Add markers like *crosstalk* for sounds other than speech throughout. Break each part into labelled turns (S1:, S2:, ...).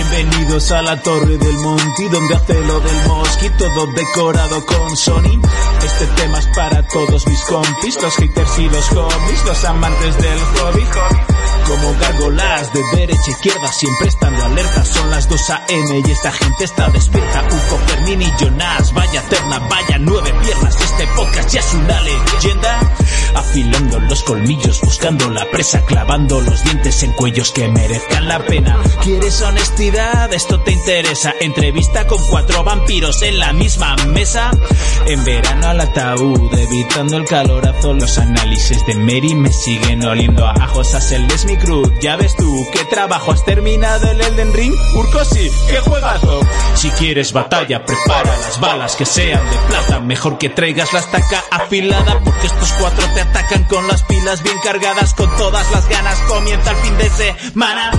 S1: Subimos a la torre del Monti donde hace lo del mosqui, todo decorado con Sony. Este tema es para todos mis compis, los haters y los hobbies, los amantes del hobby. Como gárgolas de derecha izquierda, siempre estando alerta. Son las 2 a.m. y esta gente está despierta. Ufo, Fermín y Jonas, vaya terna, vaya nueve piernas. Este podcast ya es una leyenda. Afilando los colmillos, buscando la presa, clavando los dientes en cuellos que merezcan la pena. ¿Quieres honestidad? Esto te interesa. Entrevista con cuatro vampiros en la misma mesa. En verano al ataúd, evitando el calorazo. Los análisis de Mary me siguen oliendo a ajos. Aseldes mi cruz, ya ves tú qué trabajo has terminado el Elden Ring. Urco sí, qué juegazo. Si quieres batalla, prepara las balas que sean de plata. Mejor que traigas la estaca afilada, porque estos cuatro te atacan con las pilas bien cargadas, con todas las ganas. Comienza el fin de semana.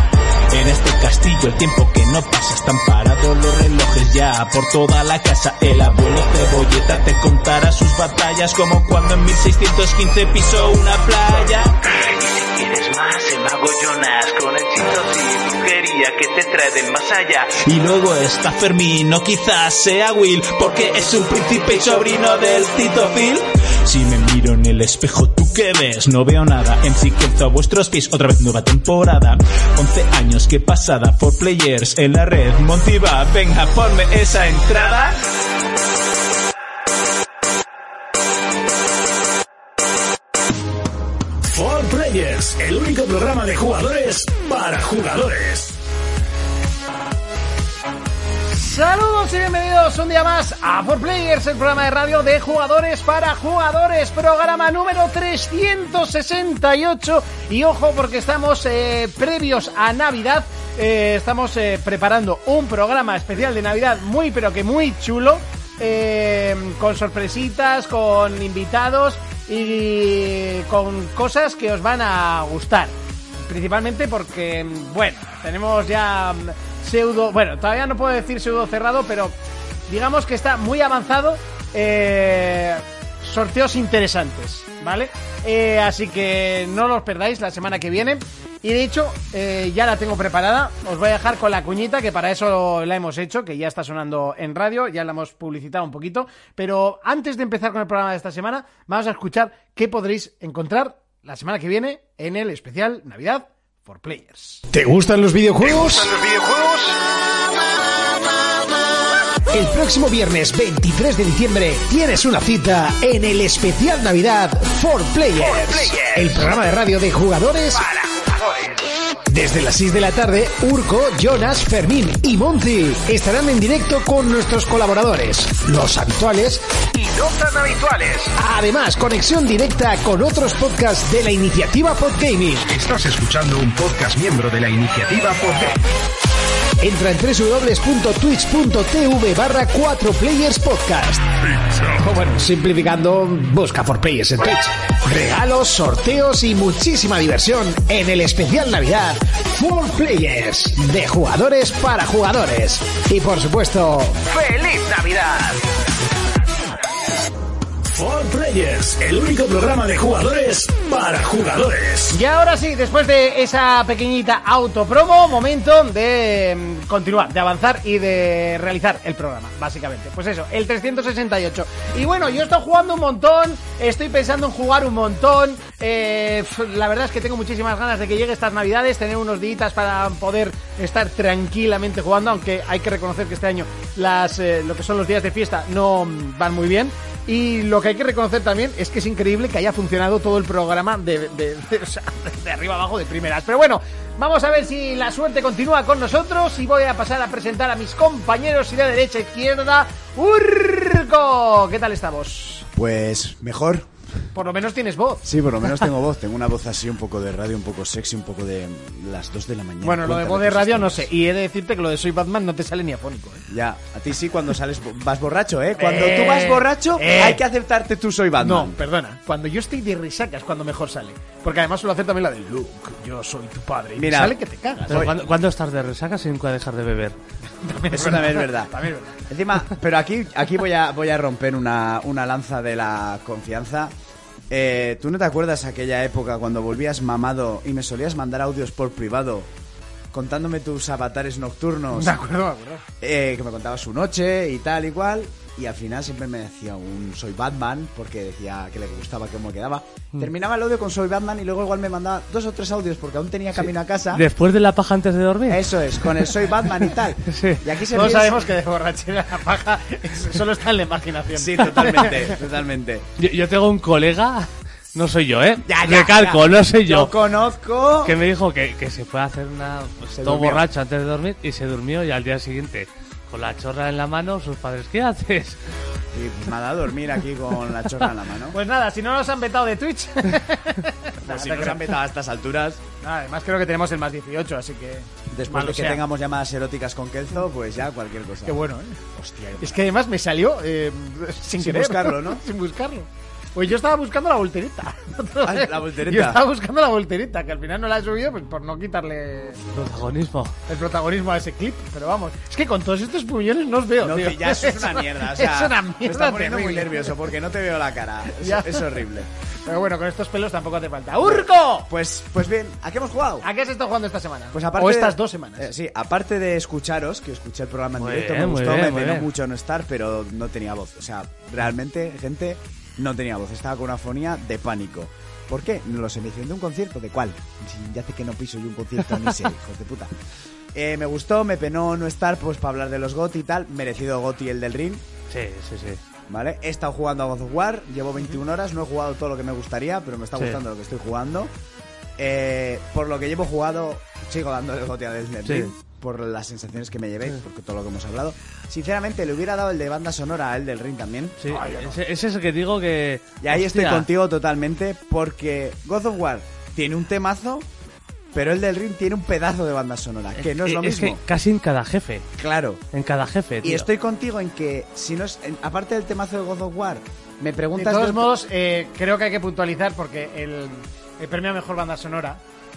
S1: En este castillo el tiempo que no pasa están parados los relojes ya por toda la casa. El abuelo cebolleta te contará sus batallas como cuando en 1615 pisó una playa.
S2: Y si quieres más, el mago Jonas con hechizos y brujería que te trae del más allá.
S1: Y luego está Fermín o quizás sea Will porque es un príncipe y sobrino del Tito Phil. Si me miro en el espejo, ¿tú qué ves? No veo nada. En Ziquenzo a vuestros pies, otra vez nueva temporada. 11 años que pasada, for players en la red. Montiva, venga, ponme esa entrada.
S3: For Players, el único programa de jugadores para jugadores.
S4: Saludos y bienvenidos un día más a 4Players, el programa de radio de jugadores para jugadores, programa número 368 y ojo porque estamos eh, previos a Navidad, eh, estamos eh, preparando un programa especial de Navidad muy pero que muy chulo, eh, con sorpresitas, con invitados y con cosas que os van a gustar principalmente porque, bueno, tenemos ya mm, pseudo, bueno, todavía no puedo decir pseudo cerrado, pero digamos que está muy avanzado. eh, sorteos interesantes, ¿vale? Eh, así que no los perdáis la semana que viene. Y de hecho, eh, ya la tengo preparada. Os voy a dejar con la cuñita, que para eso la hemos hecho, que ya está sonando en radio, ya la hemos publicitado un poquito. Pero antes de empezar con el programa de esta semana, vamos a escuchar qué podréis encontrar la semana que viene en el especial Navidad for Players.
S3: ¿Te gustan los videojuegos?
S2: ¿Los videojuegos?
S3: El próximo viernes 23 de diciembre tienes una cita en el especial Navidad For Players, el programa de radio de jugadores para jugadores. Desde las 6 de la tarde, Urco, Jonas, Fermín y Monty estarán en directo con nuestros colaboradores, los habituales y no tan habituales. Además, conexión directa con otros podcasts de la iniciativa Podgaming.
S5: Estás escuchando un podcast miembro de la iniciativa Podgaming.
S3: Entra en www.twitch.tv barra 4 Players Podcast. O bueno, simplificando, busca 4 Players en Twitch. Regalos, sorteos y muchísima diversión en el especial Navidad 4 Players, de jugadores para jugadores. Y por supuesto,
S2: ¡Feliz Navidad!
S3: For Players, el único programa de jugadores para jugadores.
S4: Y ahora sí, después de esa pequeñita autopromo, momento de mm, continuar, de avanzar y de realizar el programa, básicamente. Pues eso, el 368. Y bueno, yo he estado jugando un montón, estoy pensando en jugar un montón. eh, f- la verdad es que tengo muchísimas ganas de que llegue estas navidades, tener unos días para poder estar tranquilamente jugando, aunque hay que reconocer que este año las, eh, lo que son los días de fiesta no mm, van muy bien. Y lo que hay que reconocer también es que es increíble que haya funcionado todo el programa de, de- de- *laughs* o sea, de arriba abajo de primeras. Pero bueno, vamos a ver si la suerte continúa con nosotros y voy a pasar a presentar a mis compañeros y de derecha a izquierda, Urco. ¿Qué tal estamos?
S6: Pues mejor.
S4: Por lo menos tienes voz.
S6: Sí, por lo menos tengo voz. Tengo una voz así, un poco de radio, un poco sexy, un poco de mm, las 2 de la mañana.
S4: Bueno, lo de
S6: Cuéntame
S4: voz de
S6: cosas
S4: radio no sé.
S6: tuyas.
S4: Y he de decirte que lo de Soy Batman no te sale ni afónico. ¿eh?
S6: Ya, a ti sí cuando sales bo- vas borracho, ¿eh? Cuando
S4: Eh,
S6: tú vas borracho,
S4: eh.
S6: hay que aceptarte tú soy
S4: No,
S6: Batman.
S4: perdona. Cuando yo estoy de resaca es cuando mejor sale. Porque además suelo hacer también la de Luke, yo soy tu padre. Y me
S6: Mira,
S4: sale que te cagas.
S7: Pero ¿cuándo, cuándo estás de resaca sin nunca dejar de beber?
S6: eso también es verdad.
S4: También es verdad.
S6: Encima, pero aquí, aquí voy, a, voy a romper una, una lanza de la confianza. Eh, ¿Tú no te acuerdas aquella época cuando volvías mamado y me solías mandar audios por privado contándome tus avatares
S4: *laughs*
S6: nocturnos,
S4: De acuerdo, de acuerdo.
S6: eh, que me contaba su noche y tal y cual. Y al final siempre me decía un soy Batman, porque decía que le gustaba cómo quedaba. Terminaba el audio con soy Batman y luego igual me mandaba dos o tres audios porque aún tenía camino a casa.
S7: Después de la paja antes de dormir.
S4: Eh,
S6: Eso es, con el soy Batman y tal.
S7: Sí.
S6: Y aquí se
S4: Todos
S6: ríe-
S4: sabemos que de borrachera la paja es- solo está en la imaginación.
S6: Sí, totalmente, totalmente.
S7: Yo, yo tengo un colega, no soy yo, ¿eh?
S6: Ya, ya,
S7: Recalco,
S6: ya.
S7: no soy yo.
S6: Lo conozco.
S7: Que me dijo que, que se fue a hacer una. pues,
S6: Se
S7: todo
S6: durmió.
S7: borracho antes de dormir y se durmió y al día siguiente, con la chorra en la mano, sus padres, ¿qué haces?
S6: Y pues me ha dado a dormir aquí con la chorra en la mano.
S4: *laughs* Pues nada, si no nos han vetado de Twitch.
S6: Pues si nos han vetado a estas alturas,
S4: *laughs* Nada, además creo que tenemos el más 18, así que...
S6: después
S4: malo
S6: de que
S4: sea.
S6: tengamos llamadas eróticas con Kelzo, pues ya cualquier cosa.
S4: Qué bueno, ¿eh?
S6: Hostia,
S4: Es que además me salió eh, *laughs* sin,
S6: Sin
S4: querer. *laughs*
S6: buscarlo, ¿no?
S4: sin buscarlo. Pues yo estaba buscando la voltereta. *laughs* No te lo
S6: Ah,
S4: sé.
S6: la voltereta.
S4: Yo estaba *laughs* buscando la voltereta, que al final no la he subido pues, por no quitarle
S7: Protagonismo.
S4: el protagonismo a ese clip. Pero vamos, es que con todos estos puñones no os veo.
S6: No,
S4: tío.
S6: que ya
S4: *laughs*
S6: eso es una mierda. O sea,
S4: es una
S6: me
S4: mierda.
S6: está poniendo muy
S4: terrible.
S6: nervioso porque no te veo la
S4: *laughs*
S6: cara. Es,
S4: Ya.
S6: es horrible.
S4: Pero bueno, con estos pelos tampoco hace falta. ¡Urco!
S6: Pues, pues bien, ¿a qué hemos jugado?
S4: ¿A qué has estado jugando esta semana?
S6: Pues aparte
S4: o estas
S6: de-
S4: dos semanas.
S6: eh, sí, aparte de escucharos, que escuché el programa en
S7: Muy
S6: directo,
S7: bien,
S6: me
S7: muy
S6: gustó,
S7: bien,
S6: me
S7: muy
S6: penó
S7: bien.
S6: mucho no estar, pero no tenía voz. O sea, realmente, gente, no tenía voz. Estaba con una fonía de pánico. ¿Por qué? No lo sé, me hicieron de un concierto. ¿De cuál? Si ya sé que no piso yo un
S4: *laughs*
S6: concierto ni sé, hijos de puta. Eh, me gustó, me penó no estar, pues para hablar de los GOTI y tal. Merecido GOTI el del ring,
S7: Sí, sí, sí.
S6: ¿vale? He estado jugando a God of War, llevo 21 horas, no he jugado todo lo que me gustaría, pero me está
S7: Sí.
S6: gustando lo que estoy jugando. Eh, por lo que llevo jugado, sigo dando el gote a Death
S7: Sí.
S6: Ring, por las sensaciones que me llevéis, porque todo lo que hemos hablado. Sinceramente, le hubiera dado el de banda sonora a el del ring también.
S7: sí. ese, ese es el que digo que.
S6: Y ahí estoy
S7: Hostia.
S6: contigo totalmente, porque God of War tiene un temazo, pero el del ring tiene un pedazo de banda sonora, que no es lo
S7: eh, Es
S6: mismo.
S7: que casi en cada jefe.
S6: Claro.
S7: En cada jefe,
S6: Y
S7: tío.
S6: estoy contigo en que, si no es, en- aparte del temazo de God of War, me
S4: De
S6: preguntas...
S4: todos
S6: otro-
S4: modos, eh, creo que hay que puntualizar porque el, el premio a mejor banda sonora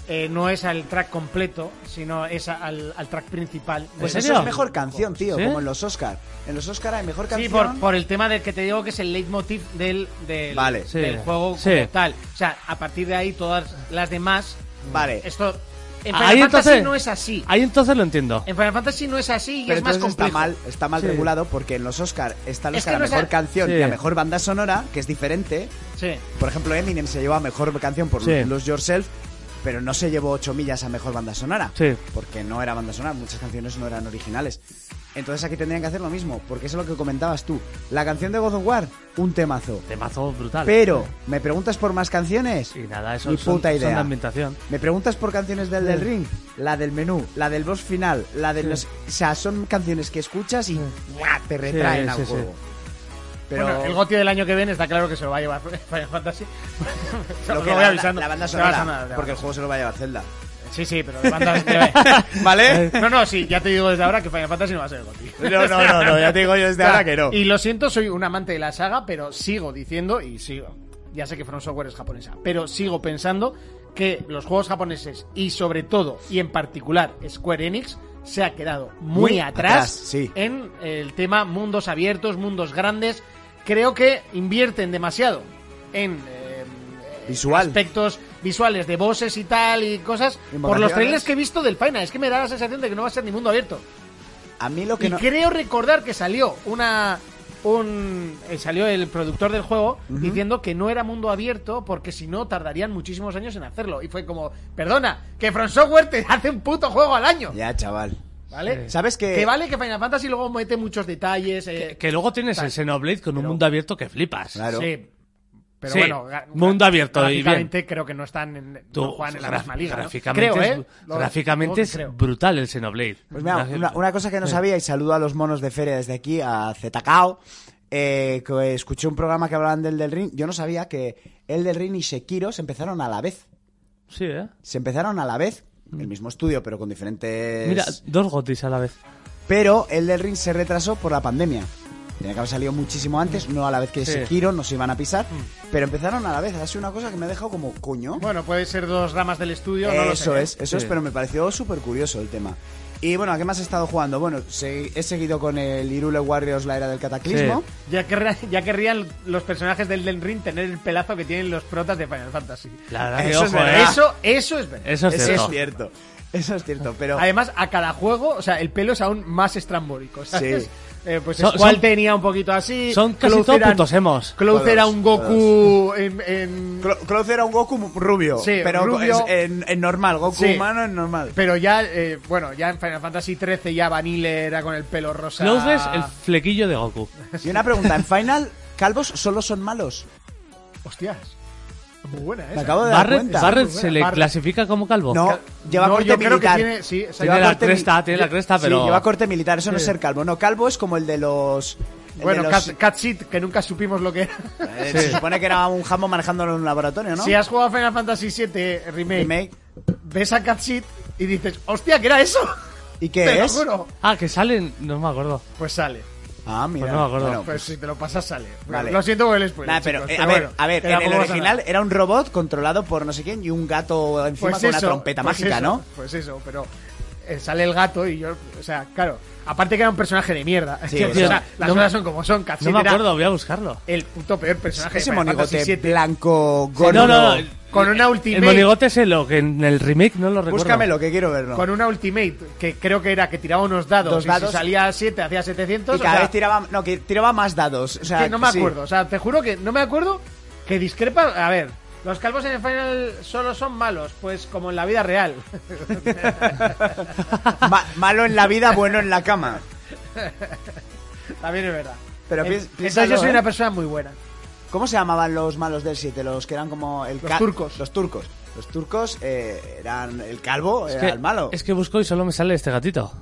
S4: eh, no es al track completo, sino es a- al, al track principal.
S6: Pues
S7: ¿En
S6: eso
S7: serio?
S6: es mejor canción, tío,
S7: ¿Sí?
S6: como en los Oscar. En los Oscar hay mejor
S4: Sí,
S6: canción.
S4: por, por el tema del que te digo que es el leitmotiv del, del,
S6: Vale.
S7: Sí.
S4: del juego
S7: Sí.
S4: como tal. O sea, a partir de ahí todas las demás.
S6: Vale.
S4: Esto. En Final
S7: Ahí
S4: Fantasy
S7: entonces-
S4: no es así.
S7: Ahí entonces lo entiendo.
S6: Em-
S4: En Final Fantasy no es así y
S6: Pero
S4: es más
S6: entonces está
S4: complejo.
S6: mal, está mal
S7: Sí.
S6: regulado porque en los Oscar está el
S4: Es que
S6: Oscar a
S4: no es
S6: mejor
S4: a-
S6: canción
S7: Sí.
S6: y a mejor banda sonora, que es diferente.
S4: Sí.
S6: Por ejemplo, Eminem se llevó a mejor canción por
S7: Sí.
S6: Lose Yourself, pero no se llevó 8 millas a mejor banda sonora.
S7: Sí.
S6: Porque no era banda sonora, muchas canciones no eran originales. Entonces aquí tendrían que hacer lo mismo, porque eso es lo que comentabas tú. La canción de God of War, un temazo.
S7: Temazo brutal.
S6: Pero, ¿me preguntas por más canciones?
S7: Y nada, eso
S6: Ni
S7: son-
S6: puta
S7: son
S6: idea.
S7: de ambientación.
S6: Me preguntas por canciones del del ring, la del menú, la del boss final, la de los... O sea, son canciones que escuchas y ¡buah! te retraen
S7: Sí,
S6: al
S7: sí, sí.
S6: juego. Pero
S4: Bueno, el goti del año que viene está claro que se lo va a llevar *laughs* Final Fantasy.
S6: lo
S4: Os
S6: que
S4: lo voy
S6: la,
S4: avisando.
S6: la banda
S4: Se va a
S6: sonora,
S4: sonar, se va a
S6: porque el juego se lo va a llevar Zelda.
S4: Sí, sí, pero de bandas de-
S6: *laughs* ¿Vale?
S4: No, no, sí, ya te digo desde ahora que Final Fantasy no va a ser el GOTY.
S6: *laughs* No, no, no, no, ya te digo yo *laughs* desde ahora que no.
S4: Y lo siento, soy un amante de la saga, pero sigo diciendo y sigo. Ya sé que From Software es japonesa, pero sigo pensando que los juegos japoneses y sobre todo y en particular Square Enix se ha quedado muy,
S6: Muy
S4: atrás,
S6: atrás, sí.
S4: en el tema mundos abiertos, mundos grandes. Creo que invierten demasiado en eh,
S6: Visual.
S4: aspectos visuales de voces y tal y cosas. Por los
S6: Invocaciones.
S4: trailers que he visto del Final, es que me da la sensación de que no va a ser ni mundo abierto.
S6: A mí lo que
S4: Y
S6: no...
S4: creo recordar que salió una. Un, eh, salió el productor del juego diciendo que no era mundo abierto porque si no tardarían muchísimos años en hacerlo. Y fue como, perdona, que From Software te *laughs* hace un puto juego al año.
S6: Ya, chaval.
S4: ¿Vale?
S6: ¿Sabes que-
S4: Que vale que Final Fantasy luego mete muchos detalles. eh,
S7: Que, que luego tienes el Xenoblade con un mundo abierto que flipas.
S6: Claro.
S4: Sí. Pero
S7: Sí,
S4: bueno, ga-
S7: mundo abierto y bien.
S4: gráficamente creo que no están en,
S7: Tú,
S4: no juegan en la
S7: gra-
S4: misma liga. ¿no?
S7: Gráficamente,
S4: creo,
S7: es,
S4: ¿eh? Lo-
S7: gráficamente
S4: lo-
S7: es
S4: creo.
S7: brutal el Xenoblade.
S6: Pues mira,
S7: Gráfic-
S6: una, una cosa que no sabía, y saludo a los monos de feria desde aquí, a Zetacao, eh, que escuché un programa que hablaban del del ring. Yo no sabía que el del ring y Sekiro se empezaron a la vez.
S7: Sí, ¿eh?
S6: Se empezaron a la vez,
S4: Mm.
S6: el mismo estudio, pero con diferentes...
S7: Mira, dos gotis a la vez.
S6: Pero el del ring se retrasó por la pandemia. Tenía que haber salido muchísimo antes,
S4: Mm.
S6: no a la vez que
S7: Sí.
S6: ese giro nos iban a pisar, pero empezaron a la vez. Ha sido una cosa que me ha dejado como coño.
S4: Bueno, puede ser dos ramas del estudio. no lo
S6: eso
S4: sé. ¿eh?
S6: es, eso es,
S7: Sí.
S6: pero me pareció súper curioso el tema. Y bueno, ¿a qué más he estado jugando? Bueno, se- he seguido con el Irule Warriors, la era del cataclismo.
S4: Ya, querrá- ya querrían los personajes del Den Ring tener el pelazo que tienen los protas de Final Fantasy.
S7: La verdad que,
S6: Eso es
S7: ojo,
S6: verdad.
S7: ¿eh?
S4: Eso, eso es verdad.
S7: Eso es
S6: Eso
S7: cierto.
S6: es cierto. Eso es cierto, pero...
S4: Además, a cada juego, o sea, el pelo es aún más estrambólico, ¿sabes?
S6: Sí.
S4: Eh, pues
S7: Son-
S4: Squall
S7: son-
S4: tenía un poquito así.
S7: Son casi
S4: Cloud
S7: todos
S4: era-
S7: putos emos.
S4: Cloud era un
S6: Todos,
S4: Goku en. en-
S6: Clo- Cloud era un Goku rubio,
S4: Sí,
S6: pero
S4: rubio.
S6: es- en, en normal, Goku
S4: Sí.
S6: humano en normal.
S4: Pero ya, eh, bueno, ya en Final Fantasy XIII ya Vanille era con el pelo rosa.
S7: Luces, el flequillo de Goku.
S6: Y una pregunta, en Final, ¿calvos solo son malos?
S4: Hostias. Muy buena, esa.
S6: Me acabo de dar
S7: Barret,
S6: cuenta.
S7: Barret
S4: Muy
S7: se
S4: buena.
S7: le
S4: Barret.
S7: clasifica como calvo.
S6: No,
S4: Pues No,
S6: lleva corte
S4: yo creo que
S6: militar.
S4: tiene- sí, exacto.
S7: Tiene la
S6: corte mili-
S7: cresta, tiene la cresta,
S6: Sí,
S7: pero-
S6: lleva corte militar, eso no es
S4: Sí.
S6: ser calvo. No, calvo es como el de los... el
S4: Bueno,
S6: de los-
S4: Cat- Catsit, que nunca supimos lo que era.
S6: eh, Se supone que era un jambo manejándolo en un laboratorio, ¿no?
S4: Si has jugado Final Fantasy VII Remake,
S6: Remake.
S4: ves a Catsit y dices, ¡hostia, que era eso!
S6: ¿Y qué
S4: Te
S6: es?
S4: Lo juro.
S7: Ah, que salen, no me acuerdo.
S4: Pues sale.
S6: Ah, mira.
S7: Pues no me acuerdo.
S6: Bueno,
S4: Pues si te lo pasas, sale.
S6: Vale.
S4: Lo siento por el spoiler.
S6: Nah, pero,
S4: chicos,
S6: eh, a ver,
S4: bueno,
S6: a ver,
S4: que
S6: en el
S4: tampoco pasa
S6: original
S4: nada.
S6: era un robot controlado por no sé quién y un gato encima
S4: Pues
S6: con una
S4: eso,
S6: trompeta
S4: pues
S6: mágica,
S4: eso,
S6: ¿no?
S4: Pues eso, pero eh, sale el gato y yo, o sea, claro. Aparte que era un personaje de mierda. *laughs*
S6: Sí,
S4: o sea,
S6: eso.
S4: las
S7: No me-
S4: cosas son como son. Catsit
S7: No me
S4: era
S7: acuerdo, voy a buscarlo.
S4: el puto peor personaje
S6: Ese
S4: de Final
S6: monigote
S4: Fantasy VII.
S6: blanco, gordo.
S7: No, no, no.
S4: Con una ultimate.
S7: El monigote es el que en el remake no lo recuerdo.
S6: Búscamelo, que quiero verlo.
S4: Con una ultimate, que creo que era que tiraba unos dados.
S6: Dos
S4: y
S6: dados.
S4: si salía 7, hacía 700.
S6: Y cada
S4: o sea,
S6: vez tiraba, no, que tiraba más dados. O sea,
S4: que no me
S6: sí.
S4: acuerdo. O sea, te juro que no me acuerdo que discrepa. A ver, los calvos en el final solo son malos, pues como en la vida real. *laughs*
S6: Ma- malo en la vida, bueno en la cama.
S4: También es verdad.
S6: Pero
S4: Eh,
S6: piens-
S4: Entonces
S6: piénsalo,
S4: yo soy
S6: ¿eh?
S4: una persona muy buena.
S6: ¿Cómo se llamaban los malos del 7? Los que eran como el
S4: Los
S6: ca-
S4: turcos.
S6: Los turcos. Los turcos eh, eran el calvo,
S7: Es
S6: era
S7: que-
S6: el malo.
S7: Es que busco y solo me sale este gatito.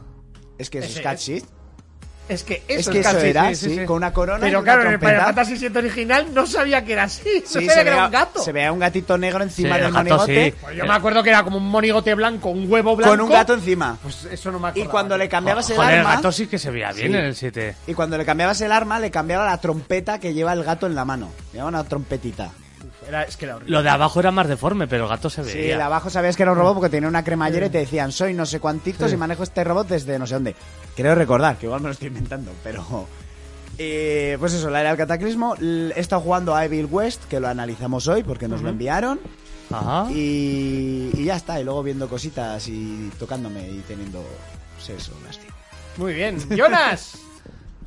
S6: Es que eso
S4: Ese
S6: es
S4: es.
S6: catshit.
S4: Es que
S6: Es
S4: eso
S6: que
S4: es
S6: eso
S4: casi-
S6: era,
S4: sí, sí,
S6: sí,
S4: sí.
S6: con una corona. y
S4: Pero
S6: una
S4: claro, en el
S6: trompeta.
S4: Final Fantasy VII original no sabía que era así.
S6: Sí,
S4: no sabía
S6: se
S4: que era
S6: veía-
S4: un gato.
S6: Se veía un gatito negro encima
S7: Sí,
S6: del
S7: el gato,
S6: monigote
S7: sí.
S4: Pues yo me acuerdo que era como un monigote blanco, un huevo blanco.
S6: con un gato encima.
S4: Pues eso no me
S6: Y
S4: acuerdo.
S6: cuando le cambiabas el
S7: Joder, el
S6: arma,
S7: gato sí que se veía bien en el 7.
S6: y cuando le cambiabas el arma, le cambiaba la trompeta que lleva el gato en la mano. Llevaba una trompetita.
S4: Era, es que era horrible.
S7: Lo de abajo era más deforme, pero el gato se
S6: Sí,
S7: veía.
S6: de abajo sabías que era un robot porque tenía una cremallera y te decían, soy no sé cuantitos y manejo este robot desde no sé dónde. Creo recordar, que igual me lo estoy inventando, pero... Eh, pues eso, la era del cataclismo. L- He estado jugando a Evil West, que lo analizamos hoy porque nos lo enviaron.
S7: Ajá.
S6: Y, y ya está, y luego viendo cositas y tocándome y teniendo sexo lastivo.
S4: Muy bien.
S6: *laughs*
S4: ¡Jonas!
S6: ¿Eh?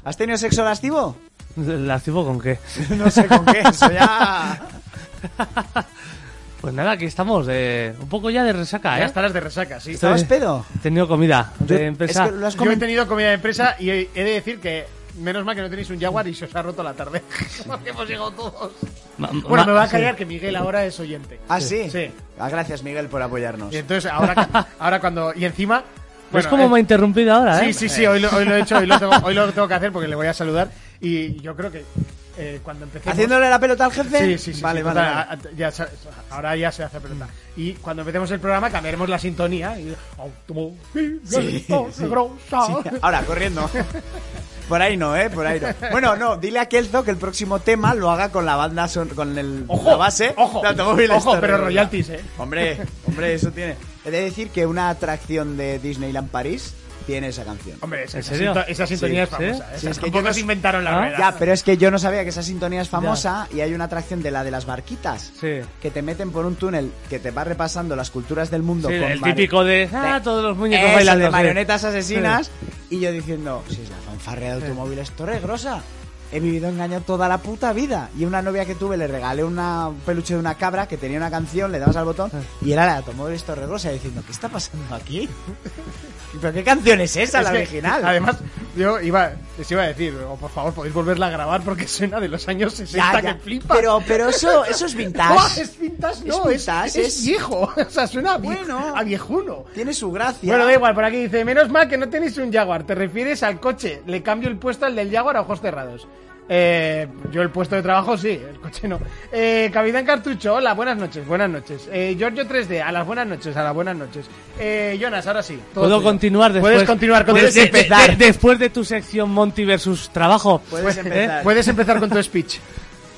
S6: ¿Has tenido sexo lastivo?
S7: ¿La activo con qué?
S6: *laughs* No sé con qué, eso ya...
S7: Pues nada, aquí estamos. eh, un poco ya de resaca, ¿eh?
S4: ya estarás de resaca, sí.
S7: Estoy-
S6: ¿Estabas pedo?
S7: He tenido comida.
S6: Yo-
S7: De empresa.
S6: es que lo has
S4: Yo he
S6: comentado...
S4: tenido comida de empresa y he he de decir que menos mal que no tenéis un Jaguar y se os ha roto la tarde. *laughs* Porque hemos llegado todos.
S7: Ma-
S4: Bueno,
S7: ma-
S4: me va a
S7: sí.
S4: callar que Miguel ahora es oyente.
S6: Ah, sí.
S4: Sí.
S6: Ah, gracias, Miguel, por apoyarnos.
S4: Y entonces
S6: *laughs*
S4: ahora, ahora cuando. Y encima.
S7: ¿Ves
S4: bueno,
S7: Pues cómo
S4: eh,
S7: me ha interrumpido
S6: ¿Ah?
S7: ahora, eh?
S4: Sí, sí, sí, hoy lo, hoy lo he hecho, hoy lo, tengo, hoy lo tengo que hacer porque le voy a saludar. Y yo creo que eh, cuando empecemos.
S6: ¿Haciéndole la pelota al jefe?
S4: Sí, sí, sí.
S6: Vale,
S4: sí,
S6: vale.
S4: total,
S6: vale. Mm.
S4: a- a- ya sabes, ahora ya se hace pelota. Y cuando empecemos el programa cambiaremos la sintonía. Y, automóvil,
S6: Sí,
S4: todo
S6: sí.
S4: rosa.
S6: Sí, ahora, corriendo. Por ahí no, ¿eh? Por ahí no. Bueno, no, dile a Kelzo que el próximo tema lo haga con la banda, son- con el, la base
S4: ojo,
S6: de automóviles.
S4: ojo, pero
S6: Torreón.
S4: royalties, ¿eh?
S6: Hombre, hombre, eso tiene. He de decir que una atracción de Disneyland París tiene esa canción.
S4: Hombre, esa,
S7: ¿En
S4: esa
S7: serio?
S4: sinto- esa sintonía es
S7: Sí, sí.
S4: famosa. Esa
S6: Sí, es que
S4: tampoco
S6: yo no
S4: se
S6: sé-
S4: inventaron la
S7: Ah,
S4: rueda.
S6: Ya, pero es que yo no sabía que esa sintonía es famosa y hay una atracción de la de las barquitas
S7: Sí.
S6: que te meten por un túnel que te va repasando las culturas del mundo.
S7: Sí,
S6: con
S7: el
S6: mari-
S7: típico de, ah, todos los muñecos
S6: Eso,
S7: bailando,
S6: de
S7: sí.
S6: marionetas asesinas y yo diciendo, si es la fanfarrea de automóviles Torre Grosa. He vivido engañado toda la puta vida. Y una novia que tuve le regalé una un peluche de una cabra que tenía una canción, le dabas al botón y era la de Automóviles Torre Grosa diciendo, ¿qué está pasando aquí? *laughs* ¿Pero qué canción es esa,
S4: Es
S6: la
S4: que,
S6: original?
S4: Además, yo iba, les iba a decir, digo, por favor, podéis volverla a grabar porque suena de los años 60
S6: Ya, ya.
S4: que flipa.
S6: Pero, pero eso, eso
S4: *laughs*
S6: es
S4: ¡Buah!
S6: vintage.
S4: es vintage, no,
S6: Es
S4: es,
S6: vintage,
S4: es
S6: es-
S4: viejo. *laughs* O sea, suena a, vie-
S6: Bueno.
S4: a viejuno.
S6: Tiene su gracia.
S4: Bueno, da igual, por aquí dice, menos mal que no tenéis un Jaguar, te refieres al coche, le cambio el puesto al del Jaguar a ojos cerrados. Eh, yo el puesto de trabajo sí, el coche no. Eh, Capitán Cartucho, hola, buenas noches, buenas noches. Eh, Giorgio 3D, a las buenas noches, a las buenas noches. Eh, Jonas, ahora sí. todo
S7: Puedo
S4: tuyo.
S7: continuar después.
S4: Puedes continuar con tu
S7: de- de-
S4: speech.
S7: de- de- después de tu sección Monty versus trabajo.
S4: Pues-
S6: Puedes
S7: ¿Eh?
S6: empezar.
S4: Puedes empezar con tu speech.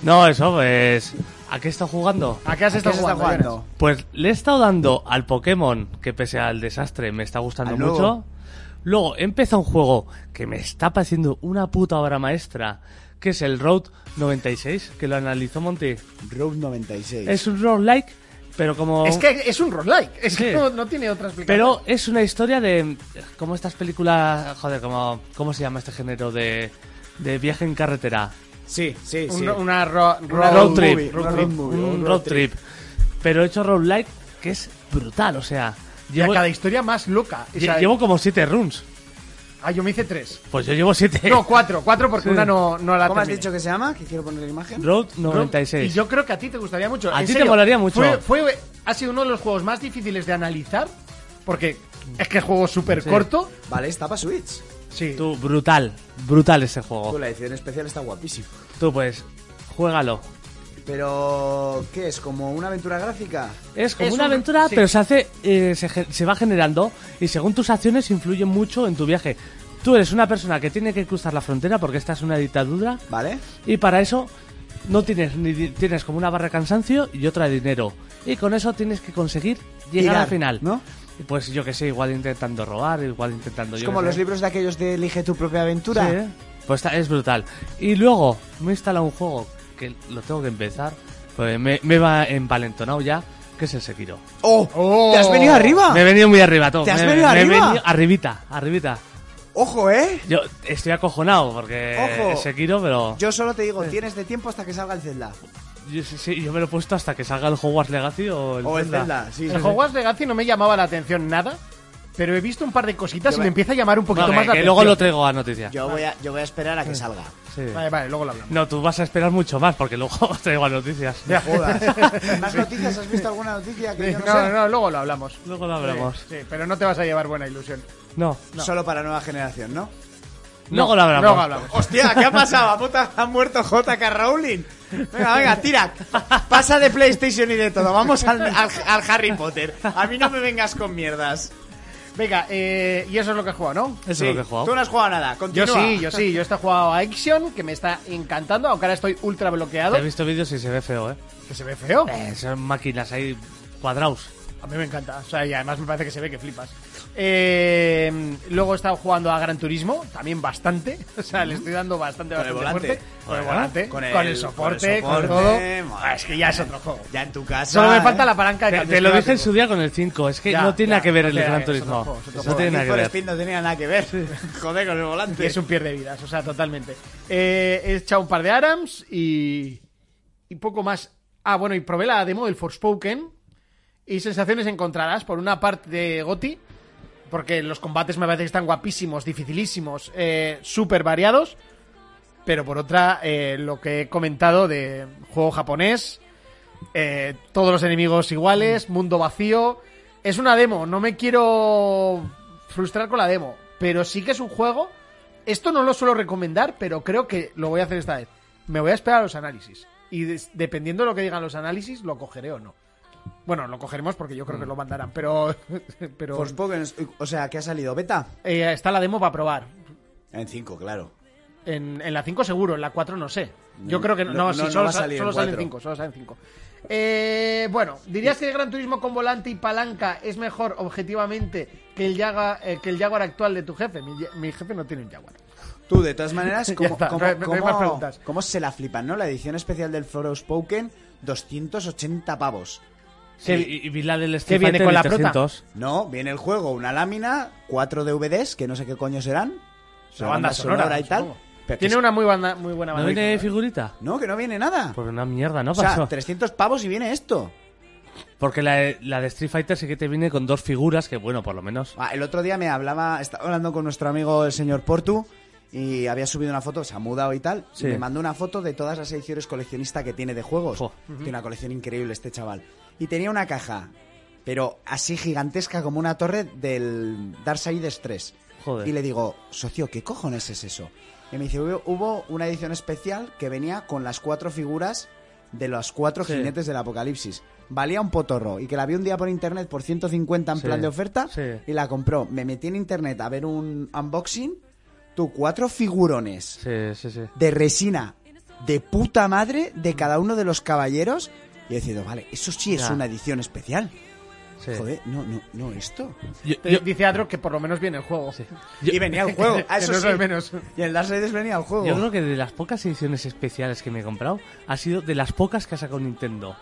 S7: No, eso pues. ¿A qué está jugando?
S4: ¿A qué has
S6: ¿Qué se
S4: estado
S6: está
S4: jugando?
S6: jugando?
S7: Pues le he estado dando al Pokémon, que pese al desastre me está gustando
S6: Al nuevo.
S7: mucho. Luego empieza un juego que me está pareciendo una puta obra maestra, que es el Road 96, que lo analizó Monty.
S6: Road 96.
S7: Es un roguelike Pero como...
S4: Es que es un roguelike, es que
S7: Sí.
S4: no, no tiene otra explicación.
S7: Pero es una historia de... Como estas películas... Joder, como... ¿Cómo se llama este género de... De viaje en carretera?
S6: Sí, sí, sí.
S4: una, una ro-
S6: Una
S4: road
S6: road
S4: movie,
S6: movie,
S4: road
S6: una
S4: trip.
S6: road movie,
S7: un road, trip. Pero he hecho road light que es brutal, o sea...
S4: Y a
S7: Llevo,
S4: cada historia más loca. O
S7: lle-
S4: sea,
S7: llevo como siete runs.
S4: Ah, yo me hice tres.
S7: Pues yo llevo siete.
S4: No, cuatro, cuatro porque
S7: Sí.
S4: una no, no la
S6: ¿Cómo has
S4: terminé.
S6: dicho que se llama? Que quiero poner la imagen.
S7: Road
S4: Road-
S7: 96.
S4: Y yo creo que a ti te gustaría mucho.
S7: A
S4: En
S7: ti te
S4: serio,
S7: molaría mucho.
S4: Fue, fue- ha sido uno de los juegos más difíciles de analizar porque es que el juego es súper
S7: Sí.
S4: corto.
S6: Vale, está para Switch.
S4: Sí.
S7: Tú, brutal. Brutal ese
S6: Tú,
S4: Oh.
S7: juego.
S6: la edición especial está guapísima.
S7: Tú, pues, juégalo.
S6: Pero, ¿qué es? ¿Como una aventura gráfica?
S7: Es como
S4: Es
S7: una
S4: un-
S7: aventura,
S4: sí.
S7: pero se hace, eh, se, ge- se va generando y según tus acciones influye mucho en tu viaje. Tú eres una persona que tiene que cruzar la frontera porque esta es una dictadura
S6: ¿Vale?
S7: y para eso no tienes ni di- tienes como una barra de cansancio y otra de dinero y con eso tienes que conseguir llegar
S6: Tirar,
S7: al final.
S6: ¿no?
S7: Y Pues yo que sé, igual intentando robar, igual intentando.
S6: Es
S7: yo
S6: como
S7: qué
S6: los
S7: sé.
S6: libros de aquellos de Elige tu propia aventura.
S7: Sí, ¿eh? Pues está- es brutal. Y luego me instala un juego que lo tengo que empezar, pues me, me va empalentonado ya, que es el Sekiro.
S6: ¡Oh! ¿Te has venido
S3: Ah.
S6: arriba?
S7: Me he venido muy arriba, todo.
S6: ¿Te has
S7: Me-
S6: venido
S7: me he
S6: arriba?
S7: venido arribita, arribita.
S6: ¡Ojo, eh!
S7: Yo estoy acojonado porque
S6: Ojo.
S7: es Sekiro, pero yo,
S6: Yo solo te digo, tienes de tiempo hasta que salga el Zelda.
S7: sí, sí, yo me lo he puesto hasta que salga el Hogwarts Legacy o el,
S6: O el
S7: Zelda.
S6: Zelda, sí. sí,
S4: El
S6: sí.
S4: Hogwarts Legacy no me llamaba la atención nada, pero he visto un par de cositas
S6: Yo
S4: y me
S6: me-
S4: empieza a llamar un poquito
S7: Bueno,
S4: más
S7: que,
S4: la
S7: que
S4: atención.
S7: luego lo traigo a noticia.
S6: Yo voy, a, yo voy a esperar a que salga.
S7: Sí.
S4: Vale, vale, luego lo hablamos.
S7: No, tú vas a esperar mucho más porque luego *laughs* traigo a noticias.
S4: *laughs*
S6: Jodas. ¿Más noticias? ¿Has visto alguna noticia que yo no,
S4: No,
S6: sé?
S4: no, no, luego lo hablamos.
S7: Luego lo hablamos.
S4: Sí, sí, pero no te vas a llevar buena ilusión.
S7: No,
S6: Solo para nueva generación, ¿no?
S7: luego lo hablamos.
S4: Luego hablamos.
S6: *laughs* Hostia, ¿qué ha pasado? ¿A puta, ha muerto JK Rowling. Venga, venga, tira. Pasa de PlayStation y de todo. Vamos al, al- al Harry Potter. A mí no me vengas con mierdas.
S4: Venga, eh, y eso es lo que he jugado, ¿no?
S7: Eso
S6: Sí,
S7: es lo que he jugado.
S6: Tú no has jugado nada.
S4: Yo
S6: Continúa.
S4: sí, yo sí. Yo he estado jugando a Action, que me está encantando, aunque ahora estoy ultra bloqueado.
S7: Te he visto vídeos y se ve feo, ¿eh?
S4: Que se ve feo.
S7: Eh, son máquinas ahí cuadrados.
S4: A mí me encanta. O sea, y además me parece que se ve que flipas. Eh, luego he estado jugando a Gran Turismo, también bastante. *laughs* O sea, le estoy dando bastante,
S6: Con el
S4: bastante
S6: volante.
S4: fuerte. Con el volante, con
S6: Con
S4: el,
S6: el-
S4: soporte,
S6: con
S4: con,
S6: el soporte.
S4: todo.
S6: Madre
S4: es que ya es otro juego.
S6: Ya en tu casa.
S4: Solo me
S6: ¿eh?
S4: falta la palanca de
S7: Te,
S4: cambios
S7: te lo dije en
S4: climáticos.
S7: su día con el 5, es que
S4: Ya,
S7: no tiene
S4: ya,
S7: nada que ver
S4: no
S7: el
S4: tiene
S7: Gran
S4: nada que ver,
S7: Turismo.
S4: es otro juego, es otro
S7: No
S4: juego.
S7: tiene
S6: Need
S7: nada que
S6: for
S7: ver.
S6: Speed no tenía nada que ver. Joder con el
S4: Y
S6: volante.
S4: es un pierde vidas, o sea, totalmente. Eh, he echado un par de Arams y. y poco más. Ah, bueno, y probé la demo del Forspoken. Y sensaciones encontradas. Por una parte de Goti, porque los combates me parece que están guapísimos, dificilísimos, eh, súper variados. Pero por otra, eh, lo que he comentado de juego japonés, eh, todos los enemigos iguales, mundo vacío. Es una demo, no me quiero frustrar con la demo, pero sí que es un juego. Esto no lo suelo recomendar, pero creo que lo voy a hacer esta vez. Me voy a esperar a los análisis. Y des- dependiendo de lo que digan los análisis, lo cogeré o no. Bueno, lo cogeremos porque yo creo que lo mandarán, pero. *laughs* pero
S6: Forspoken, o sea, que ha salido beta.
S4: eh, está la demo para probar.
S6: En 5, claro.
S4: En, en la 5 seguro, en la 4 no sé. Yo
S6: No,
S4: creo que no,
S6: Mm, no,
S4: sí,
S6: no, no
S4: solo,
S6: va a
S4: sa-
S6: salir
S4: solo
S6: en
S4: salen
S6: cuatro.
S4: 5, solo salen 5. Eh, bueno, ¿dirías que el Gran Turismo con volante y palanca es mejor objetivamente que el, Jaguar, eh, que el Jaguar actual de tu jefe? Mi, ye- mi jefe no tiene un Jaguar.
S6: Tú, de
S4: *laughs*
S6: todas maneras, como,
S4: está,
S6: como-
S4: no hay- no hay
S6: como-
S4: más preguntas.
S6: como se la flipan, ¿no? La edición especial del Forspoken, 280 pavos.
S7: Sí, y, y vi la del
S4: ¿Qué
S7: Street
S4: viene
S7: Fighter
S4: con
S7: y
S4: la prota?
S7: 300.
S6: No, viene el juego, una lámina, cuatro DVDs, que no sé qué coño serán.
S4: La banda sonora,
S6: y tal.
S4: supongo.
S6: Pero que
S4: Tiene
S6: es-
S4: una Pues muy, banda- muy buena
S7: ¿No
S4: banda.
S7: viene figurita?
S6: No, que no viene nada.
S7: Porque Pues una mierda, ¿no?
S6: O sea,
S7: Pasó.
S6: 300 pavos y viene esto.
S7: Porque la, de- la de Street Fighter sí que te viene con dos figuras, que bueno, por lo menos.
S6: Ah, el otro día me hablaba, estaba hablando con nuestro amigo el señor Portu y había subido una foto, se ha mudado y tal.
S7: Sí.
S6: Y me mandó una foto de todas las ediciones coleccionista que tiene de juegos.
S7: Jo.
S6: Tiene una colección increíble este chaval. Y tenía una caja, pero así gigantesca como una torre del Darksiders 3.
S7: Joder.
S6: Y le digo, socio, ¿qué cojones es eso? Y me dice, hubo, hubo una edición especial que venía con las cuatro figuras de los cuatro
S7: Sí.
S6: jinetes del apocalipsis. Valía un potorro y que la vi un día por internet por 150 en
S7: Sí.
S6: plan de oferta
S7: Sí.
S6: y la compró. Me metí en internet a ver un unboxing. Tú, cuatro figurones
S7: Sí, sí, sí.
S6: de resina de puta madre de cada uno de los caballeros. Y he decidido, vale, eso sí es
S7: Ya.
S6: una edición especial.
S7: sí.
S6: Joder, no, no, no, esto.
S7: Yo-
S4: Te-
S7: yo-
S4: Dice Adro que por lo menos viene el juego.
S7: sí.
S6: Y venía el
S7: *laughs*
S6: juego. Ah,
S4: Que
S6: eso
S4: no es
S6: sí.
S4: al menos.
S6: Y el Darksiders venía al juego.
S7: Yo creo que de las pocas ediciones especiales que me he comprado, ha sido de las pocas que ha sacado Nintendo.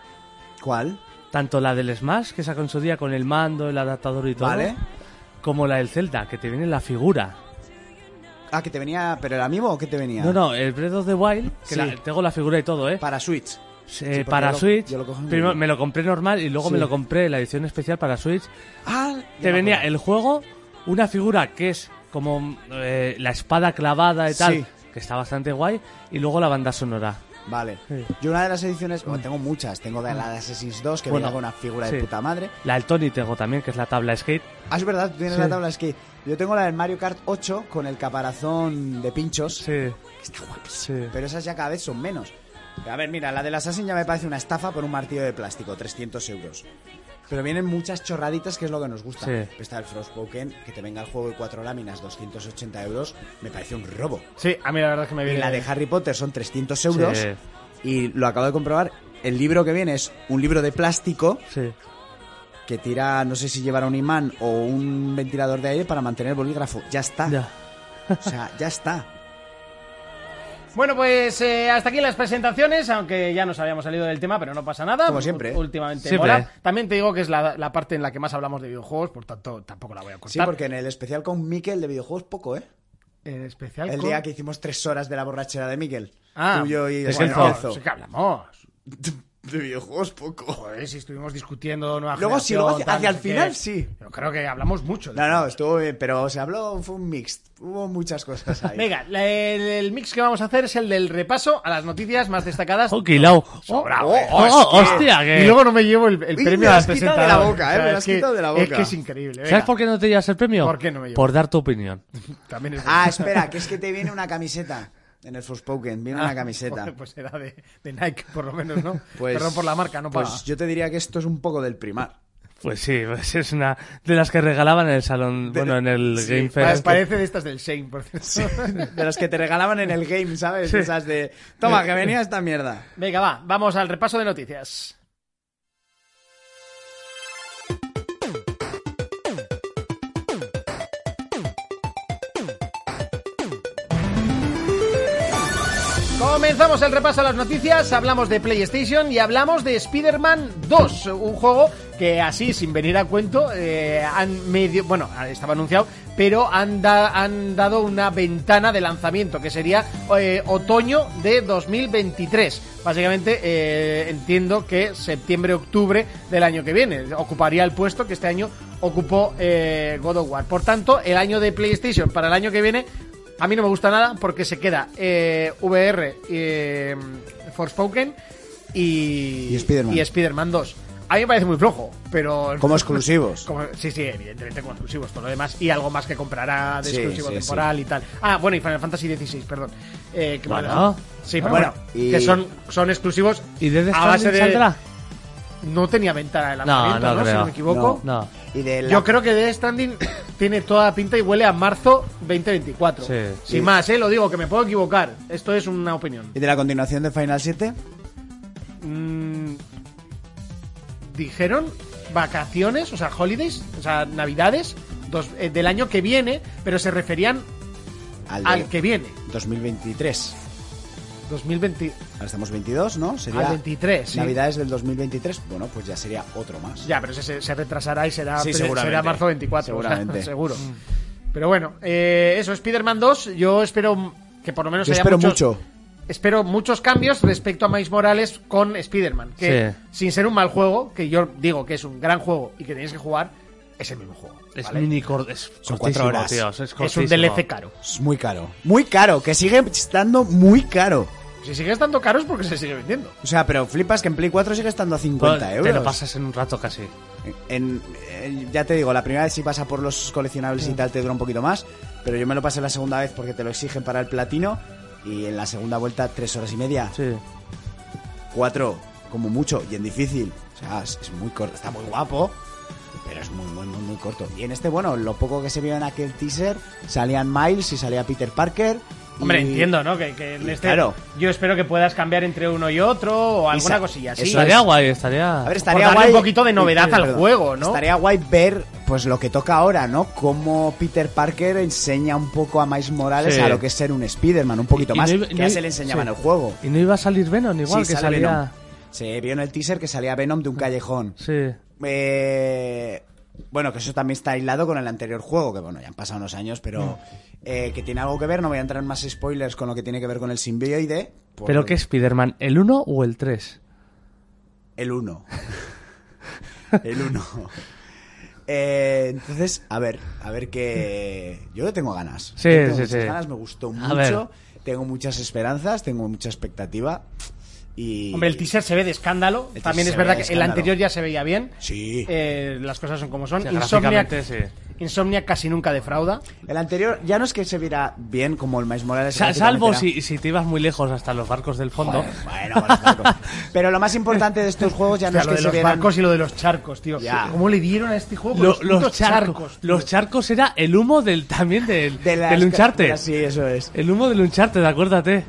S6: ¿Cuál?
S7: Tanto la del Smash, que sacó en su día con el mando, el adaptador y todo.
S6: Vale.
S7: Como la del Zelda, que te viene la figura.
S6: Ah, que te venía. ¿Pero el amigo o qué te venía?
S7: No, no, el Breath of the Wild,
S6: Sí.
S7: que la- tengo la figura y todo, ¿eh?
S6: Para Switch.
S7: Eh,
S6: porque
S7: para
S6: yo lo-
S7: Switch,
S6: yo lo cojo en
S7: primero
S6: Wii.
S7: me lo compré normal y luego me lo compré la edición especial para Switch.
S6: Ah, ya
S7: Te
S6: me
S7: venía
S6: acuerdo.
S7: el juego, una figura que es como eh, la espada clavada y tal,
S6: Sí.
S7: que está bastante guay, y luego la banda sonora.
S6: Vale.
S7: Sí. Mm.
S6: Yo una de las ediciones. Bueno, tengo muchas. Tengo de la de Assassin's 2 que
S7: Bueno,
S6: venía con una figura
S7: sí.
S6: de puta madre.
S7: La del Tony Tego también, que es la tabla skate.
S6: Ah, es verdad, tú tienes
S7: Sí.
S6: la tabla skate. Yo tengo la del Mario Kart 8 con el caparazón de pinchos.
S7: Sí,
S6: Está
S7: sí.
S6: guapísimo. Pero esas ya cada vez son menos. A ver, mira, la del Assassin ya me parece una estafa por un martillo de plástico, 300 euros. Pero vienen muchas chorraditas, que es lo que nos gusta.
S7: Sí.
S6: Pero Está el Frostpoken, que te venga el juego de cuatro láminas, 280 euros, me parece un robo.
S4: Sí, a mí la verdad es que me
S6: Y
S4: viene.
S6: la de Harry Potter son 300 euros.
S7: Sí.
S6: Y lo acabo de comprobar, el libro que viene es un libro de plástico
S7: sí.
S6: que tira, no sé si llevará un imán o un ventilador de aire para mantener el bolígrafo. Ya está.
S7: Ya.
S6: O sea, ya está.
S4: Bueno, pues eh, hasta aquí las presentaciones, aunque ya nos habíamos salido del tema, pero no pasa nada.
S6: Como siempre. ¿eh?
S4: Ú- Últimamente
S7: Siempre.
S4: mola. También te digo que es la, la parte en la que más hablamos de videojuegos, por tanto tampoco la voy a cortar.
S6: Sí, porque en el especial con Mikel de videojuegos poco, ¿eh?
S4: En especial
S6: El
S4: con-
S6: día que hicimos tres horas de la borrachera de Miguel.
S4: Ah,
S6: Tuyo y
S7: es
S6: Juan
S7: el
S4: No,
S7: Enzo.
S6: Lorenzo.
S4: sí que hablamos.
S6: *laughs* De videojuegos poco.
S4: Joder, si estuvimos discutiendo nueva
S6: Luego sí,
S4: generación,
S6: luego hacia-
S4: tal,
S6: hacia
S4: no
S6: el
S4: sé
S6: final
S4: qué.
S6: sí.
S4: Pero creo que hablamos mucho. de
S6: No, no, estuvo bien, pero se habló, fue un mix. Hubo muchas cosas ahí.
S4: Venga, la- el, el mix que vamos a hacer es el del repaso a las noticias más destacadas.
S7: Oh, quilao.
S4: Sobrao,
S7: Oh,
S4: eh.
S7: oh, hostia, que-
S4: Y luego no me llevo el, el
S6: Uy,
S4: premio al
S6: me has quitado de la
S4: presentador.
S6: boca, eh,
S4: O sea,
S6: me lo
S4: es
S6: has
S4: que-
S6: quitado de la
S4: Es
S6: boca.
S4: que es increíble.
S7: ¿Sabes
S4: venga.
S7: por qué no te llevas el premio?
S4: ¿Por qué no me llevo?
S7: Por dar tu opinión.
S4: También es
S6: Ah, espera, que es que te viene una camiseta. En el Forspoken, viene una camiseta.
S4: Joder, *laughs* Pues era de, de Nike, por lo menos, ¿no?
S6: *laughs* Pues,
S4: Perdón por la marca, no paga.
S6: Pues yo te diría que esto es un poco del primar.
S7: Pues sí, pues es una de las que regalaban en el salón, bueno, en el
S4: Sí,
S7: Game
S4: pa-
S7: Fest.
S4: Parece de estas del Shane, por cierto.
S6: *laughs* De los que te regalaban en el game, ¿sabes? Esas de. Toma, que venía esta mierda.
S4: *laughs* Venga, va, vamos al repaso de noticias. Comenzamos el repaso a las noticias, hablamos de PlayStation y hablamos de Spider-Man 2, un juego que así, sin venir a cuento, eh, han medio, bueno, estaba anunciado, pero han, da- han dado una ventana de lanzamiento que sería eh, otoño de 2023. Básicamente eh, entiendo que septiembre-octubre del año que viene ocuparía el puesto que este año ocupó eh, God of War. Por tanto, el año de PlayStation para el año que viene a mí no me gusta nada porque se queda eh, VR, eh, Forspoken y,
S6: Y Spider-Man.
S4: y Spider-Man 2. A mí me parece muy flojo, pero...
S6: Como exclusivos.
S4: Como- sí, sí, evidentemente como exclusivos, todo lo demás. Y algo más que comprará de
S6: Sí,
S4: exclusivo
S6: sí,
S4: temporal y tal. Ah, bueno, y Final Fantasy XVI, perdón. Eh, que me lo
S7: Bueno.
S4: he dejado. Sí, pero bueno,
S6: Bueno, y-
S4: que son, son exclusivos
S7: ¿Y desde
S4: a base
S7: Stranding
S4: de...
S7: saldrá?
S4: No tenía ventana de
S7: No,
S4: lanzamiento,
S7: no,
S4: ¿no? Si
S7: creo.
S4: no me equivoco.
S7: No.
S6: Y de la-
S4: Yo creo que Death Stranding *coughs* tiene toda la pinta y huele a marzo 2024.
S7: Sí.
S4: Sin
S6: Sí.
S4: más, ¿eh? lo digo, que me puedo equivocar. Esto es una opinión.
S6: ¿Y de la continuación de Final 7?
S4: Mm, Dijeron vacaciones, o sea, holidays, o sea, navidades dos- eh, del año que viene, pero se referían
S6: Al, de
S4: al que viene,
S6: 2023.
S4: 2020
S6: Ahora estamos 22, ¿no? Sería
S4: al 23. sí.
S6: Navidades del 2023. Bueno, pues ya sería otro más.
S4: Ya, pero ese se, se retrasará y será,
S6: Sí,
S4: pre-
S6: seguramente.
S4: será marzo *laughs* 24, o sea,
S6: Seguramente.
S4: seguro. Pero bueno, eh, eso, Spider-Man 2, yo espero que por lo menos
S6: Yo
S4: haya
S6: espero
S4: muchos-
S6: mucho.
S4: Espero muchos cambios respecto a Miles Morales con Spider-Man. Que
S7: Sí.
S4: sin ser un mal juego, que yo digo que es un gran juego y que tenéis que jugar, es el mismo juego.
S7: Es
S4: ¿vale?
S7: mini cor- es
S6: Son
S7: cortísimo,
S6: cuatro horas.
S7: tío, es
S4: Es un
S7: cortísimo.
S4: DLC caro.
S6: Es muy caro. Muy caro, que sigue estando muy caro.
S4: Si sigue estando caro es porque se sigue vendiendo.
S6: O sea, pero flipas que en Play 4 sigue estando a 50 euros.
S7: Pues, Te lo pasas en un rato casi.
S6: En- en- ya te digo, la primera vez si pasa por los coleccionables y tal te dura un poquito más, pero yo me lo pasé la segunda vez porque te lo exigen para el platino y en la segunda vuelta tres horas y media,
S7: Sí.
S6: cuatro como mucho y en difícil. O sea, es, es muy corto, está muy guapo, pero es muy, muy, muy, muy corto. Y en este, bueno, lo poco que se vio en aquel teaser, salían Miles y salía Peter Parker. y-
S4: Hombre, entiendo, ¿no? Que, que en
S6: y
S4: este.
S6: claro.
S4: Yo espero que puedas cambiar entre uno y otro o alguna
S6: Esa-
S4: cosilla así.
S6: eso
S7: Estaría
S6: es.
S7: guay, estaría.
S6: A ver, estaría
S4: darle
S6: guay.
S4: un poquito de novedad al
S6: perdón.
S4: juego, ¿no?
S6: Estaría guay ver, pues, lo que toca ahora, ¿no? Cómo Peter Parker enseña un poco a Miles Morales
S7: Sí.
S6: a lo que es ser un Spider-Man, un poquito
S7: Y
S6: más.
S7: no iba-
S6: que
S7: no
S6: ya
S7: iba-
S6: se le enseñaba
S7: sí.
S6: en el juego.
S7: Y no iba a salir Venom igual
S6: Sí,
S7: que
S6: sale
S7: salía.
S6: Venom. Se vio en el teaser que salía Venom de un callejón.
S7: Sí.
S6: Eh, bueno, que eso también está aislado con el anterior juego, que bueno, ya han pasado unos años,
S7: Mm.
S6: pero eh, que tiene algo que ver. No voy a entrar en más spoilers con lo que tiene que ver con el simbioide. pues por-
S7: ¿Pero qué Spider-Man? ¿El 1 o el 3?
S6: El 1. *laughs* el 1. entonces, a ver, a ver qué. Yo le tengo ganas.
S7: Sí,
S6: Yo tengo
S7: sí,
S6: muchas
S7: sí.
S6: ganas, me gustó
S7: A ver.
S6: mucho. Tengo muchas esperanzas, tengo mucha expectativa. Y.
S4: Hombre, el teaser se ve de escándalo.
S6: El
S4: También
S6: teaser
S4: es
S6: se
S4: verdad
S6: ve de
S4: que el
S6: escándalo.
S4: anterior ya se veía bien.
S6: Sí.
S4: Eh, las cosas son como son.
S7: Sí,
S4: Insomniac,
S7: gráficamente, sí.
S4: Insomniac casi nunca defrauda.
S6: El anterior ya no es que se viera bien como el Miles Morales.
S7: Sa-
S6: gráficamente
S7: salvo
S6: era-
S7: si, si te ibas muy lejos hasta los barcos del fondo.
S6: Joder, bueno, con
S4: *laughs*
S6: los barcos. Pero lo más importante de estos juegos ya no
S4: Hostia,
S6: es
S4: lo
S6: que
S4: de
S6: se
S4: los
S6: vieran.
S4: barcos y lo de los charcos, tío.
S6: Ya.
S4: ¿Cómo le dieron a este juego? con
S7: Lo-
S4: los,
S7: los
S4: putos
S7: charcos.
S4: tío.
S7: los charcos era el humo del también del,
S6: de las
S7: del Uncharted.
S6: ca- Sí, eso es.
S7: El humo del Uncharted, acuérdate.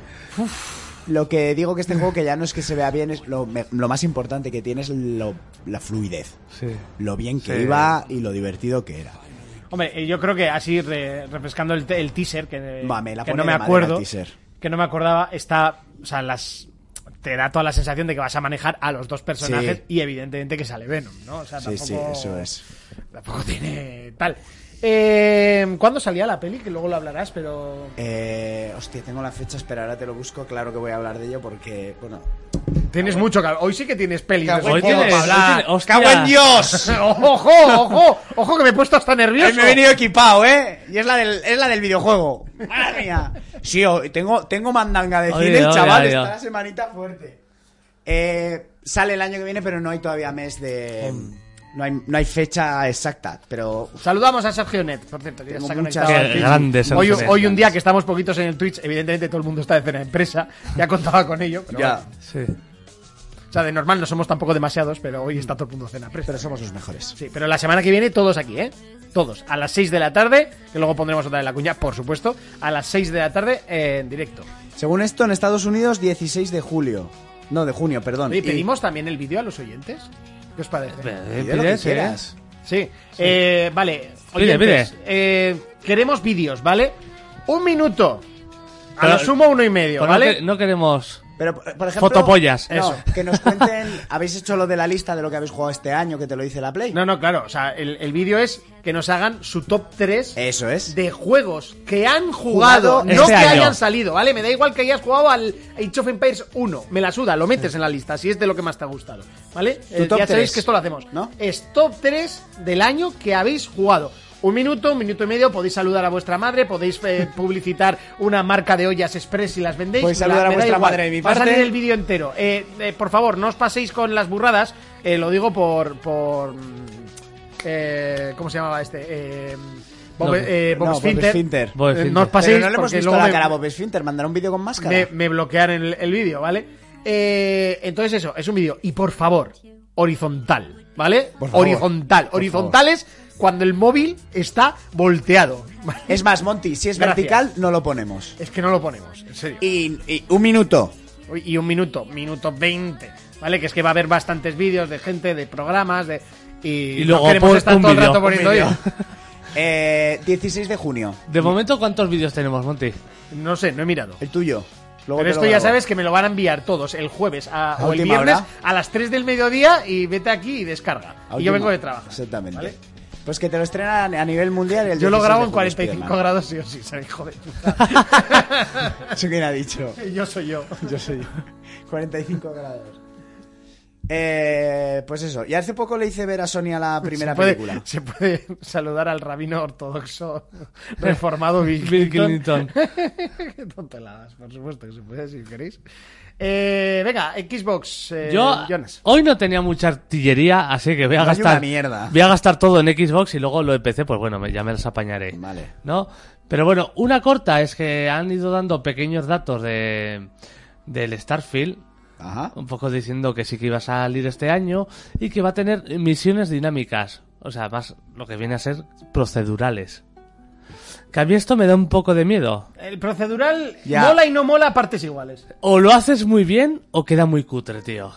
S6: Lo que digo que este juego que ya no es que se vea bien, es lo, me- lo más importante que tiene es lo- la fluidez.
S7: Sí.
S6: Lo bien que
S7: Sí.
S6: iba y lo divertido que era.
S4: Hombre, eh, yo creo que así re- refrescando el, te- el teaser, que, eh,
S6: Va, me la
S4: que
S6: pone
S4: no me
S6: de madera
S4: acuerdo,
S6: el teaser.
S4: que no me acordaba, está, o sea, las te da toda la sensación de que vas a manejar a los dos personajes
S6: Sí.
S4: y evidentemente que sale Venom, ¿no? O sea,
S6: Sí, sí,
S4: tampoco-
S6: eso es.
S4: Tampoco tiene tal. Eh, ¿Cuándo salía la peli? Que luego lo hablarás, pero...
S6: Eh, hostia, tengo la fecha, espera, ahora te lo busco. Claro que voy a hablar de ello porque, bueno.
S4: Tienes mucho que Hoy sí que tienes pelis. de
S7: Hoy
S4: esos juegos
S7: tienes-
S4: para hablar.
S7: hoy tienes- ¡Hostia! ¡Cago en *laughs*
S6: Dios!
S4: ¡Ojo, ojo! ¡Ojo que me he puesto hasta nervioso!
S6: me he venido equipado, ¿eh? Y es la del, es la del videojuego. ¡Madre mía! Sí, o- tengo, tengo mandanga de
S7: Oye,
S6: cine,
S7: oye,
S6: chaval.
S7: oye.
S6: Está la semanita fuerte. Eh, sale el año que viene, pero no hay todavía mes de... No hay, no hay fecha exacta, pero...
S4: Saludamos a Sergio Net, por cierto, que ya
S6: Tengo
S4: está
S6: muchas-
S4: conectado.
S6: Qué
S4: al Twitch.
S7: grande Sergio
S4: hoy,
S7: Net.
S4: hoy un día que estamos poquitos en el Twitch, evidentemente todo el mundo está de cena de empresa, ya contaba con ello. Pero
S6: Ya.
S4: bueno.
S7: Sí.
S4: o sea, de normal no somos tampoco demasiados, pero hoy está todo el mundo de cena de empresa.
S6: Pero somos los mejores.
S4: Sí, pero la semana que viene todos aquí, ¿eh? Todos, a las 6 de la tarde, que luego pondremos otra de la cuña, por supuesto, a las 6 de la tarde eh, en directo.
S6: Según esto, en Estados Unidos, 16 de julio. No, de junio, perdón.
S4: Oye,
S6: Y-
S4: ¿pedimos también el vídeo a los oyentes? ¿Qué os parece?
S6: y de lo que
S7: Pides, ¿eh?
S6: quieras.
S4: Sí. Eh, vale.
S7: Pide,
S4: oyentes, eh, queremos vídeos, ¿vale? Un minuto. A
S7: Pero-
S4: lo sumo uno y medio,
S7: Pero no
S4: ¿vale?
S7: que- No queremos.
S6: Pero, por por ejemplo...
S7: Fotopollas,
S6: no,
S7: eso.
S6: que nos cuenten... *laughs* Habéis hecho lo de la lista de lo que habéis jugado este año, que te lo dice la Play.
S4: No, no, claro. O sea, el, el vídeo es que nos hagan su top 3
S6: Eso es.
S4: de juegos que han jugado,
S6: Jugado
S4: no
S7: este
S4: que
S7: año.
S4: hayan salido, ¿vale? Me da igual que hayas jugado al Age of Empires 1. Me la suda, lo metes en la lista, si es de lo que más te ha gustado, ¿vale? Eh,
S6: top
S4: ya sabéis
S6: tres,
S4: que esto lo hacemos.
S6: ¿no?
S4: Es top 3 del año que habéis jugado. Un minuto, un minuto y medio, podéis saludar a vuestra madre, podéis
S6: *laughs*
S4: eh, publicitar una marca de ollas express si las vendéis.
S6: Podéis saludar
S4: me
S6: a
S4: da
S6: vuestra
S4: igual.
S6: madre de mi
S4: Va a
S6: parte.
S4: salir el vídeo entero. Eh, eh, por favor, no os paséis con las burradas, eh, lo digo por... por mm, eh, ¿Cómo se llamaba este? Eh, Bob,
S7: No,
S4: eh, Bob
S6: no, Bob
S4: Sfinter.
S6: Sfinter.
S7: Bob
S4: Eh,
S7: Sfinter.
S4: no os paséis
S6: Pero no le hemos
S4: porque
S6: visto
S4: luego
S6: la
S4: me-
S6: cara a Bob Sfinter, mandará un vídeo con máscara.
S4: me, me bloquearon el, el vídeo, ¿vale? Eh, entonces eso, es un vídeo. Y por favor, horizontal, ¿vale?
S6: Por favor.
S4: horizontal.
S6: Por
S4: Horizontal es cuando el móvil está volteado. ¿vale?
S6: Es más, Monty, si es
S4: Gracias.
S6: vertical, no lo ponemos.
S4: Es que no lo ponemos, en serio.
S6: Y, y un minuto.
S4: Uy, Y un minuto, minuto 20, ¿vale? Que es que va a haber bastantes vídeos de gente, de programas, de... Y,
S7: Y luego,
S4: no queremos
S7: pues,
S4: estar
S7: un
S4: todo el
S7: vídeo,
S4: rato
S7: un
S4: poniendo
S7: vídeo.
S4: vídeos.
S6: Eh, 16 de junio,
S7: De momento, ¿cuántos vídeos tenemos, Monty?
S4: No sé, no he mirado.
S6: el tuyo. Luego
S4: Pero
S6: te
S4: esto
S6: lo
S4: ya
S6: grabo.
S4: sabes que me lo van a enviar todos el jueves a-
S6: A
S4: o el
S6: última
S4: viernes
S6: hora.
S4: a las 3 del mediodía y vete aquí y descarga. Y
S6: A
S4: yo
S6: última-
S4: vengo de trabajo.
S6: Exactamente.
S4: ¿vale?
S6: Pues que te lo estrenan a nivel mundial el
S4: Yo lo
S6: 16
S4: grabo
S6: de
S4: en
S6: junio,
S4: 45
S6: Spiderman.
S4: grados sí o sí, se hijo de puta.
S6: *laughs* Eso quién ha dicho.
S4: Yo soy yo.
S6: Yo *laughs* soy yo. 45 grados. Eh, pues eso. Y hace poco le hice ver a Sonia la primera
S4: se puede,
S6: película.
S4: *laughs* Se puede saludar al rabino ortodoxo *laughs* reformado *laughs* Bill
S7: Bill
S4: Clinton. *laughs*
S7: *laughs*
S4: Qué tonteladas, por supuesto que se puede si queréis. Eh, venga, Xbox, eh,
S7: Yo
S4: Jonas.
S7: hoy no tenía mucha artillería, así que voy a
S6: No hay
S7: gastar.
S6: una mierda.
S7: Voy a gastar todo en Xbox y luego lo empecé, pues bueno, me- ya me las apañaré.
S6: Vale.
S7: ¿No? Pero bueno, una corta es que han ido dando pequeños datos de del Starfield,
S6: Ajá.
S7: un poco diciendo que sí que iba a salir este año y que va a tener misiones dinámicas, o sea, más lo que viene a ser procedurales. Que a mí esto me da un poco de miedo.
S4: El procedural
S6: Ya.
S4: mola y no mola a partes iguales.
S7: O lo haces muy bien o queda muy cutre, tío.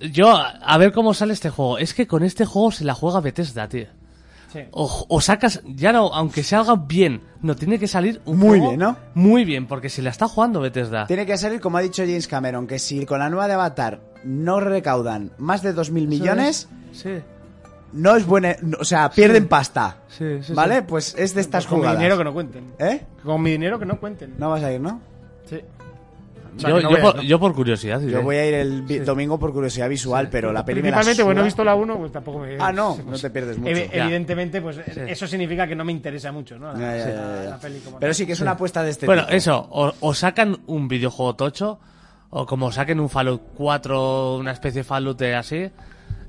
S7: Yo, a- a ver cómo sale este juego. Es que con este juego se la juega Bethesda, tío.
S4: Sí.
S7: O, o sacas, ya no, aunque salga bien, no tiene que salir un
S6: Muy
S7: juego
S6: bien, ¿no?
S7: Muy bien, porque se la está jugando Bethesda.
S6: Tiene que salir, como ha dicho James Cameron, que si con la nueva de Avatar no recaudan más de 2.000 millones,
S7: Sí,
S6: no es buena. no, o sea, pierden pasta.
S7: Sí, sí,
S6: ¿Vale?
S7: sí.
S6: Pues es de estas
S4: Pues con mi
S6: jugadas.
S4: dinero que no cuenten.
S6: ¿Eh?
S4: Con mi dinero que no cuenten.
S6: No vas a ir, ¿no?
S4: Sí. O sea,
S7: yo,
S4: que no
S7: yo
S4: veas,
S7: por,
S4: ¿no?
S7: yo por curiosidad. ¿eh?
S6: Yo voy a ir el vi- domingo por curiosidad visual, pero la peli me la
S8: Principalmente,
S6: suda.
S8: bueno, he visto la 1, pues tampoco me.
S4: *laughs*
S6: Ah, no, no te pierdes mucho.
S4: Evi-
S7: Ya.
S4: Evidentemente, pues eso significa que no me interesa mucho, ¿no? La,
S6: Ya, ya,
S4: la-
S6: ya, ya.
S4: la peli como
S6: Pero
S4: tal.
S6: sí que es una apuesta de este
S7: Bueno,
S6: tipo.
S7: eso, o, o sacan un videojuego tocho, o como saquen un Fallout 4, una especie de Fallout de así,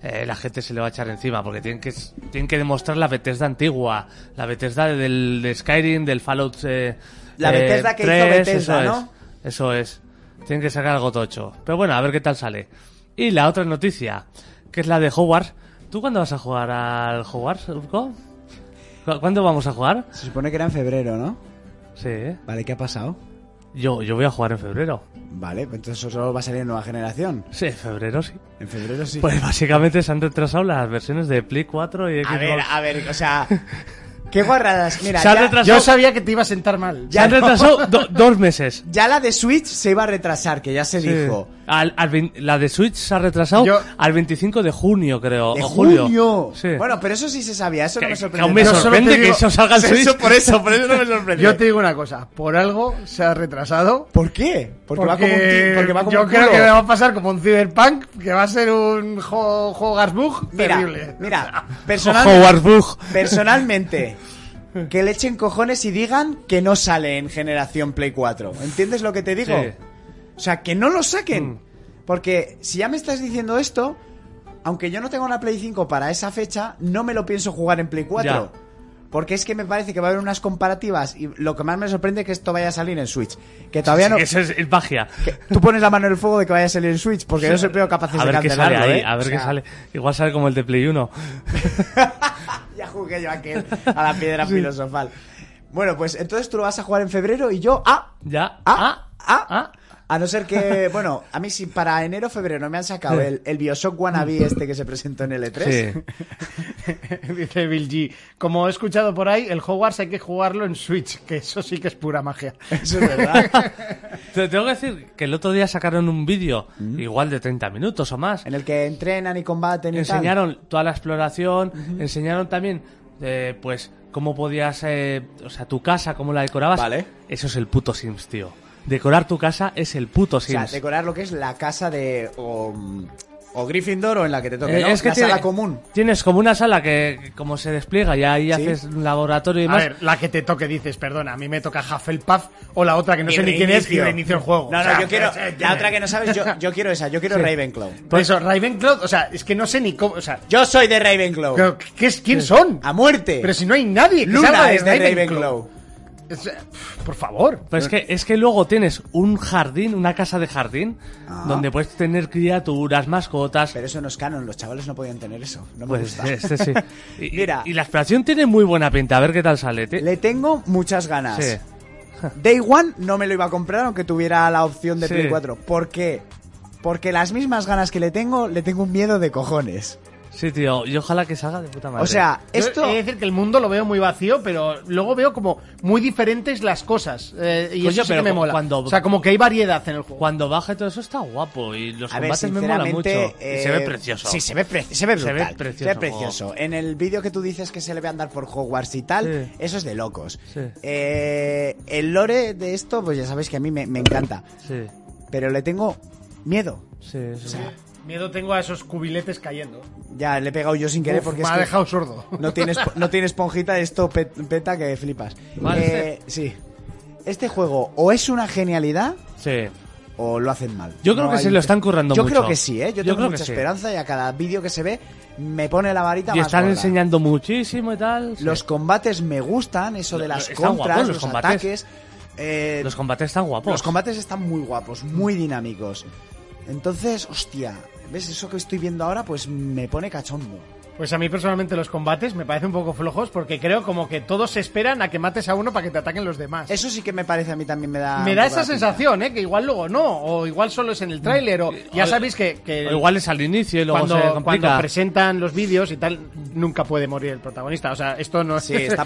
S7: eh, la gente se le va a echar encima, porque tienen que, s- tienen que demostrar la Bethesda antigua, la Bethesda del de Skyrim, del Fallout eh,
S6: La
S7: eh,
S6: Bethesda que hizo
S7: 3,
S6: Bethesda,
S7: eso
S6: ¿no?
S7: Es, eso es, tienen que sacar algo tocho. Pero bueno, a ver qué tal sale. Y la otra noticia, que es la de Hogwarts. ¿Tú cuándo vas a jugar al Hogwarts, Urko? ¿Cu- ¿Cuándo vamos a jugar?
S6: Se supone que era en febrero, ¿no?
S7: Sí, ¿eh?
S6: Vale, ¿qué ha pasado?
S7: yo, yo voy a jugar en febrero.
S6: Vale, pues entonces solo va a salir en nueva generación.
S7: Sí, en febrero sí.
S6: En febrero sí.
S7: Pues básicamente se han retrasado las versiones de Play 4 y Xbox.
S6: a ver, a ver, o *laughs* sea... Qué guarradas. Mira,
S7: se han
S6: ya,
S7: retrasado,
S4: Yo sabía que te iba a sentar mal.
S7: se
S6: ya
S7: han
S6: no.
S7: retrasado do-
S6: *laughs*
S7: dos meses.
S6: ya la de Switch se iba a retrasar, que ya se dijo.
S7: Sí. Al- al vein- la de Switch se ha retrasado
S4: Yo-
S7: al 25 de junio, creo.
S6: De
S7: o julio.
S6: junio.
S7: Sí.
S6: Bueno, pero eso sí se sabía, eso no me
S7: que
S6: sorprendió.
S7: aún me
S4: Yo solo
S7: sorprende
S4: te
S7: que
S4: digo-
S7: eso salga en
S6: *laughs*
S7: Switch.
S6: Eso por eso, por eso
S7: *laughs*
S6: no me sorprendió.
S4: Yo te digo una cosa, por algo se ha retrasado.
S6: ¿Por qué? Porque, va como un ti- porque va como
S4: yo
S6: un
S4: creo
S6: culo.
S4: que me va a pasar como un Cyberpunk, que va a ser un jo- Hogwarts Bug terrible.
S6: Mira,
S7: *laughs*
S6: mira, personalmente,
S7: Hogwarts Bug.
S6: personalmente, que le echen cojones y digan que no sale en generación Play 4. ¿Entiendes lo que te digo?
S7: Sí. Mm.
S6: O sea, que no lo saquen. Porque si ya me estás diciendo esto, aunque yo no tenga una Play 5 para esa fecha, no me lo pienso jugar en Play 4.
S7: Ya.
S6: Porque es que me parece que va a haber unas comparativas y lo que más me sorprende es que esto vaya a salir en Switch. Que todavía no...
S7: Que Eso es magia.
S6: que tú pones la mano en el fuego de que vaya a salir en Switch porque yo soy peor capaz de
S7: A ver qué sale
S6: cancelarlo,
S7: ahí,
S6: ¿eh?
S7: a ver
S6: O
S7: qué
S6: sea,
S7: sale. Igual sale como el de Play 1.
S6: *laughs* Ya jugué yo aquel a la piedra filosofal. Bueno, pues entonces tú lo vas a jugar en febrero y yo ah,
S7: Ya.
S6: ah, ah, *laughs*
S7: ah.
S6: A no ser que, bueno, a mí si para enero febrero me han sacado
S7: Sí.
S6: el, el Bioshock Wannabe este que se presentó en el E3.
S7: Sí.
S4: *laughs* Dice Bill G. Como he escuchado por ahí, el Hogwarts hay que jugarlo en Switch, que eso sí que es pura magia.
S6: Eso es verdad.
S7: Te tengo que decir que el otro día sacaron un vídeo, igual de 30 minutos o más,
S6: Mm. En el que entrenan y combaten y
S7: enseñaron toda la exploración, enseñaron también, eh, pues, cómo podías, eh, o sea, tu casa, cómo la decorabas.
S6: Vale.
S7: Eso es el puto Sims, tío. Decorar tu casa es el puto
S6: tal. O
S7: Sims.
S6: sea, decorar lo que es la casa de o, o Gryffindor o en la que te toque,
S7: Eh,
S6: ¿no?
S7: es que
S6: la
S7: tiene-
S6: sala común.
S7: Tienes como una sala que, que como se despliega y ahí haces un laboratorio y
S4: A
S7: demás.
S4: ver, la que te toque dices, perdona, a mí me toca Hufflepuff o la otra que no
S6: Y
S4: sé ni quién es y
S6: reinicio.
S4: reinicio el juego. O
S6: No, no,
S4: sea,
S6: yo
S4: *laughs*
S6: quiero
S4: eh,
S6: la otra que no sabes, yo, yo quiero esa, yo quiero Ravenclaw.
S4: Por eso, Ravenclaw, o sea, es que no sé ni cómo, o sea,
S6: Yo soy de Ravenclaw.
S4: ¿qué- qué es- ¿quién son?
S6: A muerte.
S4: Pero si no hay nadie que salga
S6: Ah, Luna
S4: de
S6: es de
S4: Ravenclaw.
S6: Ravenclaw.
S4: Es- pff, Por favor.
S7: Pero es que, es que luego tienes un jardín, una casa de jardín,
S6: Ah.
S7: donde puedes tener criaturas, mascotas.
S6: Pero eso no es canon, los chavales no podían tener eso. No me
S7: Pues
S6: gusta.
S7: este sí. Y, y-
S6: Mira.
S7: y la exploración tiene muy buena pinta, a ver qué tal sale. Te-
S6: *laughs* Le tengo muchas ganas.
S7: Sí.
S6: Day One no me lo iba a comprar aunque tuviera la opción de
S7: Sí.
S6: Play 4. ¿Por qué? Porque las mismas ganas que le tengo, le tengo un miedo de cojones.
S7: Sí, tío, y ojalá que salga de puta madre.
S6: O sea,
S4: Yo
S6: esto...
S7: eh,
S4: He de decir que el mundo lo veo muy vacío, pero luego veo como muy diferentes las cosas. eh, y
S7: Coño,
S4: eso sí que
S7: pero
S4: me mola.
S7: cuando-
S4: O sea, como que hay variedad en el juego.
S7: cuando baje todo eso está guapo y los
S6: A ver,
S7: combates me molan mucho.
S6: sinceramente...
S7: Y se
S6: eh,
S7: ve precioso.
S6: Sí, se ve, pre- se ve
S7: Se ve
S6: brutal. Se ve precioso.
S7: precioso,
S6: En el vídeo que tú dices que se le ve andar por Hogwarts y tal,
S7: Sí.
S6: eso es de locos.
S7: Sí.
S6: Eh, el lore de esto, pues ya sabéis que a mí me, me encanta.
S7: Sí,
S6: Pero le tengo miedo.
S7: sí, sí.
S4: Miedo tengo a esos cubiletes cayendo.
S6: Ya, le he pegado yo sin querer
S4: Uf, me
S6: porque es
S4: ha
S6: que
S4: dejado sordo.
S6: no tiene esp- no tiene esponjita, esto pe- peta que flipas.
S7: Vale,
S6: Eh, sí. Este juego o es una genialidad
S7: Sí.
S6: o lo hacen mal.
S7: Yo creo que se lo están currando
S6: yo
S7: mucho.
S6: creo que sí, ¿eh? Yo,
S7: Yo
S6: tengo
S7: creo que
S6: mucha
S7: sí.
S6: esperanza y a cada vídeo que se ve me pone la varita
S7: Y
S6: más
S7: están
S6: gorda.
S7: enseñando muchísimo y tal. sí.
S6: Los combates me gustan, eso de
S7: Lo-
S6: las
S7: están
S6: contras,
S7: guapos
S6: los,
S7: los combates.
S6: ataques. eh,
S7: Los combates están guapos.
S6: los combates están muy guapos, muy dinámicos. Entonces, hostia, ¿ves? Eso que estoy viendo ahora pues me pone cachondo.
S4: Pues a mí personalmente los combates me parecen un poco flojos porque creo como que todos se esperan a que mates a uno para que te ataquen los demás.
S6: Eso sí que me parece a mí también me da.
S4: me
S6: un
S4: da
S6: poco
S4: esa
S6: la pinta.
S4: sensación, ¿eh? Que igual luego no, o igual solo es en el tráiler, o ya
S7: O-
S4: sabéis que, que
S7: O igual es al inicio y luego
S4: cuando,
S7: se
S4: cuando
S7: complica.
S4: presentan los vídeos y tal, nunca puede morir el protagonista. O sea, esto no es.
S6: Sí, está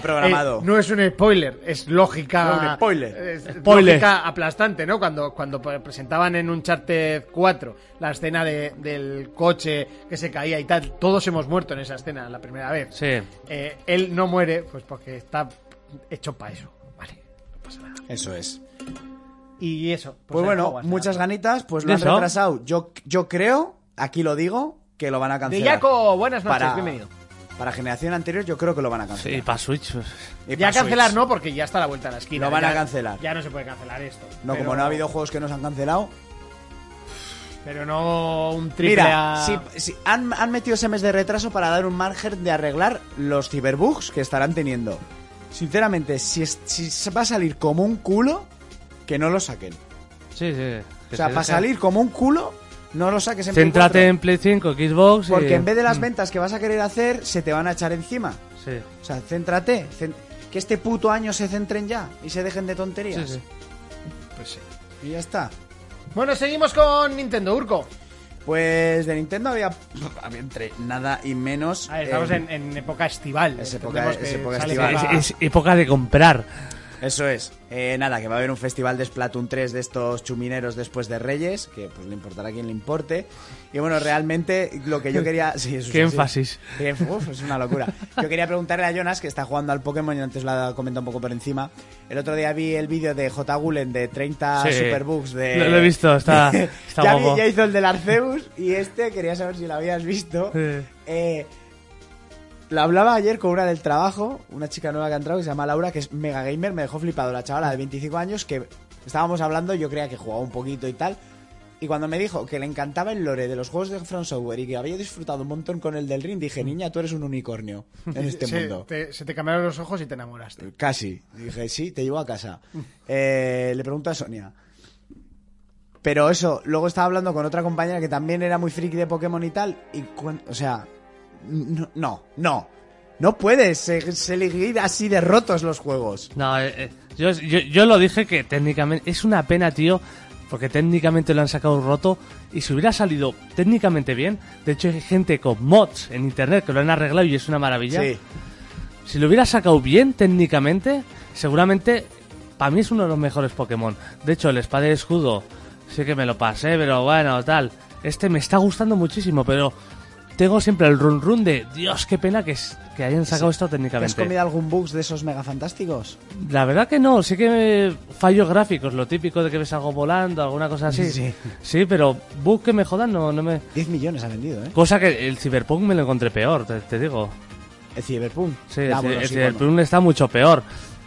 S4: *laughs*
S6: programado.
S4: eh, no es un spoiler, es lógica.
S6: No, un spoiler.
S4: es
S7: Spoiler.
S4: lógica aplastante, ¿no? Cuando, cuando pre- presentaban en Uncharted 4 la escena de- del coche que se caía y tal, todos hemos muerto en esa escena la primera vez.
S7: Sí.
S4: Eh, él no muere, pues porque está hecho para eso. Vale.
S6: Eso es.
S7: Pues
S4: Y eso. pues
S6: Pues
S4: el
S6: bueno,
S4: Hogwarts, nada.
S6: muchas ganitas, pues lo
S7: De
S6: han
S7: eso.
S6: retrasado. Yo, yo creo, aquí lo digo, que lo van a
S4: De
S6: cancelar.
S4: Yaco, buenas noches,
S6: Para-
S4: bienvenido.
S6: Para generación anterior, yo creo que lo van a cancelar.
S7: Sí, para Switch. pues,
S6: Y
S4: Ya
S6: para Switch.
S4: cancelar no, porque ya está a la vuelta de la esquina.
S6: Lo van a
S4: Ya-
S6: cancelar.
S4: Ya no se puede cancelar esto.
S6: No,
S4: Pero-
S6: como no ha habido juegos que nos han cancelado.
S4: Pero no un triple
S6: Mira,
S4: A.
S6: si- si han, han metido ese mes de retraso para dar un margen de arreglar los ciberbugs que estarán teniendo. Sinceramente, si, es- si se va a salir como un culo, que no lo saquen.
S7: Sí, sí.
S6: O sea, para salir como un culo, no lo saques en Play
S7: Céntrate
S6: 4.
S7: en Play 5, Xbox. y-
S6: Porque en vez de
S4: Mm.
S6: las ventas que vas a querer hacer, se te van a echar encima.
S7: Sí.
S6: O sea, céntrate. cen- que este puto año se centren ya y se dejen de tonterías. Pues
S7: Sí, sí.
S6: Y ya está.
S4: Bueno, seguimos con Nintendo Urco.
S6: Pues de Nintendo había, *laughs* había entre nada y menos.
S4: A ver, estamos
S6: eh,
S4: en, en época estival.
S6: es época-
S4: Entendemos
S6: es
S4: que
S6: época
S4: sale
S6: estival.
S4: para-
S7: Es, es época de comprar.
S6: Eso es. Eh, nada, que va a haber un festival de Splatoon 3 de estos chumineros después de Reyes, que pues le importará a quien le importe. Y bueno, realmente lo
S7: *laughs*
S6: que yo quería... Sí, eso es
S7: Qué
S6: así.
S7: énfasis.
S6: Eh, uf, es una locura. Yo quería preguntarle a Jonas, que está jugando al Pokémon y antes la comentado un poco por encima. El otro día vi el vídeo de J. Gulen de 30
S7: Sí.
S6: Ah, Superbugs de...
S7: Lo- lo he
S6: *laughs*
S7: visto, está- está
S6: ya, vi-
S7: guapo.
S6: ya hizo el del Arceus y este, quería saber si lo habías visto.
S7: Sí.
S6: Eh, la hablaba ayer con una del trabajo, una chica nueva que ha entrado que se llama Laura, que es mega gamer, me dejó flipado la chavala de 25 años que estábamos hablando, yo creía que jugaba un poquito y tal. Y cuando me dijo que le encantaba el lore de los juegos de From Software y que había disfrutado un montón con el del ring, dije, niña, tú eres un unicornio en
S4: *laughs*
S6: este
S4: se,
S6: mundo. Eh.
S4: te- se te cambiaron los ojos y te enamoraste.
S6: Casi. Dije, sí, te llevo a casa. Eh, le pregunto a Sonia. Pero eso, luego estaba hablando con otra compañera que también era muy friki de Pokémon y tal. Y cuen- o sea, no, no, no. No puedes se- seguir así de rotos los juegos.
S7: No, eh, eh, yo, yo, yo lo dije que técnicamente. Es una pena, tío. Porque técnicamente lo han sacado roto. Y si hubiera salido técnicamente bien. De hecho, hay gente con mods en internet que lo han arreglado y es una maravilla.
S6: Sí.
S7: Si lo hubiera sacado bien técnicamente, seguramente para mí es uno de los mejores Pokémon. De hecho, el espada y escudo sí que me lo pasé, pero bueno, tal. Este me está gustando muchísimo, pero tengo siempre el run run de Dios, qué pena que, es- que hayan sacado esto
S6: ¿Te ¿Has
S7: técnicamente.
S6: comido algún bugs de esos mega fantásticos?
S7: La verdad que no, sí que eh, fallos gráficos, lo típico de que ves algo volando, alguna cosa así.
S6: Sí.
S7: Sí, pero bug que me jodan no, no me...
S6: 10 millones ha vendido, ¿eh?
S7: Cosa que el Cyberpunk me lo encontré peor, te- te digo.
S6: El Cyberpunk.
S7: Sí,
S6: Ah,
S7: el,
S6: bueno,
S7: el
S6: sí, bueno.
S7: Cyberpunk está mucho peor.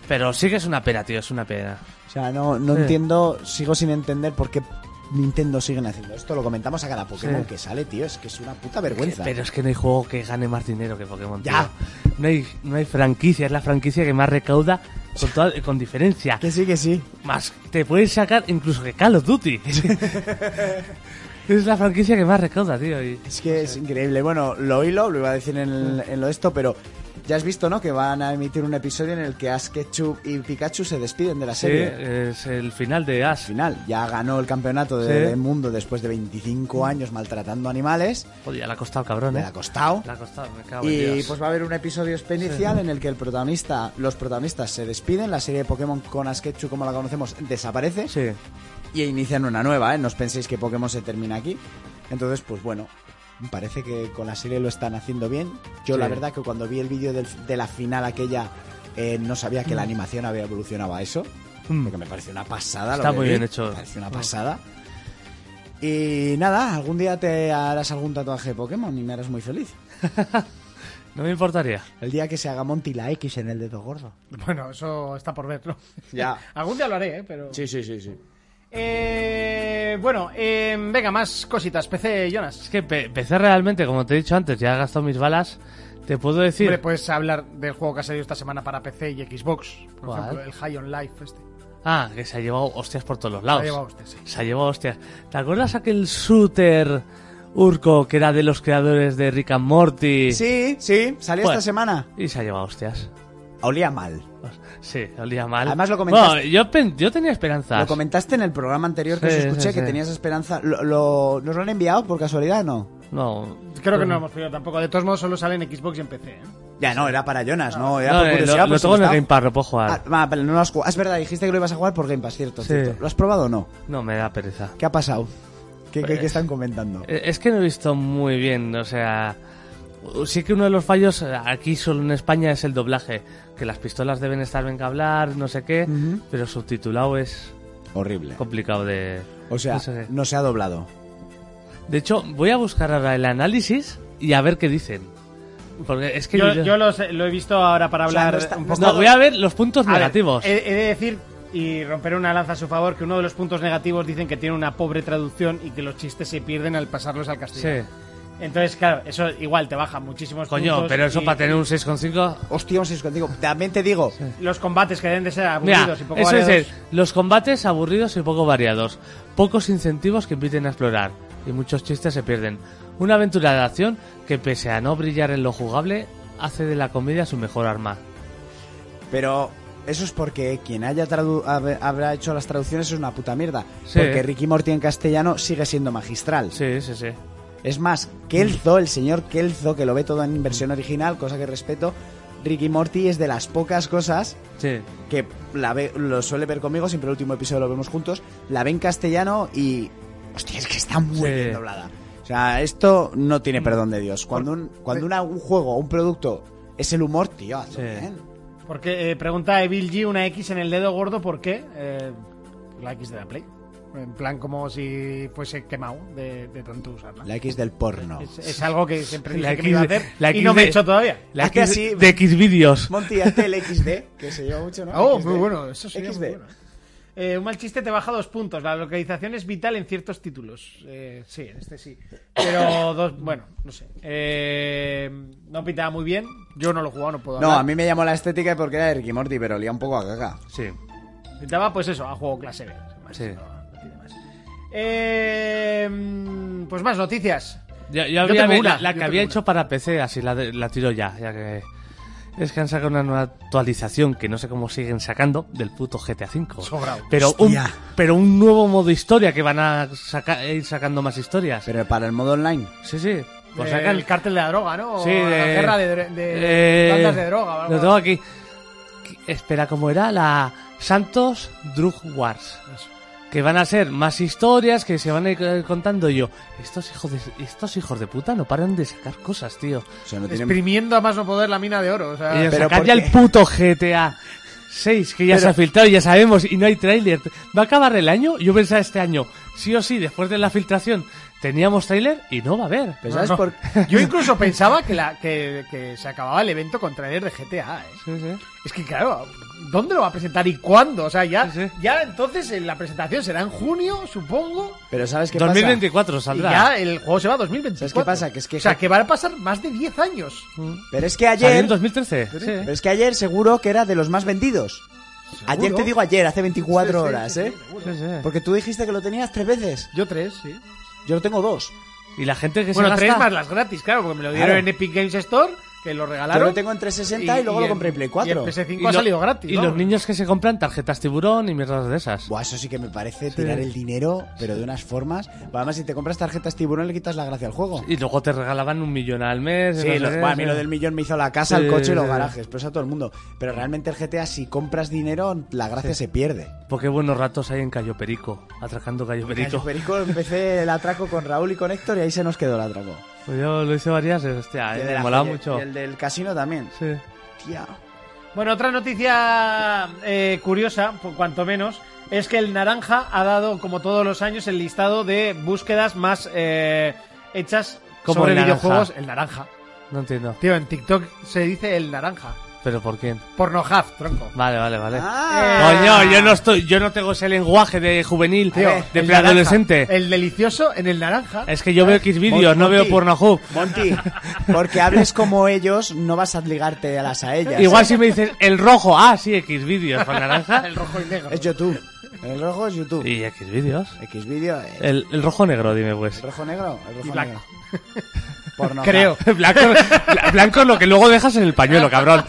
S7: Pero sí que es una pena, tío, es una pena.
S6: O sea, no, no
S7: Sí.
S6: entiendo, sigo sin entender por qué Nintendo siguen haciendo esto. Lo comentamos a cada Pokémon
S7: Sí.
S6: que sale, tío. Es que es una puta vergüenza.
S7: Pero es que no hay juego que gane más dinero que Pokémon. tío.
S6: Ya.
S7: No hay, no hay franquicia, es la franquicia que más recauda con, toda- con diferencia.
S6: Que sí, que sí.
S7: Más te puedes sacar incluso que Call of Duty. *laughs* es la franquicia que más recauda, tío. y-
S6: Es que es increíble. Bueno, lo hilo, lo iba a decir en, el-
S7: Mm.
S6: en lo de esto, pero ya has visto, ¿no? Que van a emitir un episodio en el que Ash Ketchum y Pikachu se despiden de la
S7: Sí,
S6: serie.
S7: es el final de
S6: Al
S7: Ash.
S6: final, ya ganó el campeonato de-
S7: Sí. Mm.
S6: del mundo después de 25 años maltratando animales.
S7: Joder, ya le ha costado, cabrón,
S6: Le
S7: eh.
S6: ha costado.
S7: Le ha costado, me cago en
S6: Y
S7: Dios.
S6: pues va a haber un episodio especial en el que el protagonista, los protagonistas se despiden, la serie de Pokémon con Ash Ketchum como la conocemos desaparece
S7: Sí.
S6: y inician una nueva, ¿eh? No os penséis que Pokémon se termina aquí. Entonces, pues bueno, parece que con la serie lo están haciendo bien. Yo
S7: Sí.
S6: la verdad que cuando vi el vídeo del- de la final aquella eh, no sabía que la animación había evolucionado a eso.
S7: Mm.
S6: Porque me pareció una pasada.
S7: Está
S6: lo que
S7: muy
S6: vi,
S7: bien hecho.
S6: Me pareció una
S7: Mm.
S6: pasada. Y nada, algún día te harás algún tatuaje de Pokémon y me harás muy feliz.
S7: No me importaría.
S6: El día que se haga Monty la X en el dedo gordo.
S4: Bueno, eso está por ver, ¿no?
S6: Ya.
S4: *laughs* Algún día lo haré, ¿eh? Pero...
S6: sí, sí, sí.
S4: Eh, bueno, eh, venga, más cositas. PC,
S7: Es
S4: Jonas.
S7: que pe- empecé realmente, como te he dicho antes, ya he gastado mis balas. Te puedo decir.
S4: Hombre,
S6: pues,
S4: puedes hablar del juego que ha salido esta semana para PC y Xbox. Por
S7: ¿Cuál?
S4: ejemplo, el High on Life este.
S7: Ah, que se ha llevado hostias por todos los
S4: Lo
S7: lados.
S4: ha llevado usted, sí.
S7: Se ha llevado hostias. ¿Te acuerdas aquel shooter Urco, que era de los creadores de Rick and Morty.
S6: Sí, sí, salió
S7: Bueno.
S6: esta semana.
S7: Y se ha llevado hostias.
S6: Olía mal.
S7: Sí, olía mal.
S6: Además lo comentaste.
S7: Bueno, yo, pen- yo tenía esperanzas.
S6: Lo comentaste en el programa anterior que os
S7: Sí,
S6: escuché
S7: sí,
S6: que
S7: sí.
S6: tenías esperanza. Lo, lo- ¿Nos lo han enviado por casualidad o no?
S7: no.
S4: Creo que no lo hemos pedido tampoco. De todos modos, solo sale en Xbox y en PC. ¿eh?
S6: Ya no, era para Jonas, no, era
S7: No,
S6: por
S7: eh,
S6: curiosidad.
S7: lo,
S6: por
S7: lo
S6: si
S7: tengo en el
S6: estaba-
S7: Game Pass, lo puedo jugar.
S6: Ah, vale, no lo has jugado. Es verdad, dijiste que lo ibas a jugar por Game Pass, cierto,
S7: Sí.
S6: cierto. ¿Lo has probado o no?
S7: No, me da pereza.
S6: ¿Qué ha pasado? ¿Qué, qué-
S7: Pues-
S6: qué están comentando?
S7: Eh, Es que no he visto muy bien, o sea... Sí que uno de los fallos eh, aquí solo en España es el doblaje, que las pistolas deben estar bien que hablar, no sé qué, pero subtitulado es
S6: Horrible.
S7: complicado de...
S6: O sea,
S7: no sé qué.
S6: no se ha doblado.
S7: De hecho, voy a buscar ahora el análisis y a ver qué dicen. Porque es que
S4: Yo,
S7: yo-
S4: yo los- lo he visto ahora para
S6: O sea,
S4: hablar
S6: no está-
S4: un
S6: no
S4: poco.
S7: No, voy a ver los puntos
S4: A ver, eh,
S7: negativos.
S4: he, he de decir y romper una lanza a su favor que uno de los puntos negativos dicen que tiene una pobre traducción y que los chistes se pierden al pasarlos al castellano.
S7: sí.
S4: Entonces, claro, eso igual te baja muchísimos
S7: Coño,
S4: puntos
S7: pero eso
S4: y-
S7: para tener un 6,5...
S6: Hostia, un seis contigo. También te digo,
S4: Los combates que deben de ser
S7: Mira,
S4: aburridos y poco
S7: eso es
S4: variados.
S7: el- los combates aburridos y poco variados, pocos incentivos que inviten a explorar y muchos chistes se pierden. Una aventura de acción que pese a no brillar en lo jugable, hace de la comedia su mejor arma.
S6: Pero eso es porque quien haya tradu- hab- habrá hecho las traducciones es una puta mierda.
S7: Sí.
S6: Porque Ricky Morty en castellano sigue siendo magistral.
S7: Sí, sí, sí.
S6: Es más, Kelzo, el señor Kelzo, que lo ve todo en versión original, cosa que respeto, Ricky Morty es de las pocas cosas
S7: Sí.
S6: que la ve- lo suele ver conmigo, siempre el último episodio lo vemos juntos, la ve en castellano y... Hostia, es que está muy
S7: Sí.
S6: bien doblada. O sea, esto no tiene perdón de Dios. Cuando un, cuando una- un juego o un producto es el humor, tío, hazlo
S7: Sí.
S6: bien.
S4: Porque eh, pregunta Evil G una X en el dedo gordo, ¿por qué? Eh, la X de la Play. En plan, como si fuese quemado de, de tanto usarla.
S6: La X del porno.
S4: Es, es algo que siempre dije
S7: La
S4: que
S7: X
S4: me iba a
S7: de-
S4: hacer y
S7: la X
S4: no me he
S7: de-
S4: hecho todavía.
S7: La
S6: Hazte
S7: X
S6: así.
S7: de X vídeos.
S6: Monty, hazte el XD, que se lleva mucho, ¿no?
S4: Oh,
S6: XD.
S4: muy bueno, eso sería
S6: XD.
S4: muy bueno. Eh, un mal chiste te baja dos puntos. La localización es vital en ciertos títulos. Eh, sí, en este sí. Pero dos, bueno, no sé. Eh, no pitaba muy bien. Yo no lo he jugado, no puedo
S6: No,
S4: hablar.
S6: a mí me llamó la estética porque era de Ricky Morty, pero olía un poco a caca.
S7: Sí.
S4: Pintaba, pues eso, a juego clase B. sin más,
S7: Sí.
S4: no- no tiene más. Eh, pues más noticias.
S7: Yo, yo
S4: Yo
S7: había-
S4: tengo una,
S7: la, la
S4: yo
S7: que
S4: tengo
S7: había
S4: una.
S7: hecho para PC, así la, de- la tiro ya, ya que... Es que han sacado una nueva actualización que no sé cómo siguen sacando del puto GTA V.
S4: Sobrao.
S7: Pero un,
S6: Hostia.
S7: pero un nuevo modo historia que van a saca- ir sacando más historias.
S6: Pero para el modo online.
S7: Sí, sí. Pues
S4: Eh,
S7: sacan
S4: el cártel de la droga, ¿no? O
S7: Sí,
S4: la
S7: de-
S4: guerra de, dro- de
S7: eh,
S4: bandas de droga. o algo
S7: Lo tengo aquí. Qu- Espera, ¿cómo era? La Santos Drug Wars.
S4: Eso.
S7: Que van a ser más historias que se van a ir eh, contando Y yo. Estos hijos de, estos hijos de puta no paran de sacar cosas, tío.
S6: O sea, no tienen-
S4: Exprimiendo a más no poder la mina de oro. O sea,
S7: Y de
S6: Pero
S7: sacar
S6: ¿por
S7: ya
S6: qué?
S7: el puto GTA 6, que ya se ha filtrado, ya sabemos, y no hay tráiler. Va a acabar el año, yo pensaba este año, sí o sí, después de la filtración, teníamos tráiler y no va a haber.
S6: Pero ¿sabes por
S4: Yo incluso pensaba que, la, que, que se acababa el evento con trailer de GTA. ¿eh?
S7: Sí, sí.
S4: Es que claro, ¿dónde lo va a presentar y cuándo? O sea, ya,
S7: Sí, sí.
S4: ya entonces eh, la presentación será en junio, supongo.
S6: Pero ¿sabes qué pasa?
S7: 2024
S4: Y
S7: saldrá.
S4: ya el juego se va a 2024.
S6: ¿Sabes qué pasa? Que es que-
S4: O sea, que van a pasar más de 10 años.
S6: Pero es que
S7: Salió en
S6: ayer...
S7: 2013.
S6: Pero
S7: Sí.
S6: es que ayer seguro que era de los más vendidos. Ayer te digo ayer, hace 24
S4: Sí, sí,
S6: horas,
S4: sí,
S6: ¿eh?
S4: sí, seguro.
S7: Sí, sí.
S6: Porque tú dijiste que lo tenías tres veces.
S4: Yo tres, sí.
S6: Yo lo tengo dos.
S7: Y la gente que
S4: Bueno,
S7: se
S4: tres
S7: gasta...
S4: más las gratis, claro, porque me lo dieron
S6: Claro.
S4: en Epic Games Store, que lo
S6: Yo
S4: regalaron.
S6: lo tengo en 360 y, luego lo compré en Play 4.
S4: Y el PS5
S7: Y
S4: ha
S7: lo-
S4: salido gratis.
S7: Y
S4: ¿no?
S7: los niños que se compran tarjetas tiburón y mierdas de esas.
S6: Buah, eso sí que me parece tirar el dinero, pero de unas formas. Además, si te compras tarjetas tiburón, le quitas la gracia al juego.
S7: Y luego te regalaban un millón al mes. no
S6: Sí,
S7: sé
S6: lo-
S7: qué,
S6: bueno, a mí
S7: sí.
S6: lo del millón me hizo la casa, el
S7: Sí,
S6: coche y los
S7: sí, sí.
S6: garajes, pero eso a todo el mundo. Pero realmente el GTA, si compras dinero, la gracia se pierde.
S7: Porque buenos ratos hay en Cayo Perico, atracando Cayo Perico.
S6: Cayo Perico empecé el atraco con Raúl y con Héctor y ahí se nos quedó el atraco.
S7: Pues yo lo hice varias veces, hostia,
S6: Y el
S7: eh,
S6: de
S7: me
S6: la
S7: molaba
S6: joye-
S7: mucho.
S6: Y el del casino también.
S7: Sí.
S6: Tía.
S4: Bueno, otra noticia eh, curiosa, por cuanto menos, es que el naranja ha dado, como todos los años, el listado de búsquedas más eh, hechas
S7: ¿Cómo
S4: sobre
S7: el naranja?
S4: videojuegos. El naranja.
S7: No entiendo.
S4: Tío, en TikTok se dice el naranja.
S7: ¿Pero por quién?
S4: Pornohaz, tronco.
S7: Vale, vale, vale.
S6: Ah.
S7: Coño, yo no estoy, yo no tengo ese lenguaje de juvenil,
S4: Tío,
S7: de
S4: el
S7: preadolescente.
S4: naranja. El delicioso en el naranja.
S7: Es que yo veo X vídeos,
S6: Mon-
S7: no veo
S6: Eh, Monty.
S7: Pornhub.
S6: Monty, porque hables como ellos, no vas a ligarte a las a ellas. *laughs*
S7: Igual si me dices el rojo, ah, sí, X vídeos, con naranja.
S4: el rojo y negro.
S6: Es YouTube. El rojo es YouTube.
S7: ¿Y X vídeos?
S6: X video, eh,
S7: El, el rojo negro, dime, pues.
S6: el rojo negro, el rojo
S4: Y blanco.
S6: negro. Porno,
S4: Creo.
S7: *laughs* Blanco, bla- blanco es lo que luego dejas en el pañuelo, cabrón.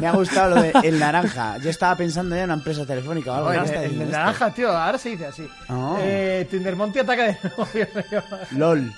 S6: Me ha gustado lo de el naranja. Yo estaba pensando ya en una empresa telefónica o algo. ¿qué
S4: Oye,
S6: está
S4: el, el
S6: diciendo esto?
S4: naranja, tío, ahora se dice así.
S6: Ah.
S4: Eh, Tindermonti ataca de nuevo. *laughs* Dios mío.
S6: LOL.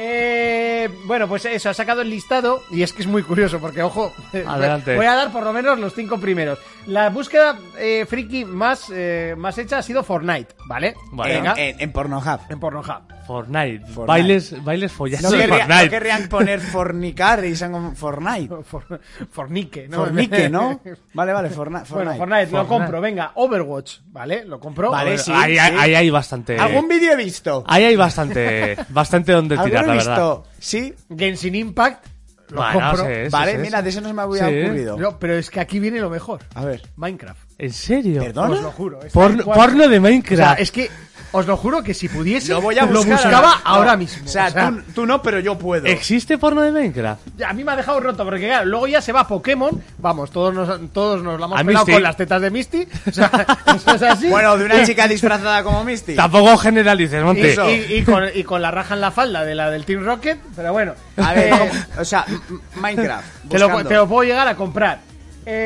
S4: Eh, bueno, pues eso, ha sacado el listado y es que es muy curioso porque, ojo, *laughs*
S7: Adelante.
S4: voy a dar por lo menos los cinco primeros. La búsqueda eh, friki más, eh, más hecha ha sido Fortnite, ¿vale?
S7: Vale.
S4: Venga,
S6: En, en- en Pornhub.
S4: en Pornhub.
S7: Fortnite.
S6: Fortnite.
S7: Bailes, bailes follados
S6: No,
S7: de
S6: querría-
S7: Fortnite.
S6: no querrían poner fornicar y son como Fortnite.
S4: For- *laughs* fornique, ¿no?
S6: Fornique, *laughs* ¿no? Vale, vale, Forna- Fortnite.
S4: *laughs* Bueno, Fortnite, lo
S7: Fortnite.
S4: compro, venga, Overwatch, ¿vale? Lo compro.
S6: Vale,
S4: Overwatch.
S6: sí,
S7: ahí,
S6: sí.
S7: Hay, ahí hay bastante.
S6: ¿Algún vídeo he visto?
S4: Ah,
S7: Ahí
S4: *laughs*
S7: hay bastante, bastante donde tirar,
S6: ¿Alguno
S7: la
S6: he
S7: verdad.
S6: visto? Sí.
S4: Genshin Impact, lo
S7: Bueno,
S4: compro.
S7: sí, sí,
S6: vale,
S7: sí, sí.
S6: mira, de eso no se me había
S7: Sí.
S6: ocurrido.
S4: No, pero es que aquí viene lo mejor.
S6: A ver.
S4: Minecraft.
S7: ¿En serio?
S6: ¿Perdona?
S4: Os lo juro. es
S7: Porno,
S4: tal cual.
S7: porno de
S4: O sea,
S7: Minecraft.
S4: es que os lo juro que si pudiese,
S6: Lo voy a
S4: lo
S6: buscar
S4: buscaba
S6: ahora.
S4: ahora
S6: No.
S4: mismo.
S6: O sea, tú, tú no, pero yo puedo.
S7: ¿Existe porno de Minecraft?
S4: a mí me ha dejado roto porque claro, luego ya se va Pokémon. Vamos, todos nos, todos nos la hemos
S7: A
S4: pelado
S7: Misty.
S4: con las tetas de Misty. O sea,
S6: *laughs*
S4: eso es así.
S6: Bueno, de una chica disfrazada como Misty.
S7: Tampoco generalices,
S4: y,
S7: Monte.
S4: y- y con, y con la raja en la falda de la del Team Rocket, pero bueno.
S6: A ver,
S4: Eh,
S6: o sea, m- m- Minecraft.
S4: *laughs* te, lo,
S6: buscando.
S4: te lo puedo llegar a comprar.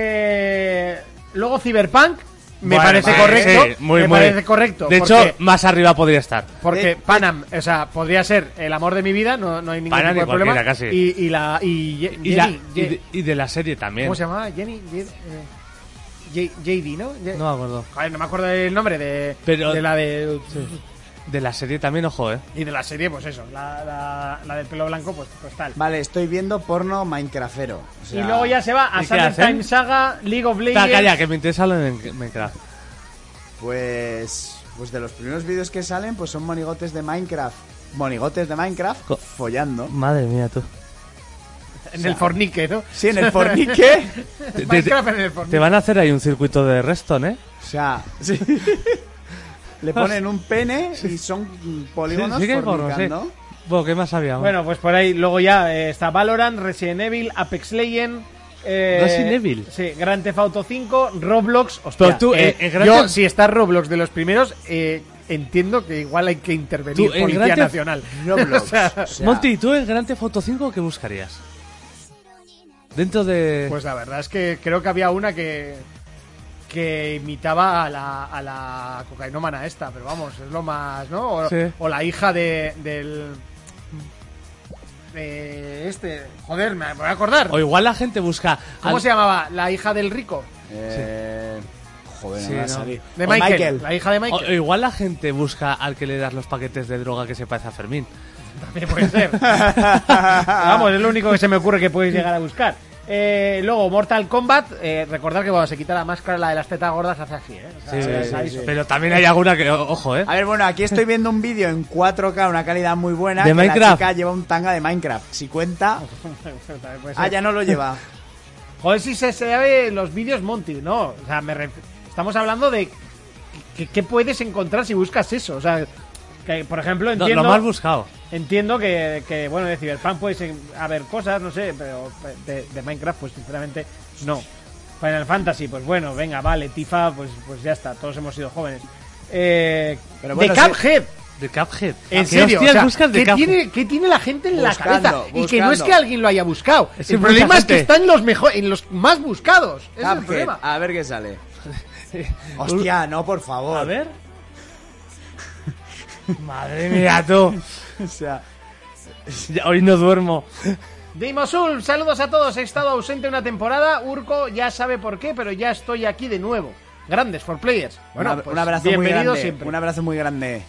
S4: Eh, luego Cyberpunk, me
S7: Bueno,
S4: parece
S7: vale,
S4: correcto.
S7: sí, muy,
S4: me
S7: muy.
S4: parece correcto.
S7: De
S4: porque-
S7: hecho, más arriba podría estar.
S4: Porque
S6: De-
S4: Panam, o sea, podría ser el amor de mi vida, no, no hay ningún tipo
S7: Panam
S4: de
S7: y cualquiera,
S4: problema.
S7: casi.
S4: Y, y la y, Ye-
S7: Y, la-
S4: Jenny,
S7: y
S4: Ye-
S7: de, y de la serie también.
S4: ¿cómo se llamaba? Jenny, Ye- eh, Ye- JD, ¿no? Ye-
S7: No me acuerdo.
S4: Joder, no me acuerdo del nombre de,
S7: Pero-
S4: de la de
S7: De la serie también, ojo, eh.
S4: y de la serie, pues eso, la, la, la del pelo blanco, pues, pues tal.
S6: Vale, estoy viendo porno Minecraftero. O sea,
S4: y luego ya se va
S7: ¿Y
S4: a
S7: qué
S4: Summer
S7: hacen?
S4: Time Saga, League of
S7: Ta, calla,
S4: Legends.
S7: que me interesa lo de Minecraft.
S6: Pues. Pues de los primeros vídeos que salen, pues son monigotes de Minecraft. Monigotes de Minecraft
S7: Co-
S6: follando.
S7: Madre mía, tú.
S4: En el fornique, ¿no?
S6: Sí, en el fornique.
S7: Te,
S4: *laughs*
S7: te-
S4: Minecraft en el
S7: te
S4: fornique.
S7: van a hacer ahí un circuito de Reston, eh.
S6: O sea, sí. *laughs* Le ponen un pene y son polígonos
S7: Sí, sí que hay porno,
S4: *laughs*
S6: fornicando.
S7: sí. Bueno, ¿qué más había?
S4: Bueno, pues por ahí, luego ya eh, está Valorant, Resident Evil, Apex Legends. eh,
S7: Resident Evil.
S4: Sí, Grand Theft Auto 5, Roblox. Hostia,
S7: Pero tú,
S4: eh,
S7: eh, en Grand
S4: yo,
S7: Theft-
S4: si está Roblox de los primeros, eh, entiendo que igual hay que intervenir
S7: Tú, en
S4: Policía
S7: Grand Theft-
S4: Nacional. *laughs*
S6: Roblox.
S4: O sea,
S6: O sea,
S7: Monty, ¿tú en Grand Theft Auto 5 qué buscarías? Dentro de...
S4: pues la verdad es que creo que había una que que imitaba a la, a la cocainómana esta, pero vamos, es lo más, ¿no? O,
S7: Sí.
S4: o la hija de, del... de este... Joder, me voy a acordar.
S7: O igual la gente busca...
S4: ¿Cómo
S7: al-
S4: se llamaba? La hija del rico.
S6: eh, Joder,
S7: Sí,
S6: no va a
S7: no.
S6: salir.
S4: De
S6: O
S4: Michael, La hija de
S7: o-
S4: Michael.
S7: o igual la gente busca al que le das los paquetes de droga que se parece a Fermín.
S4: También puede
S7: *laughs*
S4: ser. *laughs* Vamos, es lo único que se me ocurre que puedes llegar a buscar. Eh, luego, Mortal Kombat. Eh, recordad que cuando se quita la máscara, la de las tetas gordas hace así, ¿eh? O sea,
S7: Sí,
S4: es
S7: sí,
S4: ahí.
S7: sí. Pero también hay alguna que... o- Ojo, eh.
S6: A ver, bueno, aquí estoy viendo un vídeo en 4K, una calidad muy buena.
S7: ¿De
S6: que La
S7: Minecraft?
S6: chica lleva un tanga de Minecraft. Si cuenta.
S4: *laughs* pues, También puede ser.
S6: Ah, ya no
S4: *laughs*
S6: lo lleva.
S4: Joder, si se sabe los vídeos Monty, ¿no? O sea, me ref- estamos hablando de que- que puedes encontrar si buscas eso. O sea, que, por ejemplo,
S7: No,
S4: entiendo...
S7: lo más buscado.
S4: Entiendo que, que, bueno, de Cyberpunk puede haber cosas, no sé, pero de, de Minecraft, pues sinceramente, no. Final Fantasy, pues bueno, venga, vale, Tifa, pues, pues ya está, todos hemos sido jóvenes. Eh,
S6: Pero bueno, Ah,
S4: de Cuphead,
S7: De Cuphead.
S4: en
S7: ¿Qué
S4: serio,
S7: hostias
S4: o sea,
S7: buscas de
S4: ¿qué,
S7: Cuphead?
S4: tiene, qué tiene la gente en la
S6: Buscando,
S4: cabeza? Y que no es
S6: buscando.
S4: que alguien lo haya buscado.
S7: Es que
S4: el
S7: mucha
S4: problema es que
S7: gente.
S4: está en los, mejo- en los más buscados. Ese es el
S6: Cuphead,
S4: problema.
S6: a ver
S4: *laughs*
S6: qué sale. Hostia, no, por favor.
S7: A ver. Madre mía, tú.
S6: O sea,
S7: Ya, hoy no duermo.
S4: Deimosul, saludos a todos. He estado ausente una temporada. Urco ya sabe por qué, pero ya estoy aquí de nuevo. Grandes for players. Bueno,
S6: un ab-
S4: pues,
S6: un abrazo muy
S4: bienvenido
S6: grande.
S4: siempre.
S6: Un abrazo muy grande.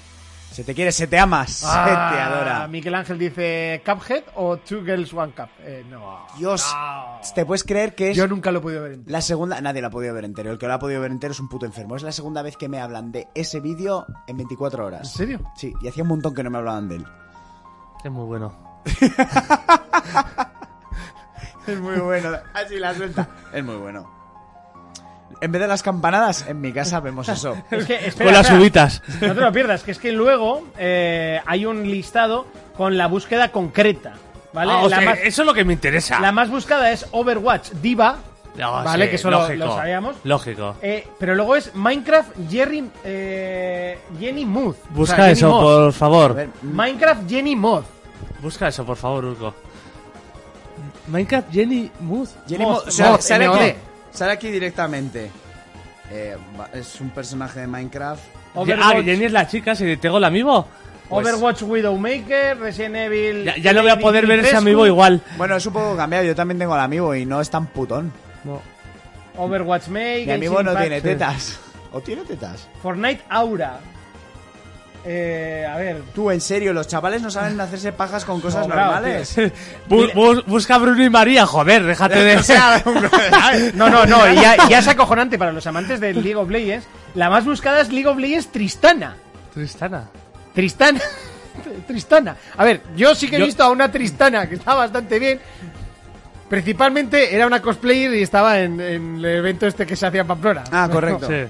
S6: Se te quiere, *laughs* se te amas.
S4: Ah,
S6: se te adora.
S4: Miguel Ángel dice Cuphead o Two Girls One Cup. Eh, no.
S6: Dios,
S4: no.
S6: ¿te puedes creer que es
S4: Yo nunca lo he podido ver. en-
S6: la segunda? Nadie la ha podido ver entero. El que lo ha podido ver entero es un puto enfermo. Es la segunda vez que me hablan de ese vídeo en 24 horas.
S4: ¿En serio?
S6: Sí, y hacía un montón que no me hablaban de él.
S7: Es muy bueno.
S6: Es muy bueno. Así la suelta. Es muy bueno. En vez de las campanadas, en mi casa vemos eso.
S4: Es
S6: *laughs*
S4: que, espera,
S7: Con las
S4: espera.
S7: uvitas.
S4: No te lo pierdas, que es que luego eh, hay un listado con la búsqueda concreta. ¿Vale?
S7: Ah,
S4: la,
S7: hostia,
S4: más,
S7: Eso es lo que me interesa.
S4: la más buscada es Overwatch Diva
S6: Ah,
S7: No,
S4: Vale,
S7: sí,
S4: que eso lo-
S7: lógico,
S4: lo sabíamos.
S7: Lógico.
S4: Eh, pero luego es Minecraft Jerry, eh, Jenny Mood.
S7: Busca
S4: O sea, Jenny
S7: eso,
S4: Moss.
S7: por favor.
S6: A ver,
S4: Minecraft Jenny Mood.
S7: Busca eso, por favor, Urco. Minecraft Jenny Mood.
S6: Jenny
S4: Moth,
S6: Moth, o sea,
S4: Moth,
S6: sale,
S4: MOD.
S6: aquí, sale aquí directamente. Eh, va- es un personaje de Minecraft.
S7: Ah, que Jenny es la chica, si tengo el amigo.
S6: Pues-
S4: Overwatch Widowmaker, Resident Evil.
S7: Ya, ya no voy a poder ver ese
S4: Rescue,
S7: amigo igual.
S4: *laughs*
S6: Bueno, es un poco cambiado. Yo también tengo al amigo y no es tan putón.
S4: Overwatch Make.
S6: Mi amigo no tiene
S4: teta
S6: tetas. ¿O tiene tetas?
S4: Fortnite Aura. Eh, a *laughs* ver.
S6: Tú, en serio, los chavales no saben hacerse pajas con cosas
S4: Sobrado,
S7: *laughs*
S6: normales.
S7: Bu- bu- busca a Bruno y María, joder,
S4: *laughs*
S7: déjate
S6: *laughs*
S7: de.
S6: O sea, hombre, ¿sabes?
S4: No, no, no. y ya, ya es acojonante para los amantes de League of Legends. La más buscada es League of Legends Tristana.
S7: Tristana.
S4: Tristana. *laughs* Tristana. A ver, yo sí que he
S7: Yo-
S4: visto a una Tristana que está bastante bien. Principalmente era una cosplayer y estaba en, en el evento este que se hacía en Pamplona.
S6: Ah, correcto.
S7: Sí.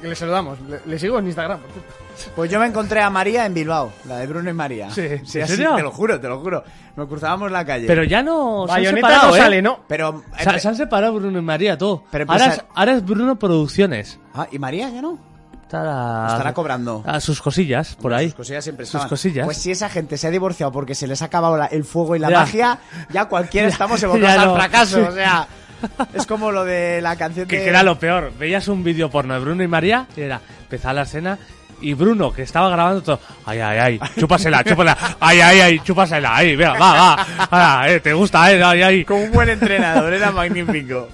S4: Que le saludamos. Le, le sigo en Instagram. por cierto.
S6: Pues yo me encontré a María en Bilbao, la de Bruno y María.
S7: Sí, ¿en
S6: así,
S7: serio?
S6: te lo juro, te lo juro. Nos cruzábamos la calle.
S7: Pero ya no. Se han
S4: Bayonetta
S7: separado,
S4: no
S7: ¿eh?
S4: sale, ¿no?
S6: Pero, eh,
S7: Se, se han separado Bruno y María, todo.
S6: Pero
S7: ahora,
S6: empieza-
S7: es, ahora es Bruno Producciones.
S6: Ah, ¿y María ya no?
S7: Estará,
S6: Estará cobrando.
S7: A sus cosillas, Ah, por ahí.
S6: Sus cosillas siempre
S7: Sus
S6: estaban.
S7: cosillas.
S6: Pues si esa gente se ha divorciado porque se les ha acabado la- el fuego y la
S7: Ya.
S6: magia, ya cualquiera estamos evocados
S7: *laughs* ya
S6: al
S7: no.
S6: fracaso.
S7: Sí.
S6: O sea, es como lo de la canción
S7: *laughs* Que,
S6: de...
S7: que era lo peor. Veías un vídeo porno de Bruno y María y era empezaba la escena y Bruno, que estaba grabando todo, ay, ay, ay,
S6: *laughs*
S7: chúpasela, chúpasela, ay, ay, ay, chúpasela, ay, venga, va, va, ah, eh, te gusta, eh, ay, ay.
S6: Como un buen entrenador, era magnífico.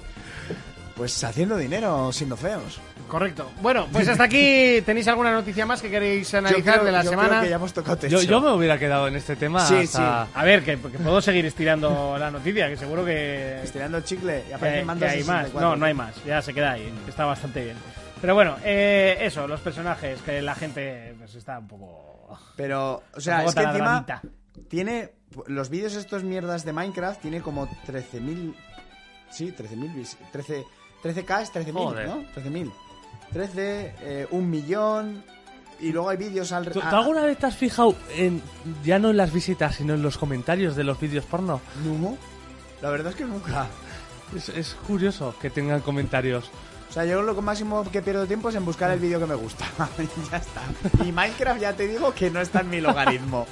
S6: Pues haciendo dinero, siendo feos.
S4: *laughs* Correcto. Bueno, pues hasta aquí tenéis alguna noticia más que queréis analizar
S6: creo-
S4: de la
S6: yo
S4: semana.
S6: creo que ya hemos tocado techo.
S7: Yo, yo me hubiera quedado en este tema
S6: Sí,
S7: hasta...
S4: A ver, que, que puedo seguir estirando la noticia, que seguro que,
S6: Estirando el chicle y
S4: que-
S6: aparece el mando
S4: Eh, que hay más.
S6: 64.
S4: No, no hay más. Ya se queda ahí. Está bastante bien. Pero bueno, eh, eso, los personajes, que la gente pues, está un poco...
S6: Pero, o sea,
S4: Tampoco
S6: es que
S4: tan
S6: encima
S4: agarradita.
S6: tiene los vídeos estos mierdas de Minecraft tiene como 13.000 sí, 13.000 vis- 13 13k es 13.000,
S7: Joder.
S6: ¿no? 13.000. 13 eh, un millón y luego hay vídeos al
S7: ¿Tú, tú
S6: a-
S7: alguna vez te has fijado en, ya no en las visitas, sino en los comentarios de los vídeos porno?
S6: No. La verdad es que nunca.
S7: Es, es curioso que tengan comentarios.
S6: O sea, yo lo máximo que pierdo tiempo es en buscar el vídeo que me gusta. *laughs* ya está. Y Minecraft ya te digo que no está en mi logaritmo.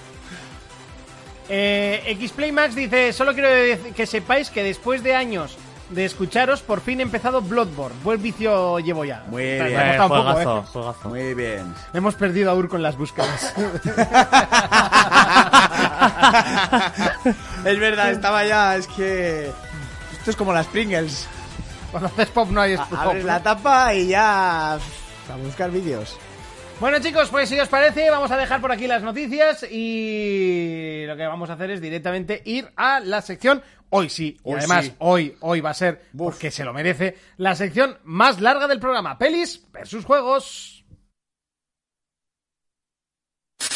S4: Eh, Xplay Max dice, solo quiero dec- que sepáis que después de años de escucharos, por fin he empezado Bloodborne. Buen vicio llevo ya.
S6: Muy
S4: Está- me
S6: bien.
S4: ha
S7: Eh,
S4: costado un poco,
S7: juegazo,
S4: ¿eh?
S7: juegazo.
S6: Muy bien.
S4: Hemos perdido a Urco en las
S6: *laughs*
S4: búsquedas.
S6: es verdad, estaba ya, es que. Esto es como las Pringles.
S4: Cuando haces pop no hay pop.
S6: Abres la tapa y ya. A buscar vídeos.
S4: Bueno chicos, pues si os parece, vamos a dejar por aquí las noticias y lo que vamos a hacer es directamente ir a la sección hoy sí, y
S6: Hoy
S4: además
S6: sí.
S4: hoy hoy va a ser
S6: Buf.
S4: porque se lo merece la sección más larga del programa, pelis versus juegos.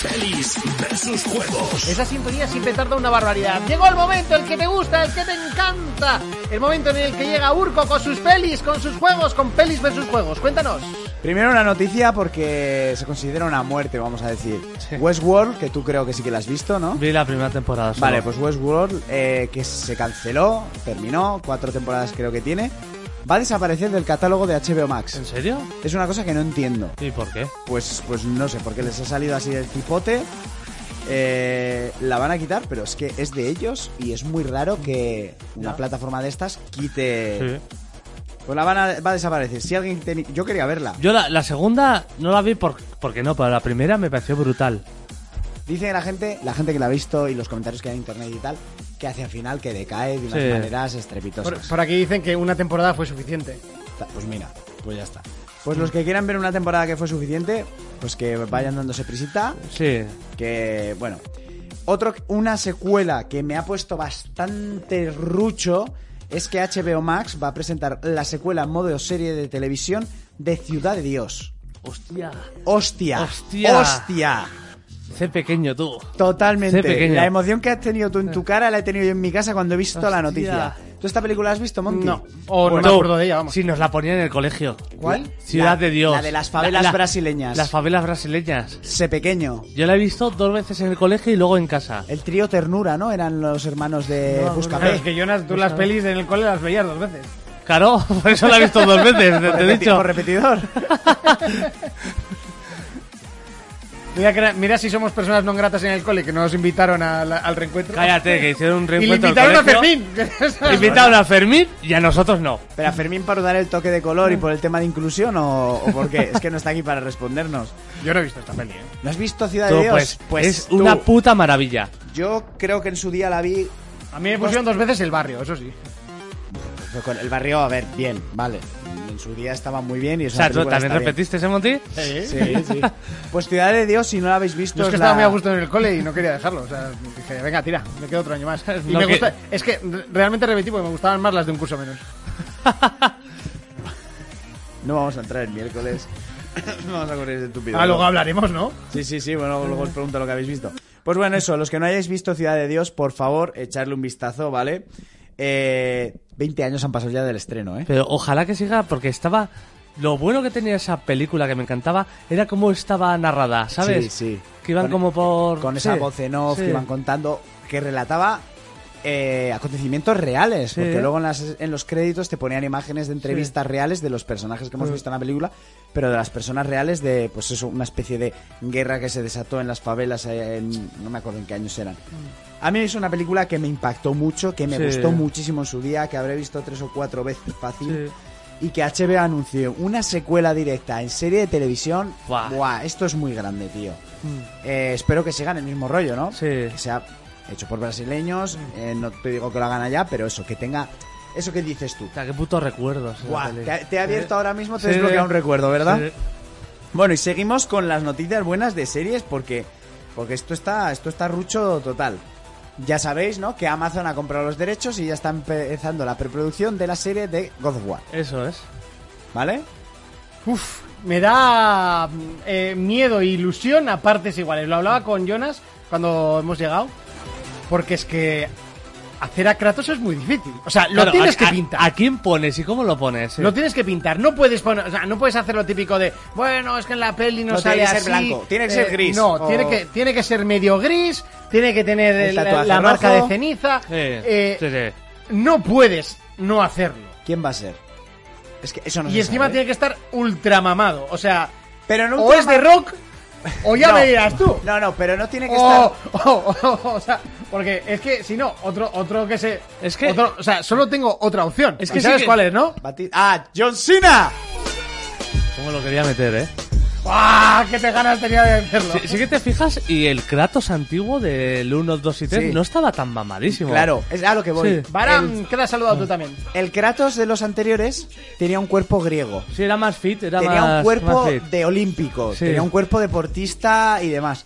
S5: Pelis versus juegos.
S4: Esa sintonía siempre tarda una barbaridad. Llegó el momento, el que te gusta, el que te encanta, el momento en el que llega Urco con sus pelis, con sus juegos, con pelis versus juegos. Cuéntanos.
S6: Primero una noticia porque se considera una muerte, vamos a decir. Westworld, que tú creo que sí que la has visto, ¿no?
S7: Vi la primera temporada. solo.
S6: Vale, pues Westworld, eh, que se canceló, terminó, cuatro temporadas creo que tiene, va a desaparecer del catálogo de HBO Max.
S7: ¿En serio?
S6: Es una cosa que no entiendo.
S7: ¿Y por qué?
S6: Pues, pues no sé, porque les ha salido así el tipote. Eh, la van a quitar, pero es que es de ellos y es muy raro que una plataforma de estas quite.
S7: Sí.
S6: Pues la van a, va a desaparecer. Si alguien teni- yo quería verla.
S7: Yo la, la segunda no la vi por, porque no, pero la primera me pareció brutal.
S6: Dice la gente, la gente que la ha visto y los comentarios que hay en internet y tal, que hacia el final que decae de unas
S7: Sí.
S6: maneras estrepitosas.
S4: aquí dicen que una temporada fue suficiente.
S6: Ta- Pues mira, pues ya está.
S7: Mm.
S6: Pues los que quieran ver una temporada que fue suficiente, pues que vayan dándose prisita.
S7: Sí.
S6: que bueno otro una secuela que me ha puesto bastante rucho es que HBO Max va a presentar la secuela en modo serie de televisión de Ciudad de Dios
S7: Hostia.
S6: hostia
S7: Hostia.
S6: hostia
S7: Sé pequeño tú.
S6: totalmente
S7: Sé pequeño.
S6: la emoción que has tenido tú en tu cara la he tenido yo en mi casa cuando he visto la
S7: Hostia.
S6: noticia ¿tú esta película la has visto Monty?
S4: No, o
S7: Pues
S4: Oh, no me
S7: tú,
S4: acuerdo de ella, vamos.
S7: Si nos la ponían en el colegio.
S6: ¿cuál?
S7: Ciudad
S6: La-
S7: de Dios.
S6: la de las favelas brasileñas
S7: Las favelas brasileñas.
S6: sé pequeño
S7: Yo la he visto dos veces en el colegio y luego en casa.
S6: el trío Ternura ¿no? eran los hermanos de
S7: No,
S6: Buscapé
S7: *laughs*
S4: Claro, es que Jonas, tú las pelis en el cole las veías dos veces.
S7: Claro, *laughs* por eso la he visto dos veces, te, te he
S6: Repeti-
S7: dicho.
S6: por repetidor.
S7: *laughs*
S4: Mira, que- mira si somos personas no gratas en el cole que no nos invitaron a la- al reencuentro.
S7: Cállate, que hicieron un
S4: Y le
S7: reencuentro. al
S4: invitaron a
S7: colegio.
S4: Fermín.
S7: Invitaron a Fermín y a nosotros no.
S6: Pero a Fermín para dar el toque de color y por el tema de inclusión o, o por qué. Es que no está aquí para respondernos.
S4: Yo no he visto esta peli, ¿eh?
S6: ¿No has visto Ciudad
S7: Tú,
S6: de Dios?
S7: pues, es
S6: tú.
S7: una puta maravilla.
S6: Yo creo que en su día la vi
S4: A mí me
S7: Pues
S4: pusieron dos veces el barrio, eso sí.
S6: Pero pues, con el barrio, a ver, bien, vale. En su día estaba muy bien y es
S7: O sea,
S6: una
S7: ¿tú
S6: película
S7: también
S6: que
S7: repetiste ese Monty?
S6: está bien. Sí, sí. Pues Ciudad de Dios, si no la habéis visto,
S4: Yo es que
S6: la-
S4: estaba muy a gusto en el cole y no quería dejarlo. O sea, dije, venga, tira, me quedo otro año
S7: *laughs*
S4: más. Y
S7: Lo
S4: me
S7: que-
S4: gusta- es que re- realmente repetí porque me gustaban más las de un curso menos.
S6: No vamos a entrar el miércoles. *coughs* No vamos a correr ese tupido.
S4: Ah, luego hablaremos, ¿no?
S6: Sí, sí, sí, bueno, luego os pregunto lo que habéis visto. Pues bueno, eso, los que no hayáis visto Ciudad de Dios, por favor, echarle un vistazo, ¿vale? Eh, 20 años han pasado ya del estreno, ¿eh?
S7: Pero ojalá que siga, porque estaba. Lo bueno que tenía esa película que me encantaba era cómo estaba narrada, ¿sabes?
S6: Sí, sí.
S7: Que iban
S6: Con- e-,
S7: como por.
S6: Con esa
S7: sí,
S6: voz en off
S7: sí.
S6: que iban contando, que relataba eh, acontecimientos reales,
S7: Sí.
S6: porque luego en, las- en los créditos te ponían imágenes de entrevistas reales de los personajes que hemos visto en la película, pero de las personas reales de, pues eso, una especie de guerra que se desató en las favelas, eh, en- no me acuerdo en qué años eran. A mí es una película que me impactó mucho, que me
S7: Mm. Sí.
S6: gustó muchísimo en su día, que habré visto tres o cuatro veces fácil.
S7: Sí.
S6: Y que HBO anunció una secuela directa en serie de televisión.
S7: Buah. Mm.
S6: Buah, esto es muy grande, tío. Eh, espero que sigan el mismo rollo, ¿no?
S7: Sí. Mm.
S6: Que sea hecho por brasileños. eh, no te digo que lo hagan allá, pero eso, que tenga. Eso que dices tú.
S7: O sea, qué putos recuerdos. esa
S6: Guau,
S7: peli.
S6: te, te he abierto ahora mismo, te he
S7: Sí.
S6: desbloqueado un recuerdo, ¿verdad?
S7: Sí.
S6: Bueno, y seguimos con las noticias buenas de series porque, porque esto, está, esto está rucho total. Ya sabéis, ¿no? Que Amazon ha comprado los derechos y ya está empezando la preproducción de la serie de God of War,
S7: Eso es.
S6: ¿vale?
S4: Uf, me da mm, eh, miedo e ilusión a partes iguales. Lo hablaba con Jonas cuando hemos llegado, porque es que hacer a Kratos es muy difícil. O sea, lo
S7: Claro,
S4: tienes
S7: a-
S4: que
S7: a-
S4: pintar.
S7: A, quién pones y cómo lo pones? sí.
S4: Lo tienes que pintar, no puedes poner, o sea, no puedes hacer lo típico de, bueno, es que en la peli no,
S6: No
S4: sale
S6: tiene que ser
S4: así". Eh,
S6: blanco, tiene que ser gris,
S4: No,
S6: o-
S4: tiene que tiene que ser medio gris, tiene que tener
S6: El
S4: el- la,
S6: tatuaje
S4: la marca de
S6: rojo.
S4: ceniza.
S7: Sí,
S4: eh,
S7: sí, sí.
S4: No puedes no hacerlo.
S6: ¿Quién va a ser? Es que eso no
S4: Y
S6: se
S4: encima
S6: sabe. ¿eh?
S4: tiene que estar ultra mamado, o sea,
S6: Pero no
S4: o es de rock o ya
S6: No.
S4: me dirás tú.
S6: No, no, pero no tiene que
S4: O,
S6: estar.
S4: o- o- o sea, porque es que si no, otro otro que se
S7: Es que-
S4: otro- o sea, solo tengo otra opción.
S7: Es
S4: Es
S7: que
S4: que
S7: sí
S4: sabes
S7: que-
S4: cuál es, ¿no?
S6: Bati- ¡Ah! ¡John Cena!
S7: ¿Cómo lo quería meter, eh?
S4: ¡Ah, qué te ganas tenía de hacerlo!
S7: Sí, sí que te fijas y el Kratos antiguo del 1, 2 y 3
S6: Sí.
S7: no estaba tan mamadísimo.
S6: Claro, es a lo que voy.
S7: Sí.
S4: Baram, que la has saludado tú también.
S6: El Kratos de los anteriores tenía un cuerpo griego.
S7: Sí, era más fit, era
S6: tenía
S7: más
S6: un cuerpo
S7: más fit.
S6: de olímpico,
S7: Sí.
S6: tenía un cuerpo deportista y demás.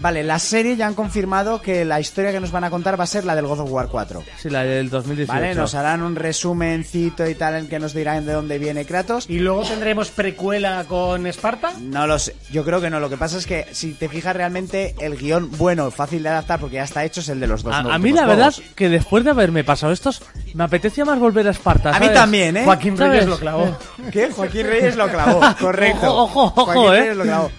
S6: Vale, la serie ya han confirmado que la historia que nos van a contar va a ser la del God of War 4.
S7: Sí, la del 2018.
S6: Vale, nos harán un resumencito y tal en que nos dirán de dónde viene Kratos.
S4: Y luego tendremos precuela con Esparta.
S6: No lo sé, yo creo que no. Lo que pasa es que si te fijas realmente, el guión bueno, fácil de adaptar porque ya está hecho, es el de los dos.
S7: A, a
S6: últimos
S7: mí la
S6: juegos.
S7: verdad que después de haberme pasado estos, me apetecía más volver a Esparta.
S6: A mí
S7: ¿sabes?
S6: también, ¿eh?
S4: Joaquín
S7: ¿Sabes?
S4: Reyes lo clavó.
S6: ¿Qué? Joaquín Reyes lo
S7: *laughs*
S6: clavó, correcto.
S7: Ojo, ojo, ojo,
S6: Joaquín
S7: eh.
S6: Reyes lo clavó.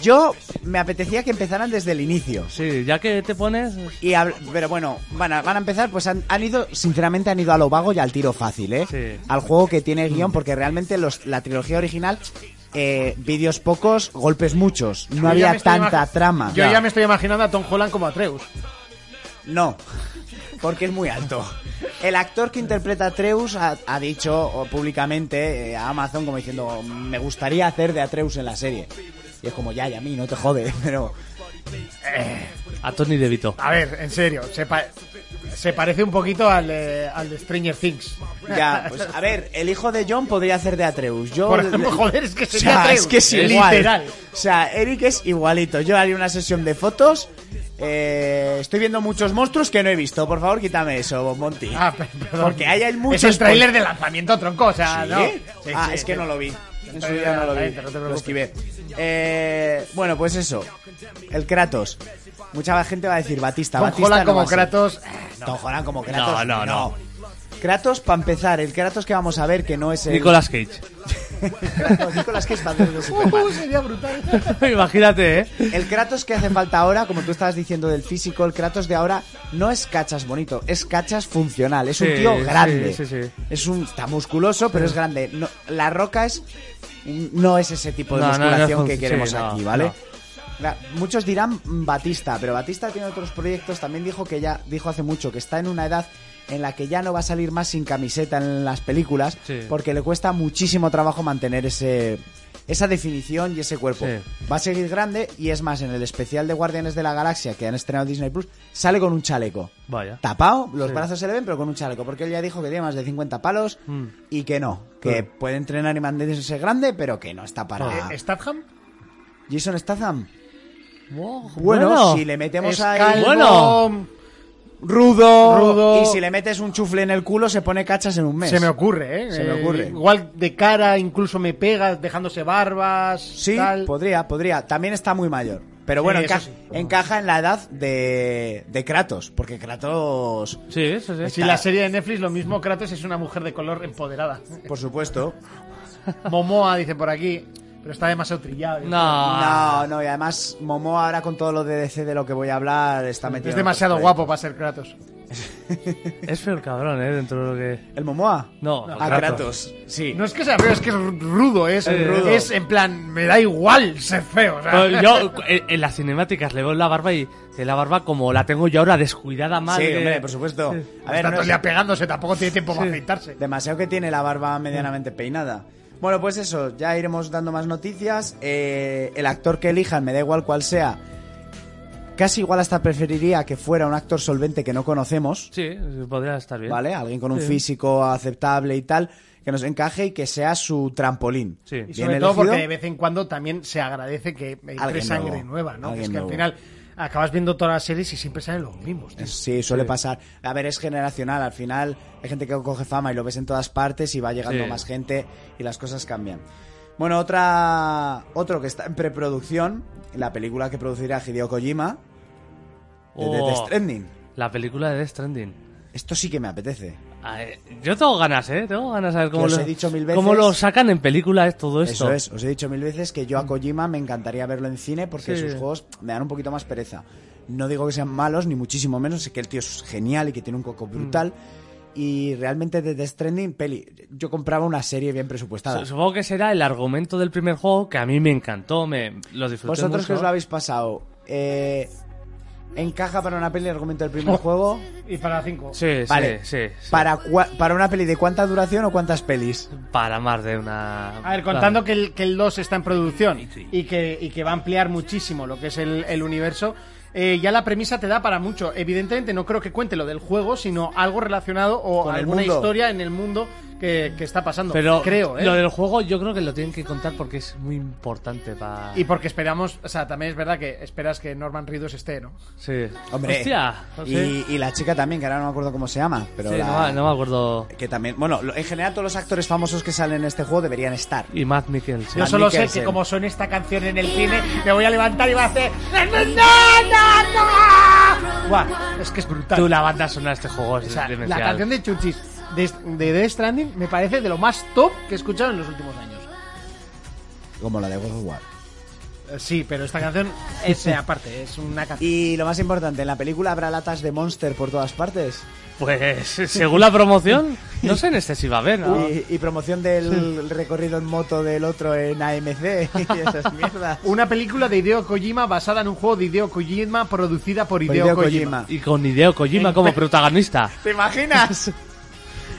S6: Yo me apetecía que empezaran desde el inicio.
S7: Sí, ya que te pones...
S6: Y habl- pero bueno, van a, van a empezar, pues han, han ido, sinceramente han ido a lo vago y al tiro fácil, ¿eh?
S7: Sí.
S6: Al juego que tiene guión, porque realmente los, la trilogía original, eh, vídeos pocos, golpes muchos.
S4: Yo
S6: No
S4: ya me
S6: había
S4: estoy
S6: tanta
S4: imagi-
S6: trama.
S4: Yo ya me estoy imaginando a Tom Holland como Atreus.
S6: No, porque es muy alto. El actor que interpreta a Atreus ha, ha dicho o públicamente eh, a Amazon como diciendo, me gustaría hacer de Atreus en la serie. Y es como, ya, ya, a mí, no te jode, *laughs* pero...
S7: A Tony DeVito.
S6: Ah,
S4: A ver, en serio, se, pa- se parece un poquito al de, al de Stranger Things. *laughs*
S6: Ya, pues a ver, el hijo de John podría hacer de Atreus. Yo,
S4: Por
S6: *laughs*
S4: ejemplo, joder, es que
S6: O
S4: sería
S6: sea,
S4: Atreus.
S6: es que es igual.
S4: literal.
S6: O sea, Eric es igualito. Yo haría una sesión de fotos. Eh, estoy viendo muchos monstruos que no he visto. Por favor, quítame eso, Monty.
S4: Ah, pe- perdón.
S6: Porque ahí hay muchos.
S4: Es el tráiler de lanzamiento, tronco, o sea,
S6: ¿Sí?
S4: no.
S6: ah, es que no lo vi. En su día no lo vi.
S4: Vente, no te
S6: lo
S4: preocupes.
S6: esquivé. Eh, bueno, pues eso. El Kratos. Mucha gente va a decir Batista.
S4: Tom
S6: Batista
S4: Holland
S6: no va
S4: como
S6: a ser.
S4: Kratos. eh,
S6: Tom Holland como Kratos.
S7: No, no, no.
S6: Kratos, para empezar, el Kratos que vamos a ver, que no es el.
S7: Nicolas Cage. *laughs*
S6: Los Nicolas Cage padres de *laughs* los
S4: Uh,
S6: Superman.
S4: sería brutal.
S7: Imagínate, ¿eh?
S6: El Kratos que hace falta ahora, como tú estabas diciendo del físico, el Kratos de ahora no es cachas bonito, es cachas funcional. Es un
S7: Sí,
S6: tío
S7: sí,
S6: grande.
S7: sí, sí.
S6: Es un, está musculoso, pero es grande. No- la roca es no es ese tipo de
S7: No, no, no
S6: musculación
S7: func-
S6: que queremos
S7: sí, no,
S6: aquí, ¿vale?
S7: no.
S6: La- Muchos dirán mm, Batista, pero Batista tiene otros proyectos. También dijo que ya dijo hace mucho que está en una edad en la que ya no va a salir más sin camiseta en las películas,
S7: Sí.
S6: porque le cuesta muchísimo trabajo mantener ese esa definición y ese cuerpo.
S7: Sí.
S6: Va a seguir grande y es más en el especial de Guardianes de la Galaxia que han estrenado Disney Plus sale con un chaleco.
S7: Vaya.
S6: Tapado, los
S7: Sí.
S6: brazos se le ven, pero con un chaleco, porque él ya dijo que tiene más de 50 palos
S7: Mm.
S6: y que no, que
S7: Claro.
S4: Mm.
S6: puede entrenar y mantenerse grande, pero que no está para.
S4: Eh, ¿Statham?
S6: Jason Statham.
S7: Wow,
S6: Bueno, si le metemos
S4: Es
S6: ahí
S4: calvo,
S7: Bueno.
S6: rudo,
S4: Rudo.
S6: y si le metes un chufle en el culo se pone cachas en un mes.
S4: Se me ocurre, ¿eh?
S6: Se me
S4: Eh,
S6: ocurre.
S4: igual de cara, incluso me pega, dejándose barbas.
S6: Sí,
S4: tal.
S6: podría, podría. También está muy mayor. Pero bueno,
S4: Sí, eso
S6: enca-
S4: sí.
S6: encaja en la edad de, de Kratos, porque Kratos,
S7: Sí, eso sí.
S4: Si la serie de Netflix, lo mismo Kratos es una mujer de color empoderada.
S6: por supuesto.
S4: Momoa, dice por aquí, pero está demasiado trillado. eh. dice.
S7: No.
S6: No, no, y además Momo ahora con todo lo de DC de lo que voy a hablar está metido.
S4: Es
S6: en
S4: demasiado
S6: otros
S4: guapo para ser Kratos.
S7: Es peor cabrón, ¿eh? Dentro de lo que...
S6: proyectos. ¿El Momoa?
S7: No,
S6: A Kratos. Sí.
S4: No es que sea feo, es que es rudo, es,
S6: Es rudo.
S4: es en plan, me da igual ser feo. o sea.
S7: Pero
S4: *laughs*
S7: Pues Yo en, en las cinemáticas le veo la barba y de la barba como la tengo yo ahora descuidada mal.
S6: Sí,
S7: de-
S6: hombre, por supuesto. A ver,
S4: eh. está
S6: no
S4: todo el
S6: es-
S4: día pegándose, tampoco tiene tiempo para afeitarse.
S6: demasiado que tiene la barba medianamente peinada. Bueno, pues eso, ya iremos dando más noticias. Eh, el actor que elijan, me da igual cuál sea, casi igual hasta preferiría que fuera un actor solvente que no conocemos,
S7: Sí, sí, podría estar bien.
S6: ¿vale? Alguien con un
S7: Sí.
S6: físico aceptable y tal, que nos encaje y que sea su trampolín.
S7: Sí.
S4: Y
S6: Bien
S4: sobre todo porque de
S6: elegido.
S4: vez en cuando también se agradece que entre
S6: Alguien
S4: sangre
S6: nuevo.
S4: nueva, ¿no? Que es
S6: Alguien
S4: que al
S6: nuevo.
S4: final acabas viendo todas las series y siempre salen los mismos, tío.
S6: Sí, suele pasar. A ver, es generacional. Al final hay gente que coge fama y lo ves en todas partes y va llegando
S7: Sí.
S6: más gente y las cosas cambian. Bueno, otra, otro que está en preproducción, la película que producirá Hideo Kojima, de
S7: Oh,
S6: Death Stranding.
S7: la película de Death Stranding.
S6: Esto sí que me apetece.
S7: A ver, Yo tengo ganas, ¿eh? Tengo ganas de ver cómo,
S6: os
S7: lo,
S6: he dicho mil
S7: cómo
S6: veces.
S7: lo sacan en película eh, todo
S6: Eso
S7: esto.
S6: es, os he dicho mil veces que yo a Kojima me encantaría verlo en cine porque
S7: Sí.
S6: sus juegos me dan un poquito más pereza. No digo que sean malos, ni muchísimo menos, sé que el tío es genial y que tiene un
S7: Mm.
S6: coco brutal. Y realmente de Death Stranding, peli, yo compraba una serie bien presupuestada.
S7: Su- Supongo que será el argumento del primer juego que a mí me encantó, me lo disfruté
S6: Vosotros que
S7: mucho.
S6: os lo habéis pasado, eh, ¿encaja para una peli el argumento del
S7: *laughs*
S6: primer juego?
S4: Y para cinco.
S7: Sí,
S6: Vale.
S7: sí, sí, sí.
S6: ¿Para, cua- ¿Para una peli de cuánta duración o cuántas pelis?
S7: Para más de una...
S4: A ver, contando
S7: Claro.
S4: que el, que el 2 está en producción y que, y que va a ampliar muchísimo lo que es el, el universo, eh, ya la premisa te da para mucho. Evidentemente no creo que cuente lo del juego, sino algo relacionado o
S6: Con el
S4: alguna
S6: mundo.
S4: historia en el mundo que, que está pasando.
S7: Pero
S4: creo, ¿eh?
S7: lo del juego yo creo que lo tienen que contar porque es muy importante para...
S4: Y porque esperamos, o sea, también es verdad que esperas que Norman Reedus esté, ¿no?
S7: Sí.
S6: Hombre,
S7: Hostia. no sé.
S6: y, y la chica también, que ahora no me acuerdo cómo se llama. Pero
S7: Sí,
S6: la-
S7: no, me- no me acuerdo.
S6: Que también, bueno, lo- en general todos los actores famosos que salen en este juego deberían estar.
S7: Y Matt Mikkelsen.
S4: Yo
S6: Matt
S4: solo sé
S6: Mikkelsen.
S4: que como son esta canción en el cine, me voy a levantar y va a hacer... Buah, es que es brutal.
S7: Tú, la banda sonora de este juego es
S4: O sea, la
S7: demencial.
S4: canción de Chuchis de, de Death Stranding me parece de lo más top que he escuchado en los últimos años.
S6: Como la de God of War.
S4: Eh, Sí, pero esta *laughs* canción es eh, aparte, es una canción.
S6: Y lo más importante, en la película habrá latas de Monster por todas partes.
S7: Pues, según la promoción, no sé en este si va a haber, ¿no?
S6: Y, y promoción
S7: *laughs*
S6: del recorrido en moto del otro en AMC *laughs* y esas mierdas.
S4: Una película de Hideo Kojima basada en un juego de Hideo Kojima producida por Hideo,
S6: Hideo
S4: Kojima.
S6: Kojima.
S7: Y con Hideo Kojima
S4: En
S7: como
S4: pe-
S7: protagonista.
S6: ¿Te imaginas?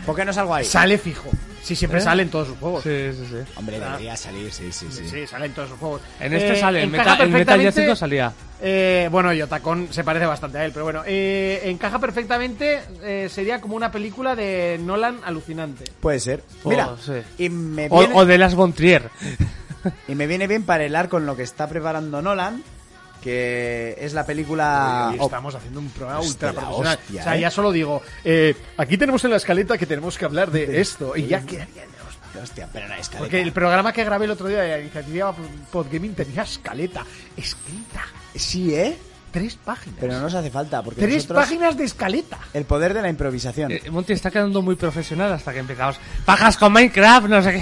S6: ¿Por qué no salgo ahí?
S4: Sale fijo. Sí, siempre
S7: ¿Eh?
S4: sale en todos sus juegos. Sí,
S7: Sí, sí, sí.
S6: Hombre, debería salir, sí, sí, sí.
S4: sale en todos sus juegos.
S7: En este
S4: Eh,
S7: sale, en
S4: encaja
S7: Meta, en Metal Gear
S4: perfectamente-
S7: 5 salía.
S4: Eh, bueno, y Otacón se parece bastante a él, pero bueno. eh, encaja perfectamente, eh, sería como una película de Nolan alucinante.
S6: Puede ser.
S7: Oh,
S6: Mira,
S7: sí.
S6: y, me
S7: O,
S6: viene,
S7: o de Las Bontrier.
S6: y me viene bien para hilar con lo que está preparando Nolan, que es la película...
S4: Hoy
S6: oh,
S4: estamos haciendo un programa
S6: Hostia,
S4: ultra
S6: la
S4: profesional.
S6: hostia,
S4: o sea,
S6: ¿eh?
S4: ya solo digo, eh, aquí tenemos en la escaleta que tenemos que hablar de esto. Y ya quedaría.
S6: hostia, pero no es
S4: Porque el programa que grabé el otro día de la iniciativa Podgaming tenía escaleta. Escrita.
S6: Sí, ¿eh?
S4: Tres páginas.
S6: Pero no nos hace falta, porque
S4: Tres
S6: nosotros-
S4: páginas de escaleta.
S6: El poder de la improvisación.
S7: Eh, Monty está quedando muy profesional hasta que empezamos. Pajas con Minecraft, no sé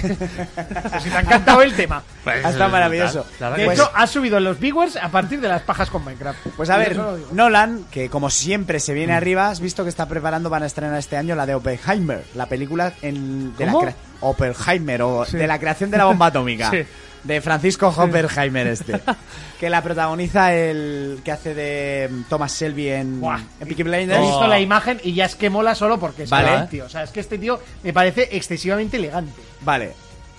S7: *laughs* qué.
S4: Si te ha encantado el tema.
S7: Pues,
S6: Ha estado
S7: eh,
S6: maravilloso.
S7: la- la
S4: De
S7: verdad
S4: hecho, ha subido en los viewers a partir de las pajas con Minecraft.
S6: Pues a ver,
S4: Eso lo digo. Mm.
S6: Nolan, que como siempre se viene arriba, has visto que está preparando, van a estrenar este año la de Oppenheimer, la película en, de
S7: ¿Cómo?
S6: la cre- Oppenheimer, o de la creación de la
S4: *laughs*
S6: bomba atómica.
S7: Sí.
S6: De Francisco Oppenheimer este. que la protagoniza el que hace de mm, Thomas Shelby en,
S4: Buah. Oh,
S6: en Peaky
S4: He
S6: Blinders.
S4: visto la imagen y ya es que mola solo porque es
S6: Vale.
S4: vale. tío. O sea, es que este tío me parece excesivamente elegante.
S6: Vale.